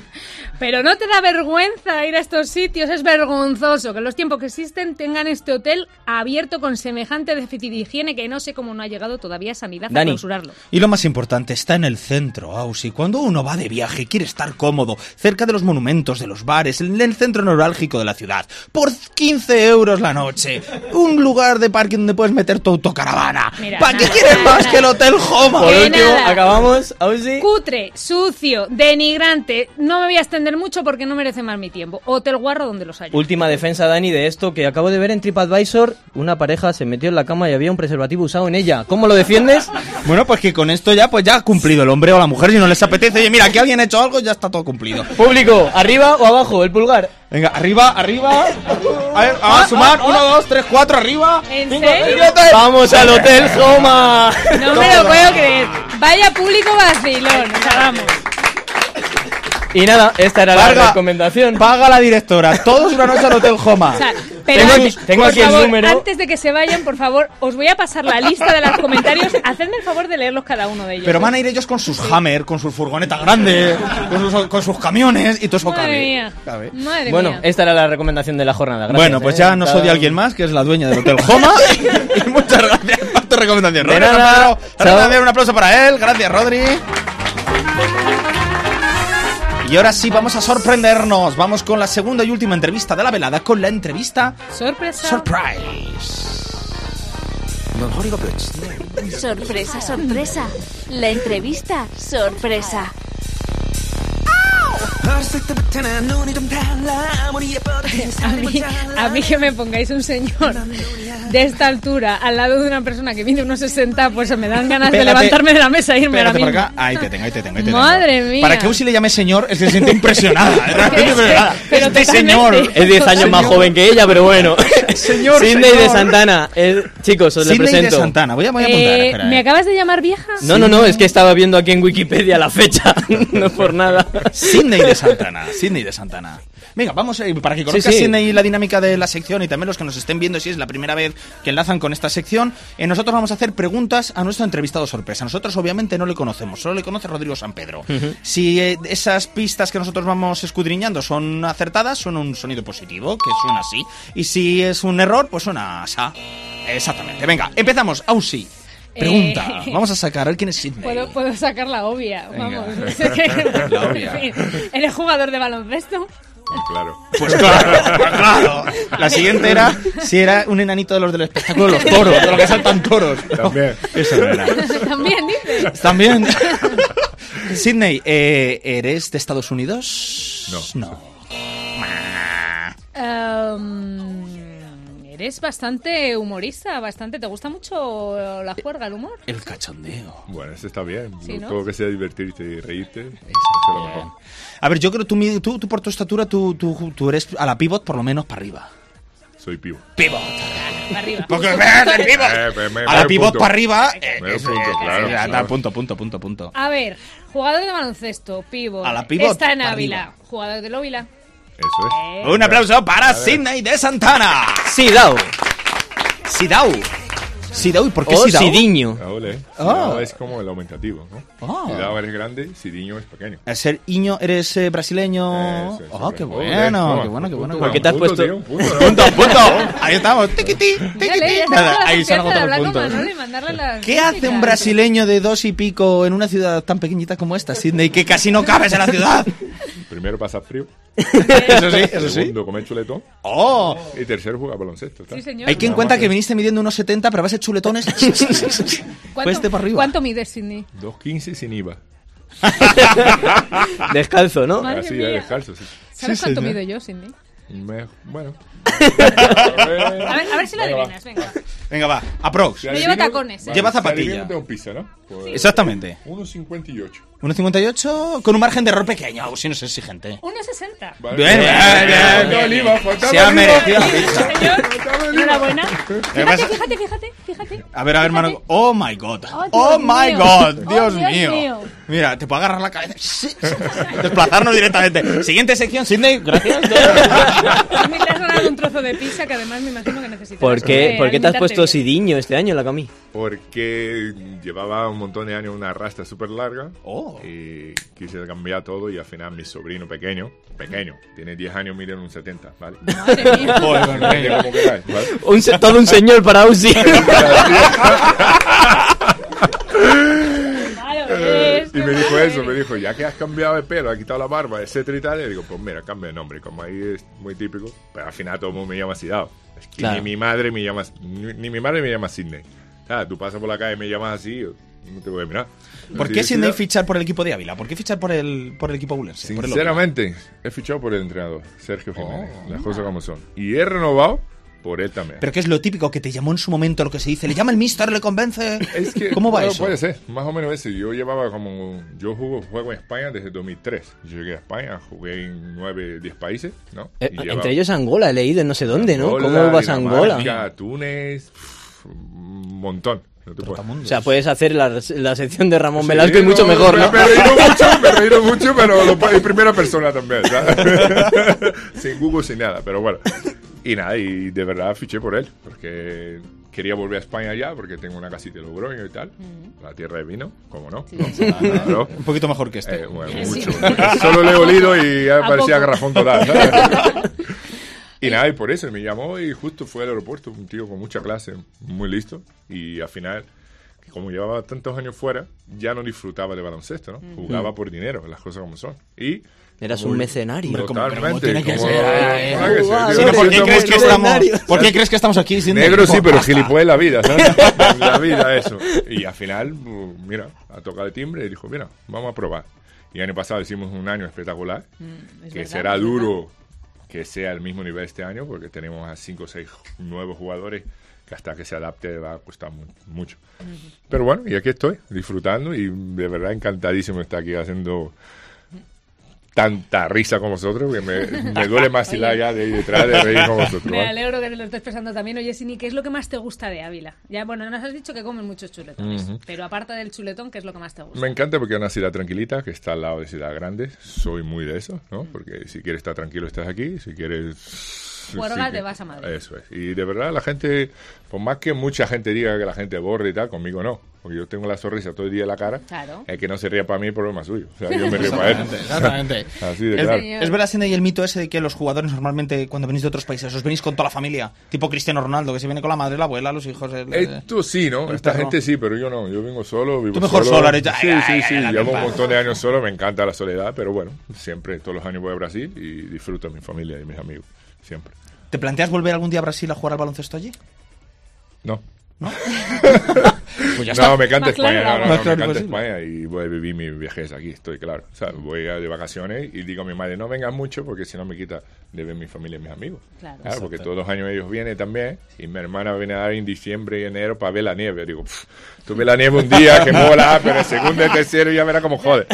Speaker 3: Pero no te da vergüenza ir a estos sitios, es vergonzoso que en los tiempos que existen tengan este hotel abierto con semejante déficit de higiene que no sé cómo no ha llegado todavía sanidad a
Speaker 4: Dani.
Speaker 3: clausurarlo.
Speaker 2: Y lo más importante, está en el centro, Ausi. Cuando uno va de viaje, quiere estar cómodo, cerca de los monumentos, de los bares, en el centro neurálgico de la ciudad. Por 15 euros la noche. Un lugar de parking donde puedes meter tu autocaravana.
Speaker 3: Mira,
Speaker 2: ¿Para qué
Speaker 3: nada,
Speaker 2: quieres
Speaker 3: nada,
Speaker 2: más
Speaker 3: nada.
Speaker 2: que el Hotel Joma?
Speaker 4: mm, Por
Speaker 3: Que
Speaker 4: último,
Speaker 3: nada.
Speaker 4: acabamos. Ausi.
Speaker 3: Cutre, sucio, denigrante. No me voy a extender mucho porque no merece más mi tiempo. Hotel guarro donde los haya.
Speaker 4: Última defensa, Dani, de esto que acabo de ver en TripAdvisor. Una pareja se metió en la cama y había un preservativo usado en ella. ¿Cómo lo defiendes?
Speaker 2: Bueno, pues que con esto ya pues ya ha cumplido el hombre o la mujer si no les apetece. Oye, mira, que alguien ha hecho algo ya está todo cumplido.
Speaker 4: Público, arriba o abajo, el pulgar. Ah,
Speaker 2: Venga, arriba, arriba. A ver, a sumar. Uno, dos, tres, cuatro, arriba.
Speaker 3: ¿En
Speaker 2: Cinco,
Speaker 3: serio?
Speaker 2: seis, siete.
Speaker 4: Vamos al hotel Soma.
Speaker 3: No me lo puedo creer. Vaya público vacilón. o sea, vamos.
Speaker 4: Y nada, esta era la
Speaker 2: Varga,
Speaker 4: recomendación.
Speaker 2: Paga la directora. Todos una noche al Hotel Joma.
Speaker 3: O sea,
Speaker 4: Tengo
Speaker 3: antes-
Speaker 4: aquí- tengo
Speaker 3: por
Speaker 4: aquí el
Speaker 3: favor,
Speaker 4: número.
Speaker 3: Antes de que se vayan, por favor, os voy a pasar la lista de los comentarios. Hacedme el favor de leerlos cada uno de ellos.
Speaker 2: Pero van a ir ellos con sus Hammer, con su furgoneta grande, con sus, con sus camiones y todo eso
Speaker 3: Madre
Speaker 2: cabe.
Speaker 3: mía.
Speaker 2: Cabe.
Speaker 3: Madre
Speaker 4: Bueno,
Speaker 3: mía.
Speaker 4: esta era la recomendación de la jornada. Gracias,
Speaker 2: bueno, pues
Speaker 4: eh.
Speaker 2: ya nos
Speaker 4: Está-
Speaker 2: odia alguien más, que es la dueña del Hotel Joma. y muchas gracias por tu recomendación.
Speaker 4: De
Speaker 2: Rodri
Speaker 4: nada.
Speaker 2: Campero,
Speaker 4: Chao.
Speaker 2: Rodri, un aplauso para él. Gracias, Rodri. Y ahora sí, vamos a sorprendernos. Vamos con la segunda y última entrevista de la velada, con la entrevista
Speaker 3: Sorpresa.
Speaker 2: Surprise.
Speaker 1: Sorpresa, sorpresa. La entrevista, sorpresa.
Speaker 3: a, mí, a mí que me pongáis un señor de esta altura al lado de una persona que mide unos 60, pues se me dan ganas
Speaker 2: Pégate.
Speaker 3: de levantarme de la mesa e irme ahora
Speaker 2: Espérate
Speaker 3: mismo.
Speaker 2: por acá. Ahí te tengo, ahí te tengo, ahí te tengo.
Speaker 3: Madre mía.
Speaker 2: Para que Usi le llame señor, él se siente impresionada. De repente,
Speaker 3: Es que-
Speaker 2: impresionada.
Speaker 3: pero
Speaker 2: este
Speaker 3: totalmente.
Speaker 2: señor.
Speaker 4: Es 10 años más
Speaker 2: Señor.
Speaker 4: joven que ella, pero bueno.
Speaker 2: Señor,
Speaker 4: Sidney
Speaker 2: señor.
Speaker 4: de Santana. Eh, chicos, os le
Speaker 2: Sidney
Speaker 4: presento.
Speaker 2: de Santana. Voy a, voy a apuntar.
Speaker 3: Eh,
Speaker 2: espera,
Speaker 3: ¿Me
Speaker 2: eh.
Speaker 3: acabas de llamar vieja?
Speaker 4: No, no, no, es que estaba viendo aquí en Wikipedia la fecha. no por nada.
Speaker 2: Sidney de Santana. Sidney de Santana. Venga, vamos eh, para que conozcas
Speaker 4: sí.
Speaker 2: Sidney la dinámica de la sección y también los que nos estén viendo si es la primera vez que enlazan con esta sección. eh, nosotros vamos a hacer preguntas a nuestro entrevistado sorpresa. Nosotros obviamente no le conocemos, solo le conoce Rodrigo San Pedro.
Speaker 5: Hmm.
Speaker 2: Si eh, esas pistas que nosotros vamos escudriñando son acertadas, suena un sonido positivo, que suena así. Y si es un error, pues suena asa. Exactamente. Venga, empezamos. Ausi. Pregunta.
Speaker 3: Eh.
Speaker 2: Vamos a sacar a ver quién es Sidney.
Speaker 3: Puedo, puedo sacar la obvia, vamos.
Speaker 2: La obvia.
Speaker 3: En fin, ¿Eres jugador de baloncesto?
Speaker 10: Claro.
Speaker 2: Pues claro, pues claro. La siguiente era si era un enanito de los del espectáculo de los toros, de los que saltan toros.
Speaker 10: También.
Speaker 2: Eso no era.
Speaker 3: También, dices.
Speaker 2: También. Sidney, eh, ¿eres de Estados Unidos?
Speaker 10: No.
Speaker 2: No.
Speaker 3: Em, eres bastante humorista, bastante. ¿Te gusta mucho la juerga, el humor?
Speaker 2: El cachondeo.
Speaker 10: Bueno, eso está bien.
Speaker 3: Sí, ¿no?
Speaker 10: Todo que sea divertirte y reírte. Eso es lo mejor.
Speaker 2: A ver, yo creo que tú, mi- tú, tú por tu estatura, tú, tú, tú eres a la pivot por lo menos para arriba.
Speaker 10: Soy pivo.
Speaker 2: Pivot.
Speaker 3: Para arriba.
Speaker 2: Porque ves, el pivot.
Speaker 10: Eh, me- me-
Speaker 2: A la
Speaker 10: me
Speaker 2: pivot
Speaker 10: punto.
Speaker 2: para arriba. eh,
Speaker 10: Me da
Speaker 2: eso,
Speaker 10: punto,
Speaker 2: eh,
Speaker 10: claro,
Speaker 2: ya está,
Speaker 10: claro.
Speaker 2: Punto, punto, punto, punto.
Speaker 3: A ver, jugador de baloncesto, pívot.
Speaker 2: A la pívot,
Speaker 3: Está en
Speaker 2: para
Speaker 3: Ávila.
Speaker 2: arriba.
Speaker 3: Jugador del Ávila.
Speaker 10: Eso es.
Speaker 2: Un aplauso para Sidney de Santana.
Speaker 4: Sidao.
Speaker 2: Sidau. Sidau, ¿y por qué
Speaker 4: O
Speaker 2: Sidau?
Speaker 4: Oh, Sidiño.
Speaker 10: Ah, ole.
Speaker 2: Ah.
Speaker 10: Sidao es como el aumentativo, ¿no?
Speaker 2: Ah.
Speaker 10: Sidao eres grande, Sidiño es pequeño.
Speaker 2: Al ser Iño, eres eh, brasileño.
Speaker 10: Eso es,
Speaker 2: oh, qué
Speaker 10: hombre.
Speaker 2: bueno,
Speaker 10: Ole,
Speaker 2: qué bueno, qué
Speaker 10: punto,
Speaker 2: bueno.
Speaker 10: punto,
Speaker 4: ¿Por qué te has
Speaker 10: punto,
Speaker 4: puesto-
Speaker 10: tío, un punto, ¿no?
Speaker 2: Punto, punto. Ahí estamos. Tiquití,
Speaker 3: Dale,
Speaker 2: tiquití.
Speaker 3: ya está
Speaker 2: Nada,
Speaker 3: la
Speaker 2: ahí se
Speaker 3: confianza de
Speaker 2: han agotado
Speaker 3: hablar
Speaker 2: los
Speaker 3: con
Speaker 2: puntos.
Speaker 3: Manolo y mandarle las
Speaker 2: ¿Qué hace un
Speaker 3: críticas.
Speaker 2: brasileño de dos y pico en una ciudad tan pequeñita como esta, Sydney, que casi no cabes en la ciudad?
Speaker 10: Primero pasas frío,
Speaker 2: Eso sí, eso sí.
Speaker 10: segundo comes chuletón
Speaker 2: Oh,
Speaker 10: y tercero juega baloncesto. está.
Speaker 3: Sí, señor.
Speaker 2: hay que en cuenta que viniste midiendo unos 70, pero vas a ser chuletones. Cueste Pues este para arriba.
Speaker 3: ¿Cuánto mide Sidney?
Speaker 10: 2.15 sin IVA.
Speaker 4: Descalzo, ¿no?
Speaker 3: Madre
Speaker 10: Así,
Speaker 3: mía.
Speaker 10: descalzo, sí.
Speaker 3: ¿Sabes cuánto mido yo, Sidney?
Speaker 10: Me- bueno.
Speaker 3: A ver, a ver si lo
Speaker 10: Venga, va.
Speaker 3: adivinas, venga.
Speaker 2: Venga, va, aprox.
Speaker 10: Si
Speaker 3: Me lleva
Speaker 10: adivino-
Speaker 3: tacones, ¿eh?
Speaker 10: vale,
Speaker 2: Lleva
Speaker 10: si adivino
Speaker 2: zapatilla.
Speaker 10: tengo un piso, ¿no? Pues
Speaker 2: Exactamente.
Speaker 10: 1.58.
Speaker 2: 1,58 con un margen de error pequeño, o si no es exigente.
Speaker 3: 1,60.
Speaker 10: Vale.
Speaker 2: Bien, bien, bien,
Speaker 10: Faltaba el
Speaker 2: bien.
Speaker 10: IVA,
Speaker 3: pues
Speaker 10: faltaba
Speaker 2: Se ha
Speaker 10: el IVA.
Speaker 2: merecido la pizza.
Speaker 3: Señor, enhorabuena.
Speaker 2: pasa-
Speaker 3: Fíjate, fíjate, fíjate, fíjate.
Speaker 2: A ver, a ver, Manolo. Oh my god.
Speaker 3: Oh, Dios
Speaker 2: Oh, my
Speaker 3: mío.
Speaker 2: god.
Speaker 3: Oh,
Speaker 2: Dios,
Speaker 3: Dios
Speaker 2: mío.
Speaker 3: mío.
Speaker 2: Mira, te puedo agarrar la cabeza. Desplazarnos directamente. Siguiente sección, Sidney. Gracias.
Speaker 3: A mí le has regalado un trozo de pizza que además me imagino que necesitas.
Speaker 4: ¿Por qué,
Speaker 3: Eh,
Speaker 4: por qué te has
Speaker 3: alimentate
Speaker 4: puesto
Speaker 3: bien.
Speaker 4: Sidiño este año en la cami?
Speaker 10: Porque llevaba un montón de años una rasta súper larga
Speaker 2: Oh.
Speaker 10: y quise cambiar todo y al final mi sobrino pequeño, pequeño, tiene 10 años, miden un 70, ¿vale?
Speaker 3: Madre mía.
Speaker 10: Depende cómo queráis, ¿vale?
Speaker 4: Un se- todo un señor para Uzi.
Speaker 3: Claro,
Speaker 10: Eh,
Speaker 3: es,
Speaker 10: y me
Speaker 3: qué
Speaker 10: dijo
Speaker 3: malo
Speaker 10: eso,
Speaker 3: eres.
Speaker 10: me dijo, ya que has cambiado de pelo, has quitado la barba, etcétera y tal, y digo, pues mira, cambia de nombre, como ahí es muy típico, pero al final todo el mundo me llama Sidao. Es que
Speaker 4: Claro.
Speaker 10: ni mi madre me llama, ni, ni mi madre me llama Sidney. Nada, tú pasas por la calle y me llamas así, yo no te voy a mirar.
Speaker 2: ¿Por
Speaker 10: Así
Speaker 2: qué
Speaker 10: que
Speaker 2: Sidney
Speaker 10: Sidao-
Speaker 2: fichar por el equipo de Ávila? ¿Por qué fichar por el, por el equipo Bulense? Por el otro. Oh,
Speaker 10: Sinceramente, he fichado por el entrenador, Sergio Jiménez, las cosas como son. Y he renovado por él también.
Speaker 2: Pero que es lo típico que te llamó en su momento lo que se dice. Le llama el mister, le convence.
Speaker 10: Es que,
Speaker 2: ¿Cómo va
Speaker 10: bueno,
Speaker 2: eso?
Speaker 10: Puede ser, más o menos eso. Yo llevaba como. Yo jugo, juego en España desde 2003. Yo llegué a España, jugué en 9, 10 países, ¿no? Y llevaba
Speaker 4: Eh, Entre ellos Angola, he leído en no sé dónde, ¿no?
Speaker 10: Angola,
Speaker 4: ¿Cómo vas a
Speaker 10: Dinamarca,
Speaker 4: Angola?
Speaker 10: Túnez. pff, un montón. No te puedo-
Speaker 4: O sea, puedes hacer la, la sección de Ramón
Speaker 10: Sí,
Speaker 4: Velasco y mucho
Speaker 10: no,
Speaker 4: mejor, ¿no?
Speaker 10: Me he reído mucho, me he reído mucho, pero lo, pa- en primera persona también, ¿sabes? sin Google, sin nada, pero bueno. Y nada, y de verdad fiché por él, porque quería volver a España ya, porque tengo una casita de Logroño y tal, la tierra de vino, como no. Claro.
Speaker 2: Un poquito mejor que este.
Speaker 10: Eh, bueno, mucho. Solo le he olido y ya me
Speaker 3: ¿A
Speaker 10: parecía
Speaker 3: poco?
Speaker 10: garrafón total. ¿sabes? y nada, y por eso me llamó y justo fue al aeropuerto, un tío con mucha clase, muy listo. Y al final, como llevaba tantos años fuera, ya no disfrutaba de baloncesto, ¿no? Jugaba por dinero, las cosas como son. Y.
Speaker 4: Eras un mercenario.
Speaker 2: como- pero como
Speaker 10: Totalmente.
Speaker 2: tiene que
Speaker 10: como-
Speaker 2: ser, eh.
Speaker 10: Tiene que ser,
Speaker 4: Ah,
Speaker 10: tío,
Speaker 2: Sí,
Speaker 4: Yo
Speaker 2: pero ¿por, qué
Speaker 10: siento
Speaker 2: crees que
Speaker 10: mucho-
Speaker 2: estamos,
Speaker 4: millonario.
Speaker 2: ¿Por qué crees que estamos aquí? Sidney?
Speaker 10: Negro sí,
Speaker 2: Por
Speaker 10: pero
Speaker 2: pasta.
Speaker 10: gilipollas la vida, ¿sabes? La vida, eso. Y al final, pues, mira, ha tocado el timbre y dijo, mira, vamos a probar. Y el año pasado hicimos un año espectacular,
Speaker 3: Mm, es
Speaker 10: que
Speaker 3: verdad,
Speaker 10: será
Speaker 3: es verdad.
Speaker 10: duro que sea el mismo nivel este año, porque tenemos a 5 o 6 nuevos jugadores que hasta que se adapte va a costar mu- mucho. Pero bueno, y aquí estoy, disfrutando y de verdad encantadísimo de estar aquí haciendo tanta risa con vosotros, porque me, me duele más la ya de ir detrás de reír con vosotros.
Speaker 3: Me
Speaker 10: ¿vale?
Speaker 3: alegro que lo estés pensando también. Oye, Sini, ¿qué es lo que más te gusta de Ávila? Ya, bueno, nos has dicho que comen muchos chuletones, pero aparte del chuletón, ¿qué es lo que más te gusta?
Speaker 10: Me encanta porque es una ciudad tranquilita, que está al lado de ciudad grande. Soy muy de eso, ¿no? Porque si quieres estar tranquilo, estás aquí. Si quieres...
Speaker 3: Juerga,
Speaker 10: sí
Speaker 3: te
Speaker 10: que-
Speaker 3: vas a Madrid.
Speaker 10: Eso es. Y de verdad, la gente, por más que mucha gente diga que la gente borra y tal, conmigo no. porque yo tengo la sonrisa todo el día en la cara.
Speaker 3: Claro.
Speaker 10: El que no se ría para mí es problema suyo. O sea, yo me río para él.
Speaker 2: Exactamente.
Speaker 10: Así de
Speaker 2: Es,
Speaker 10: claro.
Speaker 2: es verdad, Cindy, y el mito ese de que los jugadores normalmente, cuando venís de otros países, os venís con toda la familia. Tipo Cristiano Ronaldo, que se viene con la madre, la abuela, los hijos. el-
Speaker 10: Eh, tú sí, ¿no?
Speaker 2: el
Speaker 10: Esta
Speaker 2: perro.
Speaker 10: gente sí, pero yo no. Yo vengo solo, vivo
Speaker 2: Tú mejor solo,
Speaker 10: solo.
Speaker 2: ahorita.
Speaker 10: Sí,
Speaker 2: Ay, ay,
Speaker 10: sí,
Speaker 2: ay,
Speaker 10: sí.
Speaker 2: la
Speaker 10: Llevo un
Speaker 2: culpa.
Speaker 10: montón de años solo, me encanta la soledad, pero bueno, siempre, todos los años voy a Brasil y disfruto de mi familia y mis amigos, siempre.
Speaker 2: ¿Te planteas volver algún día a Brasil a jugar al baloncesto allí?
Speaker 10: No.
Speaker 2: Pues ya
Speaker 10: No,
Speaker 2: está.
Speaker 10: me encanta
Speaker 3: Más claro
Speaker 10: España, no, no,
Speaker 3: la
Speaker 2: voz.
Speaker 10: no,
Speaker 2: Más claro
Speaker 10: me encanta
Speaker 2: imposible.
Speaker 10: España y voy a vivir mi vejez aquí, estoy claro. O sea, voy a- de vacaciones y digo a mi madre, no vengas mucho porque si no me quita de ver mi familia y mis amigos.
Speaker 3: Claro.
Speaker 10: porque todos los años ellos vienen también y mi hermana viene ahora en diciembre y enero para ver la nieve. Digo, "Pff, tú ves la nieve un día, que mola, pero el segundo y tercero ya verás cómo jode.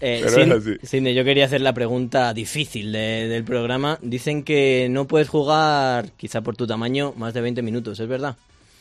Speaker 4: Eh,
Speaker 10: Pero
Speaker 4: Sin-
Speaker 10: es así.
Speaker 4: Sidney, yo quería hacer la pregunta difícil de- del programa. Dicen que no puedes jugar, quizá por tu tamaño, más de 20 minutos, ¿es verdad?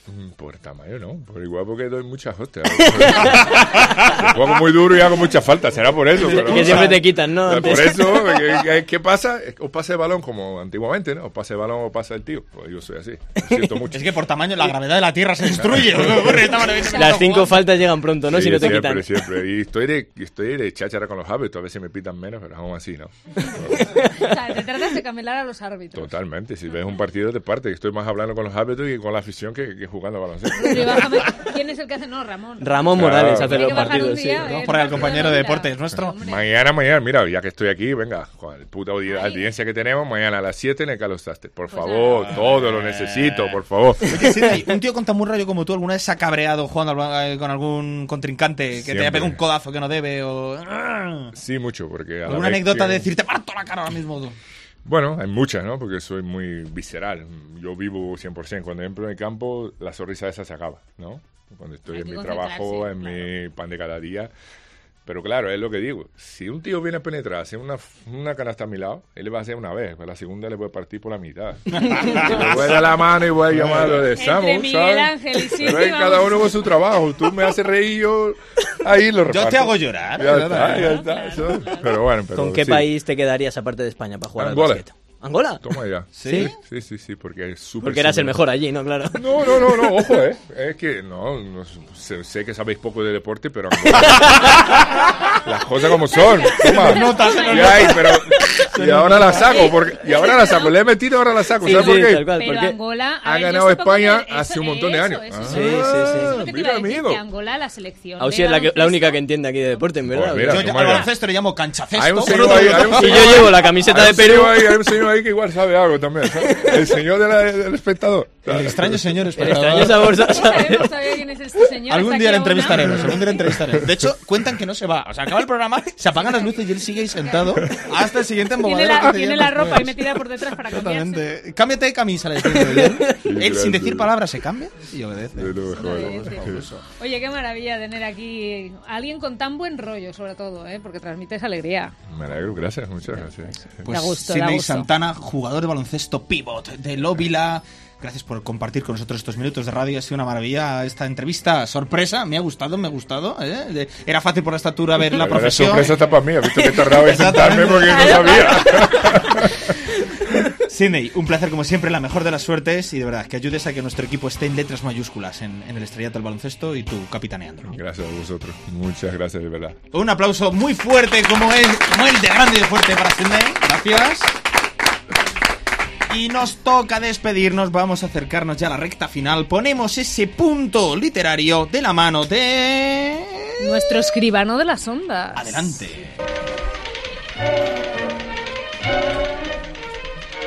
Speaker 10: Mm, Por tamaño, ¿no? Por igual porque doy muchas hostias. Juego muy duro y hago muchas faltas, será por eso. pero-
Speaker 4: que siempre te quitan, ¿no?
Speaker 10: Por
Speaker 4: Antes.
Speaker 10: eso, ¿qué, qué- qué pasa? O pase el balón como antiguamente, ¿no? O pase el balón o pasa el tío. Pues yo soy así. Lo siento mucho.
Speaker 2: Es que por tamaño, la gravedad de la Tierra se destruye. Lo que ocurre, esta maravilla.
Speaker 4: Las cinco faltas llegan pronto, ¿no?
Speaker 10: Sí,
Speaker 4: si no te
Speaker 10: siempre,
Speaker 4: quitan.
Speaker 10: siempre. Y estoy de, y estoy de cháchara con los hábitos. A veces me pitan menos, pero aún así, ¿no?
Speaker 3: O sea, te tratas de camelar a los árbitros.
Speaker 10: Totalmente. Si ves un partido de parte, estoy más hablando con los hábitos y con la afición que, que jugando baloncesto.
Speaker 3: Pero bájame, ¿Quién es el que hace? No, Ramón.
Speaker 4: Ramón
Speaker 10: Claro.
Speaker 4: Morales hace
Speaker 10: Hay
Speaker 3: Hay
Speaker 4: los
Speaker 3: que bajar un
Speaker 4: partidos, sí.
Speaker 3: día,
Speaker 2: Vamos
Speaker 3: eh,
Speaker 2: por ahí al
Speaker 3: una
Speaker 2: compañero de
Speaker 3: mira.
Speaker 2: deportes nuestro.
Speaker 3: Hombre.
Speaker 10: Mañana, mañana, mira, ya que estoy aquí, venga, con la puta audi- audiencia que tenemos, mañana a las 7 en el Carlos Sastre.
Speaker 3: Pues
Speaker 10: Por favor, todo lo necesito, por favor.
Speaker 2: Oye, Sidney, un tío con tan muy rayo como tú, ¿alguna vez se ha cabreado jugando al ba- eh, con algún contrincante que te haya
Speaker 10: Siempre.
Speaker 2: pegado un codazo que no debe? O...
Speaker 10: Sí, mucho, porque... a la
Speaker 2: ¿Alguna
Speaker 10: vez
Speaker 2: anécdota
Speaker 10: que-
Speaker 2: de decirte, parto la cara ahora mismo tú?
Speaker 10: Bueno, hay muchas, ¿no? Porque soy muy visceral. Yo vivo 100%. Cuando entro en el campo, la sonrisa esa se acaba, ¿no? Cuando estoy
Speaker 3: Hay
Speaker 10: en
Speaker 3: que
Speaker 10: mi trabajo,
Speaker 3: concentrarse,
Speaker 10: en mi pan de cada día. Pero claro, es lo que digo. Si un tío viene a penetrar, hace una, una canasta a mi lado, él le va a hacer una vez. A la segunda le voy a partir por la mitad. le voy a dar la mano y voy a llamarlo de Samu,
Speaker 3: Entre Miguel
Speaker 10: ¿sabes?
Speaker 3: Ángel y Sidney,
Speaker 10: Pero es cada
Speaker 3: vamos.
Speaker 10: uno con su trabajo. Tú me haces reír, yo ahí lo reparto.
Speaker 2: Yo te hago llorar.
Speaker 10: Ya
Speaker 2: ¿verdad?
Speaker 10: está, ya está. Eso- Pero bueno, pero
Speaker 4: ¿Con qué
Speaker 10: sí.
Speaker 4: país te quedarías aparte de España para jugar
Speaker 10: Angola.
Speaker 4: al basquete? ¿Angola?
Speaker 10: Toma ya.
Speaker 4: ¿Sí?
Speaker 10: Sí, sí, sí, porque es súper.
Speaker 4: Porque eras el
Speaker 10: similar.
Speaker 4: mejor allí, ¿no? Claro.
Speaker 10: No, no, no, no, ojo, eh. Es que, no, no sé, sé que sabéis poco de deporte, pero. Angola- las cosas como son. Toma. Y ay, pero. Y ahora la saco, porque. Y ahora la saco. Le he metido, ahora la saco.
Speaker 4: Sí,
Speaker 10: ¿Sabes
Speaker 4: sí,
Speaker 10: por
Speaker 4: tal
Speaker 10: qué?
Speaker 4: cual,
Speaker 3: Pero
Speaker 4: porque-
Speaker 3: Angola
Speaker 10: Ha
Speaker 3: a ver, yo
Speaker 10: ganado
Speaker 3: sé poco
Speaker 10: España
Speaker 3: de- eso-
Speaker 10: hace un montón de
Speaker 3: eso,
Speaker 10: años.
Speaker 3: eso,
Speaker 10: Ah,
Speaker 3: eso.
Speaker 10: sí,
Speaker 4: sí, sí.
Speaker 3: Lo que te
Speaker 10: Mira,
Speaker 3: iba a decir,
Speaker 10: amigo.
Speaker 3: que Angola, la selección.
Speaker 4: Ausí
Speaker 3: de
Speaker 4: Ah, es la, que- la
Speaker 3: baloncesto,
Speaker 4: única que entiende aquí de deporte, en verdad.
Speaker 10: Pues mira,
Speaker 2: Yo
Speaker 10: tú
Speaker 2: ya- al
Speaker 10: mueras.
Speaker 2: baloncesto le llamo canchafesto.
Speaker 10: Hay un
Speaker 2: pero
Speaker 10: señor
Speaker 2: no te
Speaker 10: ahí,
Speaker 2: digo
Speaker 10: hay un
Speaker 2: nada.
Speaker 4: Y
Speaker 10: señor-
Speaker 4: yo llevo la camiseta
Speaker 10: hay
Speaker 4: de
Speaker 10: un señor
Speaker 4: Perú.
Speaker 10: ahí, Hay un señor ahí que igual sabe algo también. ¿sabes? El señor de la- del espectador.
Speaker 2: El extraño señor
Speaker 4: El extraño sabor,
Speaker 3: No sabemos todavía quién es este señor.
Speaker 2: Algún
Speaker 3: está aquí
Speaker 2: día le
Speaker 3: aún, ¿no?
Speaker 2: entrevistaremos, algún día le entrevistaremos. De hecho, cuentan que no se va. O sea, acaba el programa, se apagan las luces y él sigue ahí sentado hasta el siguiente
Speaker 3: Tiene
Speaker 2: embobadero.
Speaker 3: la,
Speaker 2: que
Speaker 3: tiene
Speaker 2: te
Speaker 3: la
Speaker 2: llevan los
Speaker 3: ropa y me
Speaker 2: jueves.
Speaker 3: tira por detrás para cambiarse.
Speaker 2: Exactamente. Cámbiate de camisa, le decimos. Él, él sin
Speaker 10: grande.
Speaker 2: decir palabras se cambia y obedece.
Speaker 10: De lo mejor.
Speaker 3: Oye, qué maravilla tener aquí a alguien con tan buen rollo, sobre todo, ¿eh? porque transmites alegría.
Speaker 10: Me alegro, gracias, muchas gracias.
Speaker 2: Pues
Speaker 3: Da gusto, da
Speaker 2: Sidney
Speaker 3: gusto.
Speaker 2: Santana, jugador de baloncesto pivot del Óvila. Gracias por compartir con nosotros estos minutos de radio. Ha sido una maravilla esta entrevista. Sorpresa, me ha gustado, me ha gustado. ¿eh? De- Era fácil por la estatura ver la profesión.
Speaker 10: sorpresa está para mí, ha visto que he tardado en sentarme porque no sabía.
Speaker 2: Sidney, un placer como siempre, la mejor de las suertes y de verdad que ayudes a que nuestro equipo esté en letras mayúsculas en, en el estrellato del baloncesto y tú capitaneándolo.
Speaker 10: Gracias a vosotros, muchas gracias de verdad.
Speaker 2: Un aplauso muy fuerte como es como el de grande y de fuerte para Sidney. Gracias. Y nos toca despedirnos, vamos a acercarnos ya a la recta final. Ponemos ese punto literario de la mano de...
Speaker 3: Nuestro escribano de las ondas.
Speaker 2: Adelante.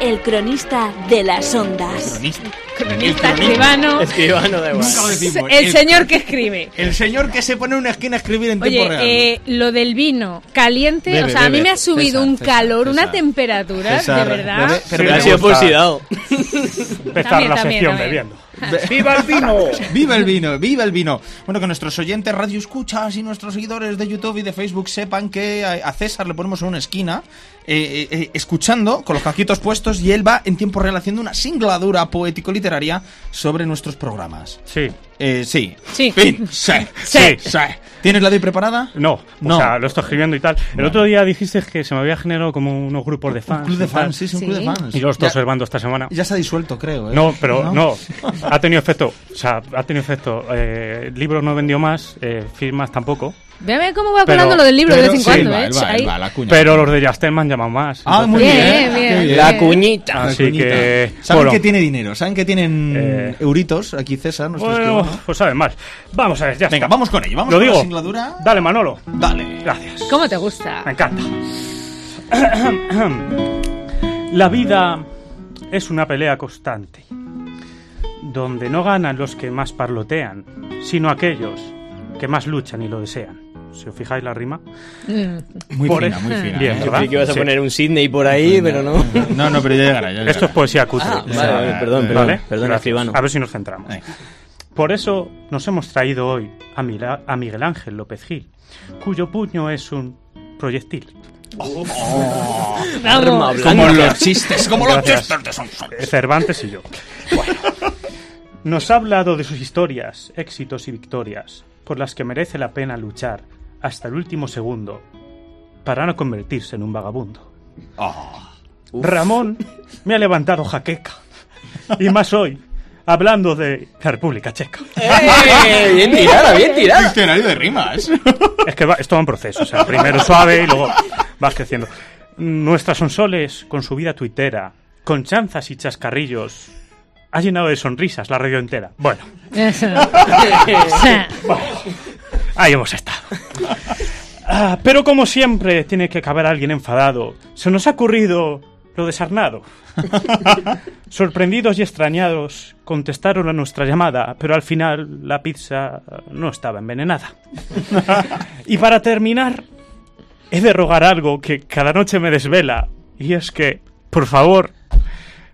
Speaker 1: El cronista de las ondas.
Speaker 2: Cronista.
Speaker 3: Cronista, escribano.
Speaker 4: Escribano, da igual.
Speaker 2: Nunca lo decimos.
Speaker 3: El señor que escribe.
Speaker 2: el señor que se pone en una esquina a escribir en tiempo real.
Speaker 3: Oye, eh, lo del vino caliente,
Speaker 2: Bebe,
Speaker 3: o sea, a mí
Speaker 2: bebe.
Speaker 3: me ha subido
Speaker 2: César,
Speaker 3: un
Speaker 2: César,
Speaker 3: calor, una
Speaker 2: César.
Speaker 3: temperatura,
Speaker 2: César,
Speaker 3: de verdad.
Speaker 2: bebe, pero
Speaker 4: Pero
Speaker 2: bebe.
Speaker 4: ha sido pulsidado.
Speaker 11: Empezar
Speaker 3: También,
Speaker 11: la
Speaker 3: también,
Speaker 11: sección
Speaker 3: también.
Speaker 11: bebiendo.
Speaker 2: ¡Viva el vino! ¡Viva el vino! ¡Viva el vino! Bueno, que nuestros oyentes radio escuchas y nuestros seguidores de YouTube y de Facebook sepan que a a César le ponemos en una esquina eh, eh, eh, escuchando con los caquitos puestos y él va en tiempo real haciendo una singladura poético-literaria sobre nuestros programas.
Speaker 11: Sí,
Speaker 2: Eh, sí.
Speaker 3: Sí.
Speaker 2: Fin. Sí.
Speaker 3: Sí.
Speaker 2: ¿Tienes la de preparada?
Speaker 12: No,
Speaker 2: No.
Speaker 12: o sea, lo estoy escribiendo y tal. El otro día dijiste que se me había generado como unos grupos de fans.
Speaker 2: club de
Speaker 12: y tal.
Speaker 2: fans, sí, es un club de fans.
Speaker 12: Y lo estoy
Speaker 2: Ya-
Speaker 12: observando esta semana.
Speaker 2: Ya se ha disuelto, creo. ¿eh?
Speaker 12: No, pero no. Ha tenido efecto. O sea, ha tenido efecto. Eh, libros no vendió más, eh, firmas tampoco.
Speaker 3: Ve a ver cómo va
Speaker 12: Pero-
Speaker 3: colando lo del libro de
Speaker 12: pero-
Speaker 3: vez en
Speaker 12: sí,
Speaker 3: cuando,
Speaker 12: va,
Speaker 3: ¿eh?
Speaker 12: él va,
Speaker 3: Ahí-
Speaker 12: él va, la cuña. Pero los de Yastel me han llamado más.
Speaker 2: Ah, muy
Speaker 3: Bien,
Speaker 2: bien.
Speaker 3: bien,
Speaker 2: qué
Speaker 3: bien.
Speaker 12: La cuñita.
Speaker 2: La
Speaker 12: Así
Speaker 2: cuñita.
Speaker 12: que,
Speaker 2: Saben
Speaker 12: bueno. Eh.
Speaker 2: que tiene dinero, saben que tienen euritos aquí César, nuestro
Speaker 12: Bueno,
Speaker 2: escribano.
Speaker 12: pues saben más. Vamos a ver, ya
Speaker 2: Venga,
Speaker 12: está.
Speaker 2: vamos con ello, vamos
Speaker 12: Lo
Speaker 2: con
Speaker 12: digo.
Speaker 2: la singladura.
Speaker 12: Dale, Manolo.
Speaker 2: Dale.
Speaker 12: Gracias.
Speaker 3: ¿Cómo te gusta?
Speaker 12: Me encanta. La vida es una pelea constante, donde no ganan los que más parlotean, sino aquellos que más luchan y lo desean. Si os fijáis la rima.
Speaker 2: Muy
Speaker 12: Por
Speaker 2: fina,
Speaker 12: e-
Speaker 2: muy fina.
Speaker 12: Bien,
Speaker 2: ¿eh?
Speaker 12: ¿verdad?
Speaker 4: Creí que ibas a
Speaker 12: Sí.
Speaker 4: poner un Sydney por ahí, pero no.
Speaker 2: No, no, pero ya llegará, ya
Speaker 12: Esto es
Speaker 2: llegará.
Speaker 12: poesía cutre.
Speaker 4: Ah, vale, vale, perdón, perdón,
Speaker 12: ¿Vale?
Speaker 4: perdón,
Speaker 12: Gracias.
Speaker 4: escribano.
Speaker 12: A ver si nos centramos.
Speaker 2: Venga.
Speaker 12: Por eso nos hemos traído hoy a, Mila- a Miguel Ángel López Gil, cuyo puño es un proyectil.
Speaker 4: Oh. Arma
Speaker 3: Vamos.
Speaker 4: blanca.
Speaker 2: Como los chistes, como los
Speaker 12: Gracias.
Speaker 2: chistes de Sansón.
Speaker 12: Eh, Cervantes y yo. Bueno. Nos ha hablado de sus historias, éxitos y victorias, por las que merece la pena luchar hasta el último segundo para no convertirse en un vagabundo.
Speaker 2: Ah.
Speaker 12: Ramón me ha levantado jaqueca. Y más hoy, hablando de la República Checa.
Speaker 4: ¡Eh! Bien tirada, bien tirada.
Speaker 2: Diccionario de rimas.
Speaker 12: Es que va- esto va en proceso, o sea, primero suave y luego vas creciendo. Nuestra Sonsoles, con su vida tuitera, con chanzas y chascarrillos, ha llenado de sonrisas la radio entera. Bueno,
Speaker 3: Eso. O sea,
Speaker 12: Ahí hemos estado. Ah, pero como siempre, tiene que acabar alguien enfadado. Se nos ha ocurrido lo desarnado. Sorprendidos y extrañados, contestaron a nuestra llamada, pero al final la pizza no estaba envenenada. y para terminar, he de rogar algo que cada noche me desvela, y es que, por favor,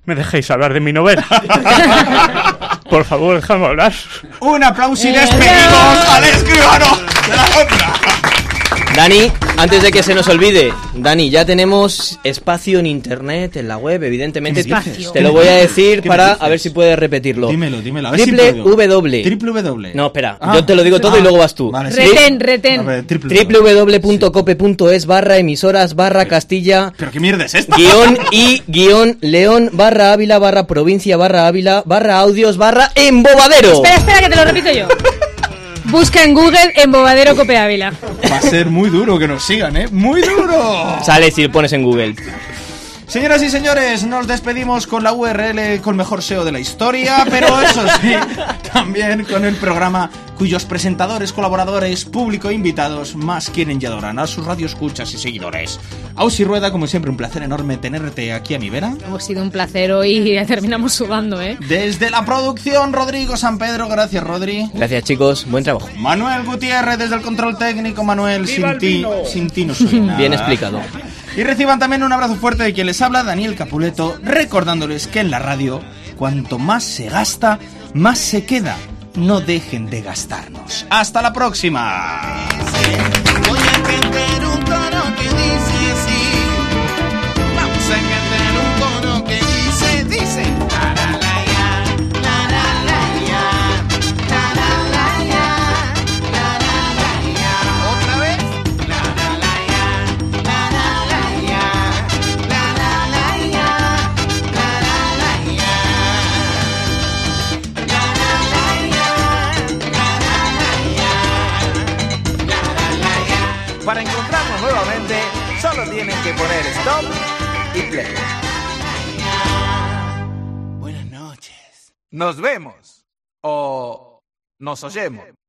Speaker 12: me dejéis hablar de mi novela. por favor, déjame hablar.
Speaker 2: Un aplauso y despedimos al escribano de la onda.
Speaker 4: Dani, antes de que se nos olvide, Dani, ya tenemos espacio en internet, en la web, evidentemente.
Speaker 2: ¿Qué me dices?
Speaker 4: Te lo voy a decir
Speaker 2: ¿Qué me
Speaker 4: para
Speaker 2: dices?
Speaker 4: a ver si puedes repetirlo.
Speaker 2: Dímelo, dímelo. A ver
Speaker 4: Triple
Speaker 2: si puedo.
Speaker 4: W.
Speaker 2: Triple W.
Speaker 4: No, espera,
Speaker 2: Ah.
Speaker 4: yo te lo digo todo y luego vas tú.
Speaker 2: Vale, sí.
Speaker 3: Retén,
Speaker 2: A
Speaker 3: retén.
Speaker 2: ver, triple W.
Speaker 4: www.cope.es barra emisoras barra Castilla
Speaker 2: ¿Pero qué mierda es esta?
Speaker 4: guión y guión león barra Ávila barra provincia barra Ávila barra audios barra embobadero.
Speaker 3: Espera, espera, que te lo repito yo. Busca en Google Embobadero Cope Ávila.
Speaker 2: Va a ser muy duro que nos sigan, ¿eh? ¡Muy duro!
Speaker 4: Sales y lo pones en Google.
Speaker 2: Señoras y señores, nos despedimos con la URL con mejor SEO de la historia, pero eso sí, también con el programa cuyos presentadores, colaboradores, público e invitados más quieren y adoran a sus radioescuchas y seguidores. Ausi Rueda, como siempre, un placer enorme tenerte aquí a mi vera.
Speaker 3: Hemos sido un placer hoy y terminamos sudando, ¿eh?
Speaker 2: Desde la producción, Rodrigo San Pedro, gracias Rodri.
Speaker 4: Gracias chicos, buen trabajo.
Speaker 2: Manuel Gutiérrez desde el control técnico, Manuel, sin ti, sin ti no soy nada.
Speaker 4: Bien explicado.
Speaker 2: Y reciban también un abrazo fuerte de quien les habla, Daniel Capuleto, recordándoles que en la radio, cuanto más se gasta, más se queda. No dejen de gastarnos. ¡Hasta la próxima!
Speaker 6: Voy a cantar un coro que dice así. Vamos a cantar un coro que dice, dice. La la la ya, la la la ya, la la la ya, la la la ya. Otra vez. La la la ya, la la la ya, la la la ya, la la la ya. La la la ya, la la la ya. Para encontrarnos nuevamente, solo tienen que poner stop y play. Buenas noches. Nos vemos. O nos oyemos.